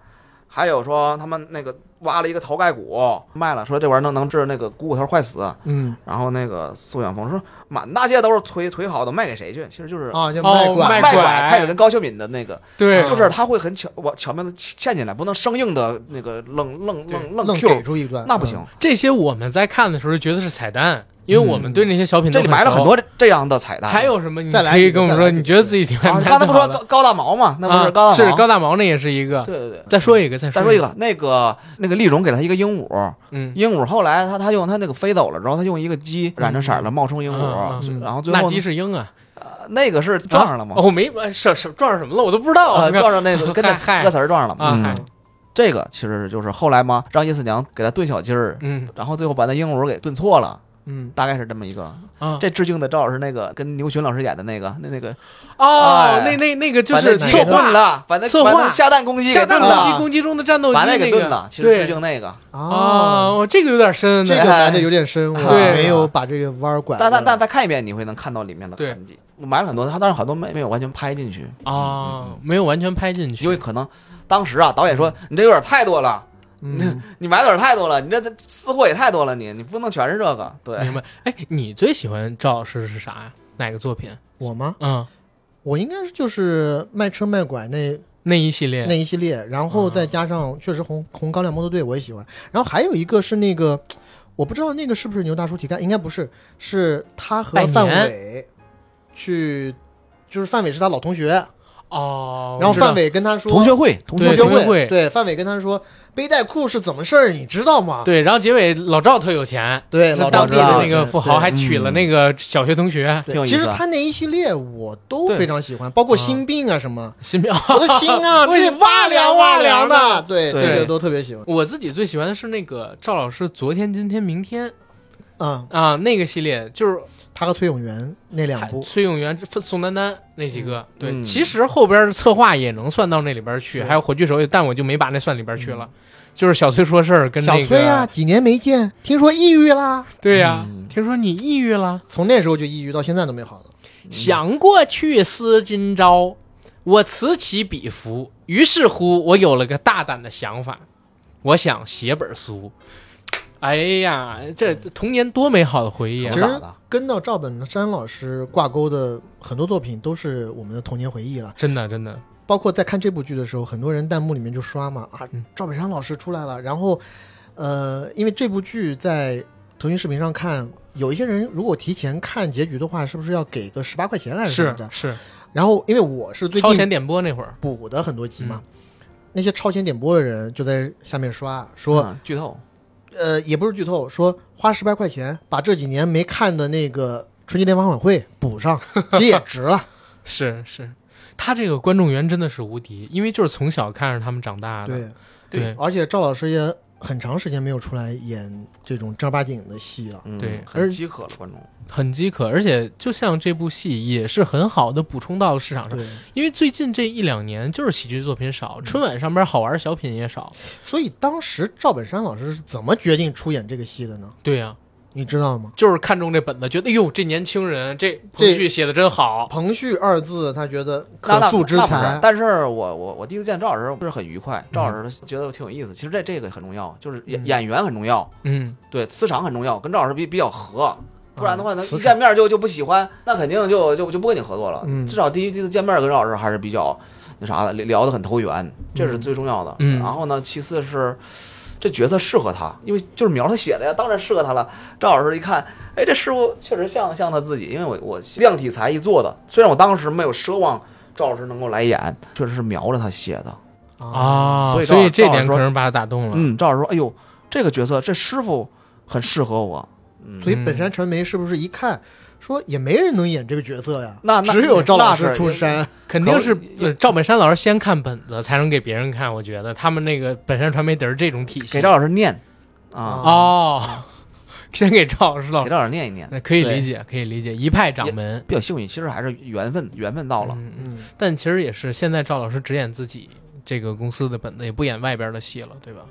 S3: 还有说他们那个挖了一个头盖骨卖了，说这玩意儿能能治那个股骨头坏死。
S2: 嗯
S3: 然后那个苏远峰说满大街都是腿腿好的，卖给谁去？其实就是
S2: 啊，就
S1: 哦卖
S2: 卖拐
S3: 卖
S1: 拐嗯
S3: 开始跟高秀敏的那个
S1: 对，
S3: 就是他会很巧我巧妙的嵌进来，不能生硬的那个愣愣
S1: 对
S3: 愣
S2: 愣给
S3: Q，
S2: 出一段，
S3: 那不
S2: 嗯
S3: 行。。
S1: 这些我们在看的时候觉得是彩蛋，因为我
S3: 嗯
S1: 们对那些小品都
S3: 这里埋了
S1: 熟
S3: 很。多这样的彩
S1: 嗯
S3: 蛋。
S1: 还有什么？你
S2: 再来
S1: 可
S2: 几
S1: 以
S2: 个
S1: 跟我们
S2: 再
S1: 说，
S2: 来几
S1: 你
S2: 个
S1: 觉得自己挺
S3: 啊，
S1: 蛮
S3: 你刚才不 说
S1: 好的
S3: 高高大毛吗？那不
S1: 啊
S3: 是高大毛？
S1: 是高大毛，那也是一个。
S3: 对对对。
S1: 再说一个，再
S3: 再
S1: 说
S3: 说一，个，那个那个丽蓉给了他一个鹦鹉，
S1: 嗯，
S3: 鹦鹉后来他他用他那个飞走了之后，他用一个鸡染成色儿了冒充鹦
S1: 嗯
S2: 嗯
S3: 鹉，然后最
S1: 那
S3: 后
S1: 鸡是鹰啊，
S3: 呃那个是撞上了吗？
S1: 哦，没，呃是是撞上什么了？我都不知道啊。
S3: 啊，
S1: 你看
S3: 撞 上那个跟
S1: 嗨
S3: 那歌词儿撞上了
S1: 啊，
S3: 嘛
S1: 嗨。
S3: 嗯这个其实就是后来嘛，让叶四娘给他炖小鸡儿，
S1: 嗯
S3: 然后最后把那鹦鹉给炖错了，
S2: 嗯，
S3: 大概是这么一个。
S1: 啊，
S3: 这致敬的赵老师那个跟牛群老师演的那个，那那个
S1: 哦，
S3: 哎
S1: 那那那个就
S3: 把那
S1: 是
S3: 鸡给
S1: 策划
S3: 炖了，把那
S1: 策划
S3: 把那下蛋公鸡
S1: 下
S3: 给
S1: 蛋
S3: 炖
S1: 攻击
S3: 了，
S1: 攻击中的战斗机
S3: 把那给炖
S1: 个
S3: 了，，其实致
S1: 对
S3: 敬那个。
S1: 啊，
S2: 哦，
S1: 哦这个有点深，
S2: 这个
S1: 哎
S2: 来的有点深，我
S1: 对
S2: 没有把这个弯儿拐过
S3: 但
S2: 来。
S3: 但但再看一遍，你会能看到里面的
S1: 对
S3: 痕迹。我买了很多，他但是很多没没有完全拍进去，
S1: 啊，没有完全拍进
S3: 嗯因为
S1: 去。
S3: 可能当时啊，导演说你这有点太多了，
S2: 嗯，
S3: 你买的有点太多了，你这这私货也太多了，你你不能全是这个。对
S1: 明，白？哎，你最喜欢赵老师是啥呀？哪个作品？
S2: 我吗？
S1: 嗯，
S2: 我应该就是卖车卖拐那
S1: 那一系列
S2: 那。一系列，然后
S1: 嗯
S2: 再加上确实红红高粱摩托队我也喜欢，然后还有一个是那个，我不知道那个是不是牛大叔提干，应该不是，是他和
S1: 拜年
S2: 范伟去，就是范伟是他老同学，
S1: 哦，
S2: 然
S1: 我
S2: 后
S1: 知道
S2: 范伟跟他说
S3: 同学会，同
S1: 对
S3: 学
S2: 同
S3: 会
S2: 学
S1: 同学会
S2: 对，范伟跟他说背带裤是怎么事儿，你知道吗？
S1: 对，然后结尾老赵特有钱，
S2: 对，
S1: 是
S2: 老
S1: 当地
S2: 张知
S1: 的
S2: 道
S1: 那个富豪，还娶
S3: 嗯
S1: 了那个小学同学
S2: 对
S3: 挺有
S2: 对
S3: 意
S2: 其
S3: 思
S2: 实
S3: 啊
S2: 他那一系列我都
S3: 对
S2: 非常喜欢，包括
S1: 啊
S2: 心病啊什 么，
S1: 新庙。
S2: 我的心啊，
S1: 我也
S2: 这哇凉哇
S1: 哇
S2: 凉
S1: 凉
S2: 的，对，
S3: 对
S2: 这个都特别喜欢。
S1: 我自己最喜欢的是那个赵老师，昨天、今天、明天
S2: 啊，
S1: 啊，那个系列就是
S2: 他和崔永元那两部，
S1: 崔永元、宋丹丹那几个。对、
S3: 嗯
S1: 其实后边的策划也能算到那里边去，
S2: 是嗯
S1: 还有火炬手也，但我就没把那算里边去了。就是小崔说事儿跟那
S2: 小
S1: 个
S2: 崔啊，，几年没见，听说抑郁啦，
S1: 对呀、
S3: 嗯
S1: 听说你抑郁了，
S2: 从那时候就抑郁到现在都没好呢。
S1: 嗯想过去思今朝，我此起彼伏，于是乎我有了个大胆的想法，我想写本书。哎呀，这童年多美好的回忆
S3: 我
S1: 啊
S2: 其！实
S3: 咋的？
S2: 跟到赵本山老师挂钩的很多作品都是我们的童年回忆了，
S1: 真的，真的，
S2: 包括在看这部剧的时候，很多人弹幕里面就刷嘛啊
S1: 嗯，
S2: 赵本山老师出来了，然后呃，因为这部剧在腾讯视频上看，有一些人如果提前看结局的话，是不是要给个十八块钱来着？
S1: 是是，
S2: 然后因为我是最
S1: 超
S2: 近
S1: 前点播那会儿，
S2: 补的很多集嘛，那些超前点播的人就在下面刷说，
S3: 嗯剧透，
S2: 呃，也不是剧透，说花十八块钱把这几年没看的那个春节联欢晚会补 上，其实也值了。
S1: 是是，他这个观众缘真的是无敌，因为就是从小看着他们长大的。
S2: 对，
S1: 对
S2: 而且赵老师也很长时间没有出来演这种正儿八经的戏了。
S3: 嗯
S1: 对而
S3: 很饥渴了观众。
S1: 很饥渴，而且就像这部戏也是很好的补充到了市场
S3: 嗯
S1: 上，
S2: 对，
S1: 因为最近这一两年就是喜剧作品少，春晚上边好玩小品也少。
S2: 所以当时赵本山老师是怎么决定出演这个戏的呢？
S1: 对呀、
S2: 你知道吗？
S1: 就是看中这本子，觉得哎呦，这年轻人这
S2: 这
S1: 彭旭写的真
S3: 哦
S1: 好。
S2: 彭旭二字，他觉得
S3: 那
S2: 可
S3: 那
S2: 塑之
S3: 那不是
S2: 才，
S3: 但是我我我第一次见赵老师就是很愉快，赵老师觉得我挺有意思。其实这这个很重要，就是演
S2: 嗯
S3: 演员很重要，
S1: 嗯，
S3: 对磁场很重要，跟赵老师比比较合。不然的话，
S2: 啊
S3: 咱
S2: 磁场
S3: 一见面就就不喜欢，那肯定就就就不跟你合作了。
S2: 嗯
S3: 至少第一第一次见面跟赵老师还是比较那啥的，聊聊得很投缘，这是最重要的。
S1: 嗯
S3: 然后呢，其次是这角色适合他，因为就是苗他写的呀，当然适合他了。赵老师一看，哎，这师傅确实像像他自己，因为我我量体裁一做的，虽然我当时没有奢望赵老师能够来演，确实是瞄着他写的。
S1: 啊，
S3: 所以
S1: 所以
S3: 赵
S1: 这
S3: 赵
S1: 点
S3: 老
S1: 可
S3: 师
S1: 能把他打动了。
S3: 嗯，赵老师说，哎呦，这个角色这师傅很适合我。嗯，
S2: 所以本山传媒是不是一看说也没人能演这个角色呀？
S3: 那那
S2: 只有赵老
S3: 那
S2: 师
S3: 是
S2: 出山，
S1: 肯定是
S3: 可
S1: 呃赵本山老师先看本子，才能给别人看。我觉得他们那个本山传媒得是这种体系
S3: 给。赵老师念啊，
S1: 哦， 先给赵老
S2: 哦
S1: 师老
S3: 给赵老师念一念，
S1: 那可以
S3: 对
S1: 理解，可以理解，一派掌门
S3: 比较幸运，其实还是缘分，缘分到了。
S1: 嗯嗯
S2: 嗯，
S1: 但其实也是，现在赵老师只演自己这个公司的本子，也不演外边的戏了，对吧？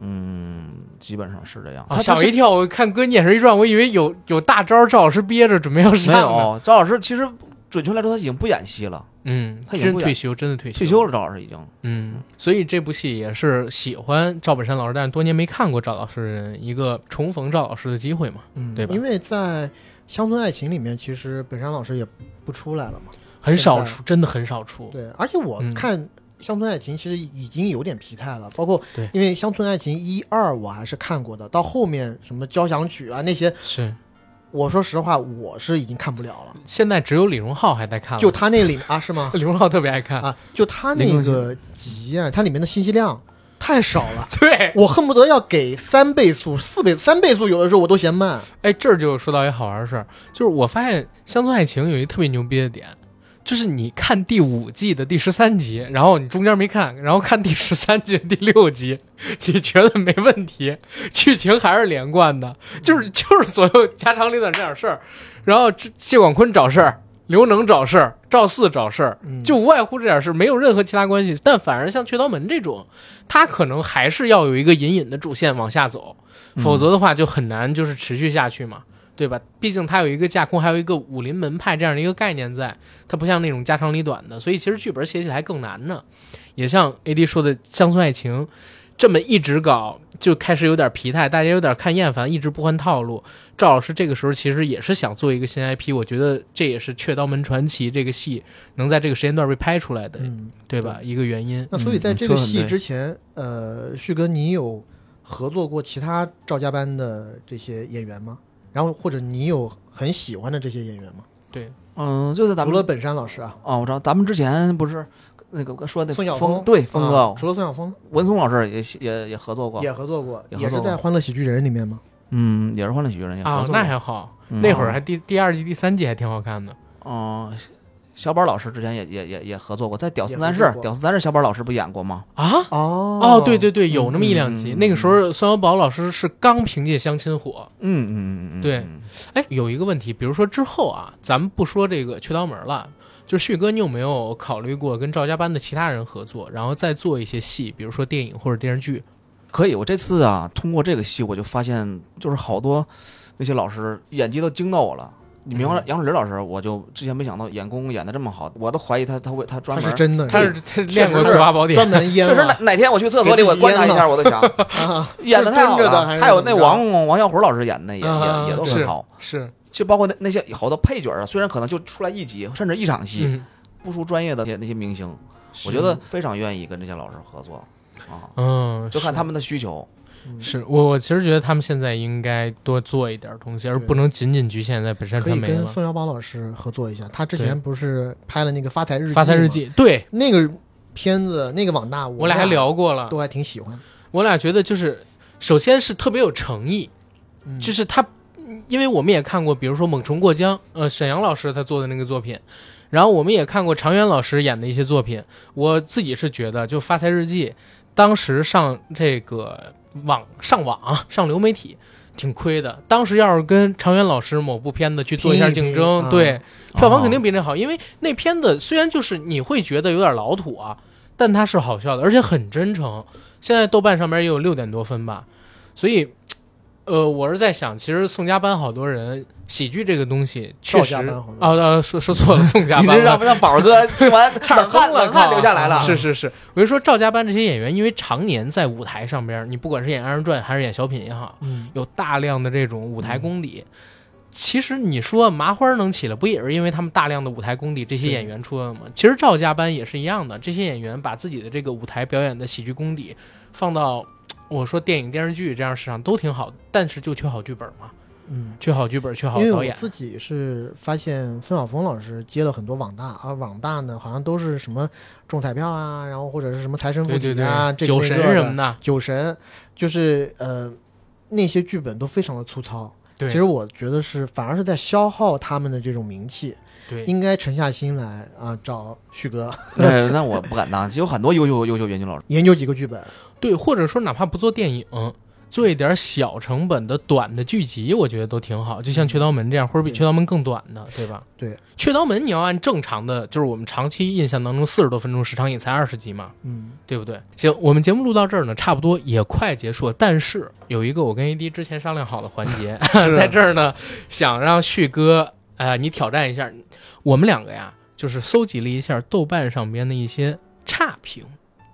S3: 嗯，基本上是这样。
S1: 啊，
S2: 哦
S3: 他
S1: 吓我一。跳！我看哥你眼神一转，我以为有有大招，赵老师憋着准备要
S3: 他是没
S1: 上呢。
S3: 有，赵老师其实准确来说他已经不演戏了，
S1: 嗯，
S3: 他已经
S1: 真
S3: 不演
S1: 退休，真的退休，
S3: 退休了。赵老师已经，
S1: 嗯，所以这部戏也是喜欢赵本山老师，但是多年没看过赵老师的人，一个重逢赵老师的机会嘛，
S2: 嗯
S1: 对吧
S2: 因为在《乡村爱情》里面，其实本山老师也不出来了嘛。
S1: 很少
S2: 现在
S1: 出，真的很少出。
S2: 对，而且我
S1: 嗯
S2: 看《乡村爱情》其实已经有点疲态了，包括
S1: 对
S2: 因为《乡村爱情》一二我还是看过的，到后面什么交响曲啊那些，
S1: 是，
S2: 我说实话我是已经看不了了。
S1: 现在只有李荣浩还在看了，？
S2: 就他那里啊是吗
S1: 李荣浩特别爱看。
S2: 啊，就他
S3: 林
S2: 那
S3: 更新
S2: 个集啊，它里面的信息量太少了。
S1: 对，
S2: 我恨不得要给三倍速、四倍、三倍速，有的时候我都嫌慢。
S1: 哎，这儿就说到一好玩的事儿，就是我发现《乡村爱情》有一特别牛逼的点，就是你看第五季的第十三集，然后你中间没看，然后看第十三季的第六集，你觉得没问题，剧情还是连贯的，就是就是左右家长里短这点事儿，然后这谢广坤找事儿。刘能找事儿，赵四找事儿，就无外乎这点事儿，没有任何其他关系。但反而像《雀刀门》这种，它可能还是要有一个隐隐的主线往下走，否则的话就很难就是持续下去嘛，对吧？毕竟它有一个架空，还有一个武林门派这样的一个概念在，它不像那种家长里短的，所以其实剧本写起来更难呢。也像 A D 说的《乡村爱情》，这么一直搞就开始有点疲态，大家有点看厌烦，一直不换套路。赵老师这个时候其实也是想做一个新 IP，我觉得这也是《雀刀门传奇》这个戏能在这个时间段被拍出来的，
S2: 嗯，
S1: 对吧？一个原因。
S2: 那所以在
S3: 嗯
S2: 这个
S3: 说得很
S2: 戏
S3: 对
S2: 之前，呃，旭哥，你有合作过其他赵家班的这些演员吗？然后或者你有很喜欢的这些演员吗？
S1: 对，
S3: 嗯，就是咱
S2: 除
S3: 们
S2: 了本山老师啊，
S3: 哦，我知道咱们之前不是那个说那
S2: 宋晓
S3: 峰
S2: 峰
S3: 对峰
S2: 啊
S3: 哥，
S2: 除了宋晓峰
S3: 文松老师也也也合作过，
S2: 也合作过，
S3: 也
S2: 也是
S3: 合作过
S2: 在《欢乐喜剧人》里面吗？
S3: 嗯，也是欢乐喜剧人也合
S1: 啊，
S3: 作过
S1: 那还好，
S3: 嗯
S1: 那会儿还第第二季、第三季还挺好看的。
S3: 嗯，小宝老师之前也也也也合作过，在《屌丝
S2: 也
S3: 男
S2: 合
S3: 士
S2: 作》过
S3: 《屌丝男士》小宝老师不演过吗？
S1: 啊。
S2: 哦
S1: 哦，对对对，有那么一两集。
S3: 嗯
S1: 那个时候，孙小宝老师是刚凭借《相亲》火。
S3: 嗯嗯嗯嗯，
S1: 对哎，有一个问题，比如说之后啊，咱们不说这个《缺刀门》了，就是旭哥，你有没有考虑过跟赵家班的其他人合作，然后再做一些戏，比如说电影或者电视剧？
S3: 可以。我这次啊，通过这个戏，我就发现，就是好多那些老师演技都惊到我了。你明
S1: 嗯
S3: 杨杨树林老师，我就之前没想到演公公演的这么好，我都怀疑他他会他专
S2: 他
S3: 门
S2: 是真的，
S1: 他是他练过《葵花宝典
S2: 专》， 门
S3: 确
S2: 腌
S3: 实哪
S2: 了
S3: 哪天我去厕所里我观察一下，我都想
S2: 啊，
S3: 演的太好
S2: 是蹲着的
S3: 了
S2: 还。是
S3: 还有那
S2: 怎么着
S3: 王公王小虎老师演的也也也都
S1: 是
S3: 很好。
S1: 是，
S3: 就包括那那些好多配角啊，虽然可能就出来一集甚至一场戏，
S1: 嗯
S3: 不输专业的那些那些明星，我觉得非常愿意跟这些老师合作啊，
S1: 嗯，
S3: 就看
S1: 是
S3: 他们的需求。
S1: 是我，我其实觉得他们现在应该多做一点东西，而不能仅仅局限在本山
S2: 可
S1: 传
S2: 以
S1: 媒
S2: 跟
S1: 了。
S2: 宋小宝老师合作一下，他之
S1: 对
S2: 前不是拍了那个《发财日记》
S1: 发财日
S2: 吗
S1: 记，对
S2: 那个片子那个网大，
S1: 我俩还聊过了，
S2: 都还挺喜欢，
S1: 我俩觉得就是，首先是特别有诚意，
S2: 嗯
S1: 就是他，嗯因为我们也看过，比如说《猛虫过江》，呃，沈阳老师他做的那个作品，然后我们也看过常远老师演的一些作品。我自己是觉得，就《发财日记》，当时上这个网上网啊上流媒体。挺亏的，当时要是跟常远老师某部片子去做一下
S2: 拼一
S1: 竞
S2: 拼
S1: 争，
S2: 啊
S1: 对，票房肯定
S3: 哦
S1: 比那好，因为那片子虽然就是你会觉得有点老土啊，但它是好笑的，而且很真诚。现在豆瓣上面也有六点多分吧，所以，呃，我是在想，其实宋家班好多人喜剧这个东西确实
S2: 赵家班
S1: 啊
S2: 好，多
S1: 呃，说说 错了，宋家
S3: 你
S1: 班
S3: 这
S1: 了
S3: 让让宝哥听完冷汗冷汗流下来了。
S1: 是是是，我就说赵家班这些演员，因为常年在舞台上边，你不管是演二人转还是演小品也好，
S2: 嗯，
S1: 有大量的这种舞台功底。其实你说麻花能起来，不也是因为他们大量的舞台功底，这些
S2: 对
S1: 演员出来了
S2: 嗯
S1: 吗？其实赵家班也是一样的，这些演员把自己的这个舞台表演的喜剧功底放到我说电影、电视剧这样市场都挺好，但是就缺好剧本嘛，
S2: 嗯。
S1: 缺好剧本，缺好
S2: 因为
S1: 导
S2: 我
S1: 演。
S2: 自己是发现孙晓峰老师接了很多网大，而网大呢好像都是什么中彩票啊，然后或者是什么财神附
S1: 对对
S2: 体
S1: 对，
S2: 啊，这
S1: 酒
S2: 个
S1: 神
S2: 那个
S1: 什
S2: 的
S1: 么的，
S2: 酒神就是呃那些剧本都非常的粗糙。
S1: 对
S2: 其实我觉得是反而是在消耗他们的这种名气，
S1: 对，
S2: 应该沉下心来啊找旭哥
S3: 对，那我不敢当，有很多优秀优秀研究老师。
S2: 研究几个剧本。
S1: 对，或者说哪怕不做电影，做一点小成本的短的剧集，我觉得都挺好。就像《雀刀门》这样，或者比《
S2: 嗯对
S1: 雀刀门》更短的，对吧？
S2: 对
S1: 《雀刀门》你要按正常的，就是我们长期印象当中四十多分钟时长也才二十集嘛，
S2: 嗯，
S1: 对不对？行，我们节目录到这儿呢，差不多也快结束了。但是有一个我跟 AD 之前商量好的环 节，
S2: 啊
S1: 在这儿呢，想让旭哥，呃，你挑战一下我们两个呀，就是搜集了一下豆瓣上边的一些差评。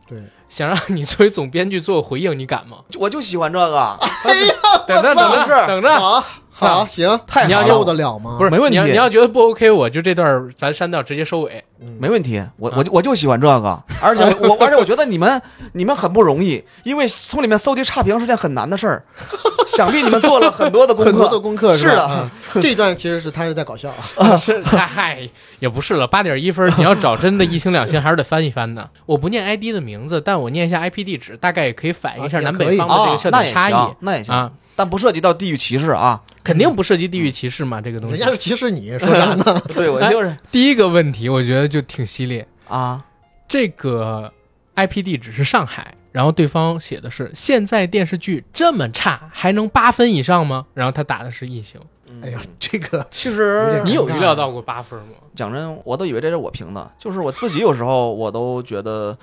S2: 对，
S1: 想让你作为总编剧做回应，你敢吗？
S3: 我就喜欢这个，
S1: 等着等着
S3: 哎不是
S1: 等着，
S2: 好，啊好，行，
S3: 太
S1: 你要
S3: 好
S2: 受
S3: 了，
S2: 得了吗？
S1: 不是
S3: 没问
S1: 你要
S3: 题
S1: 你要觉得不 OK，我就这段儿咱删掉，直接收 尾。
S2: 嗯，
S3: 没问题。我我就我就喜欢这 个，而且我我而且我觉得你们你们很不容易，因为从里面搜集差评是件很难的事儿，想必你们做了很多的功
S2: 很多的
S3: 课。
S2: 功课
S3: 是
S2: 吧
S3: 的
S2: 嗯 这一段其实是他是在搞笑，啊
S1: 是，嗨，也不是了，八点一分儿，你要找真的一星两星，还是得翻一翻呢。我不念 ID 的名字，但我念一下 IP 地址，大概也可以反映一下
S2: 啊也
S1: 南
S2: 可
S1: 北
S2: 以
S1: 方的这
S3: 啊
S1: 个，笑
S3: 那
S1: 点
S3: 也
S1: 差
S3: 行
S1: 异，
S3: 那也行，
S1: 啊，
S3: 但不涉及到地域歧视啊。
S1: 肯定不涉及地域歧视嘛，这个东
S2: 人
S1: 西
S2: 家。是歧视你说啥呢？
S3: 对，我就是
S1: 第一个问题，我觉得就挺犀利，
S3: 啊，
S1: 这个 IP 地址是上海，然后对方写的是现在电视剧这么差，还能八分以上吗？然后他打的是异形，
S2: 哎呀，
S3: 嗯
S2: 这个
S3: 其实
S1: 你有预
S2: 尴尬
S1: 料到过八分吗？
S3: 讲真，我都以为这是我评的，就是我自己有时候我都觉得，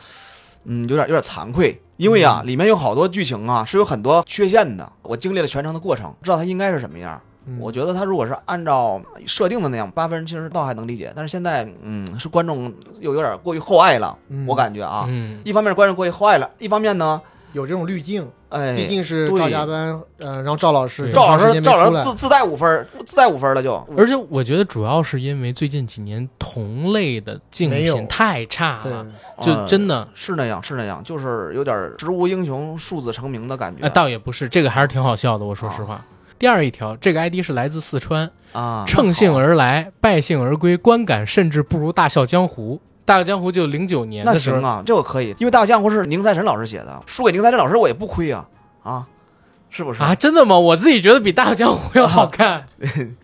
S3: 嗯，有点有点惭愧，因为
S2: 嗯
S3: 啊，里面有好多剧情啊是有很多缺陷的。我经历了全程的过程，知道它应该是什么样。
S2: 嗯
S3: 我觉得它如果是按照设定的那样，八分其实倒还能理解，但是现在，嗯，是观众又有点过于厚爱了，
S2: 嗯
S3: 我感觉啊，
S1: 嗯，
S3: 一方面观众过于厚爱了，一方面呢，
S2: 有这种滤镜，
S3: 哎，
S2: 毕竟是赵家班，呃，让赵老师
S1: 对
S3: 赵老
S2: 长时
S3: 师
S2: 间
S3: 赵
S2: 没出
S3: 老师
S2: 来
S3: 自自带五分，自带五分了就。
S1: 嗯而且我觉得主要是因为最近几年同类的竞
S2: 没有
S1: 品太差
S2: 对
S1: 了，就
S3: 嗯
S1: 真的。
S3: 是那样，是那样，就是有点植物英雄数字成名的感觉
S2: 哎
S1: 啊，倒也不是，这个还是挺好笑的。我说实话，第二一条，这个 ID 是来自四川，
S3: 啊。
S1: 乘兴而来，败兴而归，观感甚至不如《大笑江湖》。《大笑江湖》就零九年
S3: 那
S1: 的时候
S3: 行，啊，这我可以，因为《大江湖》是宁财神老师写的，输给宁财神老师我也不亏啊，啊，是不是？
S1: 啊，真的吗？我自己觉得比《大笑江湖》要好看。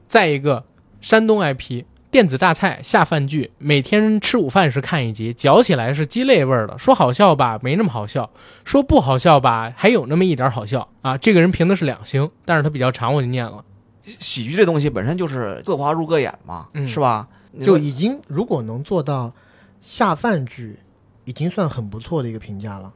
S1: 再一个，山东 IP，电子榨菜下饭剧，每天吃午饭时看一集，嚼起来是鸡肋味儿的。说好笑吧，没那么好笑；说不好笑吧，还有那么一点好笑啊。这个人评的是两星，但是他比较长，我就念了。
S3: 喜剧这东西本身就是各花入各眼嘛，
S1: 嗯
S3: 是吧？你
S2: 就
S3: 说
S2: 已经如果能做到下饭剧，已经算很不错的一个评价了。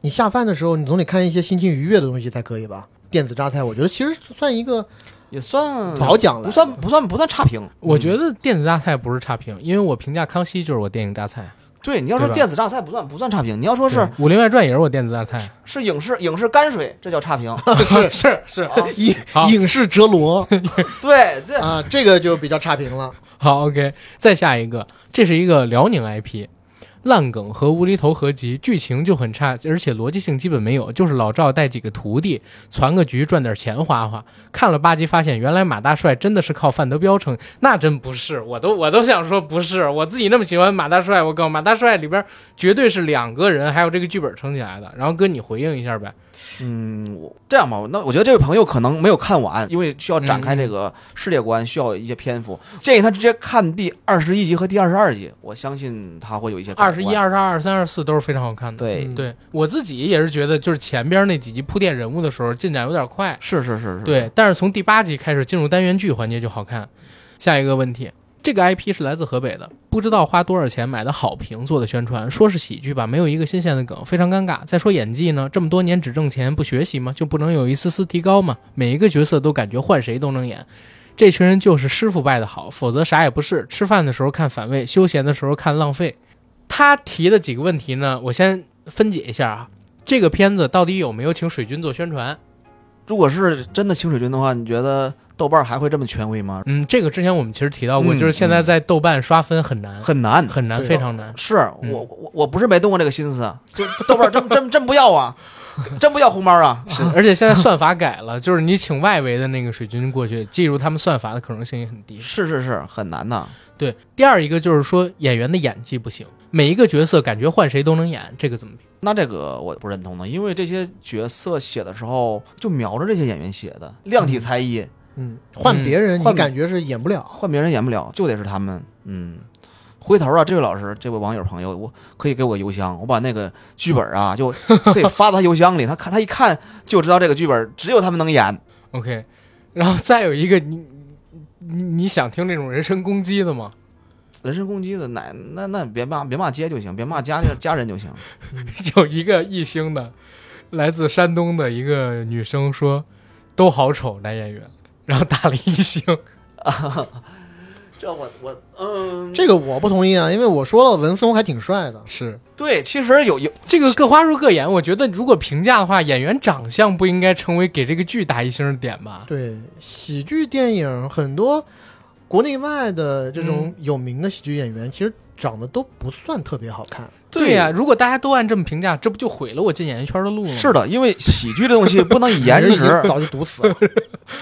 S2: 你下饭的时候，你总得看一些心情愉悦的东西才可以吧？电子榨菜，我觉得其实算一个
S3: 也算
S2: 褒奖了，
S3: 嗯不算不算不算差评。
S1: 我觉得电子榨菜不是差评，因为我评价康熙就是我电影榨菜，
S3: 对，你要说
S1: 对吧
S3: 电子榨菜不算不算差评，你要说
S1: 不
S3: 是
S1: 《武林外传》也是我电子榨菜，
S3: 是影视影视泔水，这叫差 评。
S1: 是 是是，
S2: 影
S1: 好
S2: 影视折罗
S3: 对，这
S2: 啊，这个就比较差评了。
S1: 好，OK，再下一个，这是一个辽宁 IP，烂梗和无厘头合集，剧情就很差，而且逻辑性基本没有，就是老赵带几个徒弟攒个局赚点钱花花。看了八集，发现原来马大帅真的是靠范德彪成，那真不是，我都我都想说不是，我自己那么喜欢马大帅，我靠，马大帅里边绝对是两个人，还有这个剧本撑起来的。然后哥，你回应一下呗。
S3: 嗯，我这样吧，那我觉得这位朋友可能没有看完，因为需要
S1: 嗯
S3: 展开这个世界观，需要一些篇幅。建议他直接看第二十一集和第二十二集，我相信他会有一些改
S1: 二
S3: 观
S1: 十一、二十二、二三、二四都是非常好看的。
S3: 对
S2: 嗯
S1: 对我自己也是觉得，就是前边那几集铺垫人物的时候进展有点快，
S3: 是是是是，
S1: 对，但是从第八集开始进入单元剧环节就好看。下一个问题，这个 IP 是来自河北的，不知道花多少钱买的好评做的宣传，说是喜剧吧，没有一个新鲜的梗，非常尴尬。再说演技呢，这么多年只挣钱不学习吗？就不能有一丝丝提高吗？每一个角色都感觉换谁都能演。这群人就是师傅拜的好，否则啥也不是。吃饭的时候看反胃，休闲的时候看浪费。他提的几个问题呢，我先分解一下啊。这个片子到底有没有请水军做宣传？
S3: 如果是真的清水君的话，你觉得豆瓣还会这么权威吗？
S1: 嗯，这个之前我们其实提到过，
S3: 嗯
S1: 就是现在在豆瓣刷分很难，
S3: 很难。
S1: 很难，
S2: 对
S1: 非常难。
S3: 是
S1: 嗯
S3: 我我我不是没动过这个心思，啊就豆瓣真真真不要啊， 真不要红包啊！
S1: 是，而且现在算法改了，就是你请外围的那个水军过去，进入他们算法的可能性也很低。
S3: 是是是，很难的。
S1: 对，第二一个就是说演员的演技不行，每一个角色感觉换谁都能演，这个怎么评？
S3: 那这个我不认同的，因为这些角色写的时候就瞄着这些演员写的，量体裁衣，
S2: 嗯，换别人你
S3: 换
S2: 感觉是演不了，
S3: 换别人演不了，就得是他们。嗯，回头啊，这位老师，这位网友朋友，我可以给我邮箱，我把那个剧本啊， 就可以发到他邮箱里，他看他一看就知道这个剧本只有他们能演。
S1: OK，然后再有一个你。你你想听这种人身攻击的吗？
S3: 人身攻击的，那那那别骂别骂街就行，别骂家家人就行。
S1: 有一个一星的，来自山东的一个女生说，都好丑男演员，然后打了一星。
S3: 这我我嗯，
S2: 这个我不同意啊，因为我说了文松还挺帅的，
S1: 是，
S3: 对，其实有有
S1: 这个各花入各眼，我觉得如果评价的话，演员长相不应该成为给这个剧打一星的点吧？
S2: 对，喜剧电影很多国内外的这种有名的喜剧演员，其实长得都不算特别好看。
S1: 对呀、如果大家都按这么评价，这不就毁了我进演艺圈的路吗？
S3: 是的，因为喜剧这东西不能以 颜
S2: 人家已
S3: 值
S2: 经。早就毒死了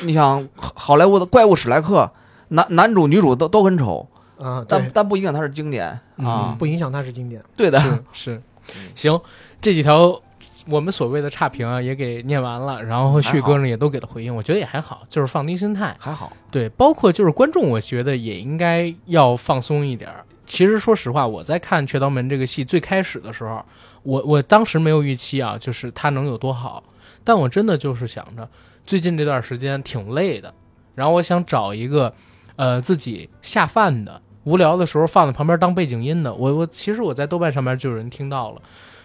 S3: 你想好好莱坞的怪物史莱克，男男主女主都都很丑，
S2: 啊，
S3: 但
S2: 对，
S3: 但不影响它是经典啊
S1: 嗯。
S2: 不影响它是经典。
S3: 对的，
S1: 是是，行，这几条我们所谓的差评啊也给念完了，然后旭哥呢也都给了回应，我觉得也还好，就是放低心态。
S3: 还好。
S1: 对，包括就是观众，我觉得也应该要放松一点儿。其实说实话，我在看《雀刀门》这个戏最开始的时候，我我当时没有预期啊，就是它能有多好。但我真的就是想着，最近这段时间挺累的，然后我想找一个，呃，自己下饭的，无聊的时候放在旁边当背景音的。我我其实我在豆瓣上面就有人听到了，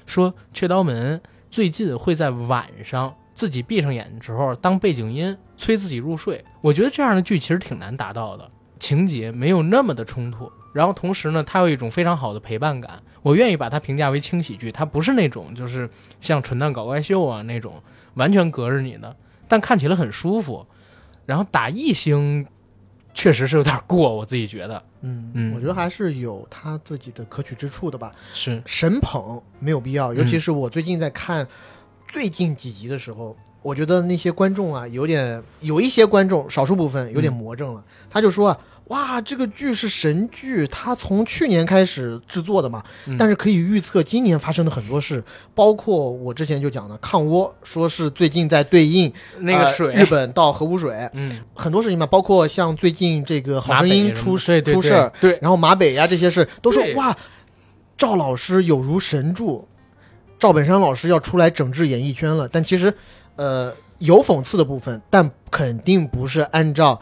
S1: 说《雀刀门》最近会在晚上自己闭上眼的时候当背景音催自己入睡。我觉得这样的剧其实挺难达到的，情节没有那么的冲突，然后同时呢，它有一种非常好的陪伴感。我愿意把它评价为轻喜剧，它不是那种就是像《蠢蛋搞怪秀啊》那种完全隔着你的，但看起来很舒服。然后打一星确实是有点过，我自己觉得
S2: 嗯
S1: 嗯
S2: 我觉得还是有他自己的可取之处的吧。
S1: 是
S2: 神捧没有必要，
S1: 嗯
S2: 尤其是我最近在看最近几集的时候，我觉得那些观众啊，有点有一些观众，少数部分有点魔怔了。他就说啊，哇，这个剧是神剧，它从去年开始制作的嘛，
S1: 嗯
S2: 但是可以预测今年发生的很多事，包括我之前就讲的抗倭，说是最近在对应
S1: 那个
S2: 呃
S1: 水，
S2: 日本到核污水
S1: 嗯，
S2: 很多事情嘛，包括像最近这个好声音出
S1: 对对
S2: 出
S1: 对
S2: 事儿，
S1: 对，
S2: 然后马北呀、这些事都说
S1: 对
S2: 哇，赵老师有如神助，赵本山老师要出来整治演艺圈了。但其实，呃，有讽刺的部分，但肯定不是按照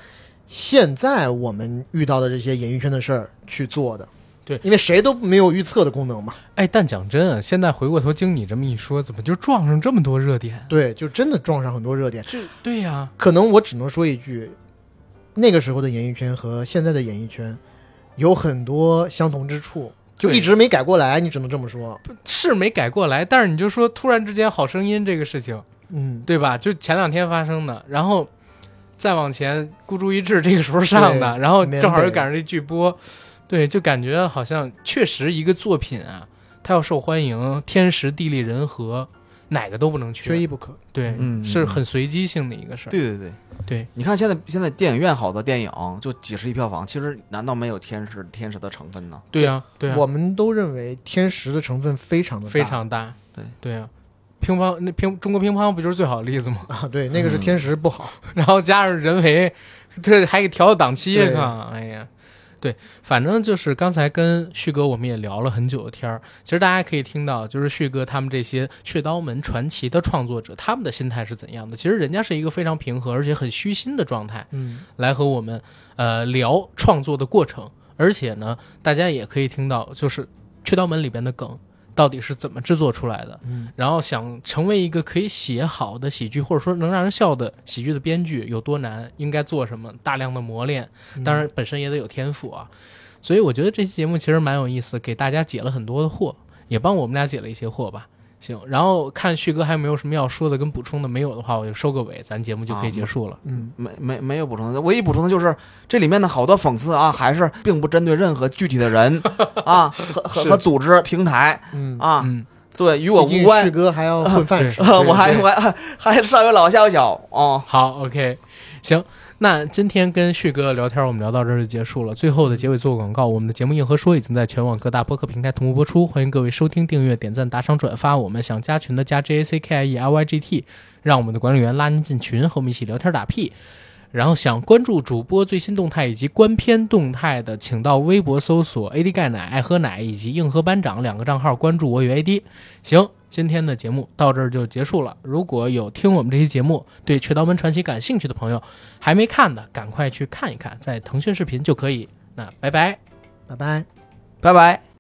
S2: 现在我们遇到的这些演艺圈的事儿去做的。
S1: 对
S2: 因为谁都没有预测的功能嘛。
S1: 哎，但讲真啊，现在回过头经你这么一说，怎么就撞上这么多热点？
S2: 对，就真的撞上很多热点。
S1: 对呀、
S2: 可能我只能说一句，那个时候的演艺圈和现在的演艺圈有很多相同之处，就
S1: 对
S2: 一直没改过来，你只能这么说。
S1: 是没改过来，但是你就说突然之间《好声音》这个事情，
S2: 嗯，
S1: 对吧？就前两天发生的，然后再往前，孤注一掷这个时候上的，
S2: 对
S1: 然后正好
S2: 缅
S1: 又
S2: 北
S1: 赶上这剧播，对，就感觉好像确实一个作品啊，它要受欢迎，天时地利人和，哪个都不能
S2: 缺
S1: 缺，
S2: 一不可。
S1: 对，
S3: 嗯
S1: 是很随机性的一个事儿。
S3: 对对对
S1: 对，
S3: 你看现在现在电影院好的电影就几十亿票房，其实难道没有天使天使的成分呢？
S1: 对呀、对呀、
S2: 我们都认为天时的成分非常的大
S1: 非常大，
S3: 对
S1: 对呀、乒乓那乒中国乒乓不就是最好的例子吗？
S2: 啊，对，那个是天时不好，
S1: 然后加上人为，这还给调到档期
S2: 对
S1: 看，哎呀，对，反正就是刚才跟旭哥我们也聊了很久的天儿。其实大家可以听到，就是旭哥他们这些《雀刀门传奇》的创作者，他们的心态是怎样的？其实人家是一个非常平和而且很虚心的状态，
S2: 嗯，
S1: 来和我们呃聊创作的过程。而且呢，大家也可以听到，就是《雀刀门》里边的梗到底是怎么制作出来的。
S2: 嗯，
S1: 然后想成为一个可以写好的喜剧，或者说能让人笑的喜剧的编剧有多难，应该做什么，大量的磨练，
S2: 嗯
S1: 当然本身也得有天赋啊。所以我觉得这期节目其实蛮有意思，给大家解了很多的惑，也帮我们俩解了一些惑吧。行，然后看旭哥还有没有什么要说的跟补充的，没有的话我就收个尾，咱节目就可以结束了。
S2: 嗯，
S3: 没没没有补充的，唯一补充的就是这里面的好多讽刺啊，还是并不针对任何具体的 人啊和和
S1: 是
S3: 和组织平台
S2: 嗯嗯，
S3: 啊，
S1: 嗯，
S3: 对与我
S2: 毕竟
S3: 无关
S2: 旭。哥还要混饭吃，
S3: 我还
S2: 对
S3: 我还还上有老下有小哦，
S1: 好，OK，行，那今天跟旭哥聊天，我们聊到这儿就结束了。最后的结尾做个广告，我们的节目《硬核说》已经在全网各大播客平台同步播出，欢迎各位收听、订阅、点赞、打赏、转发。我们想加群的加 J A C K I E L Y G T，让我们的管理员拉您进群，和我们一起聊天打屁。然后想关注主播最新动态以及观片动态的，请到微博搜索 AD 钙奶爱喝奶以及硬核班长两个账号关注我与 AD。行，今天的节目到这儿就结束了。如果有听我们这期节目对《雀刀门传奇》感兴趣的朋友，还没看的赶快去看一看，在腾讯视频就可以。那拜拜。
S2: 拜拜。
S3: 拜拜。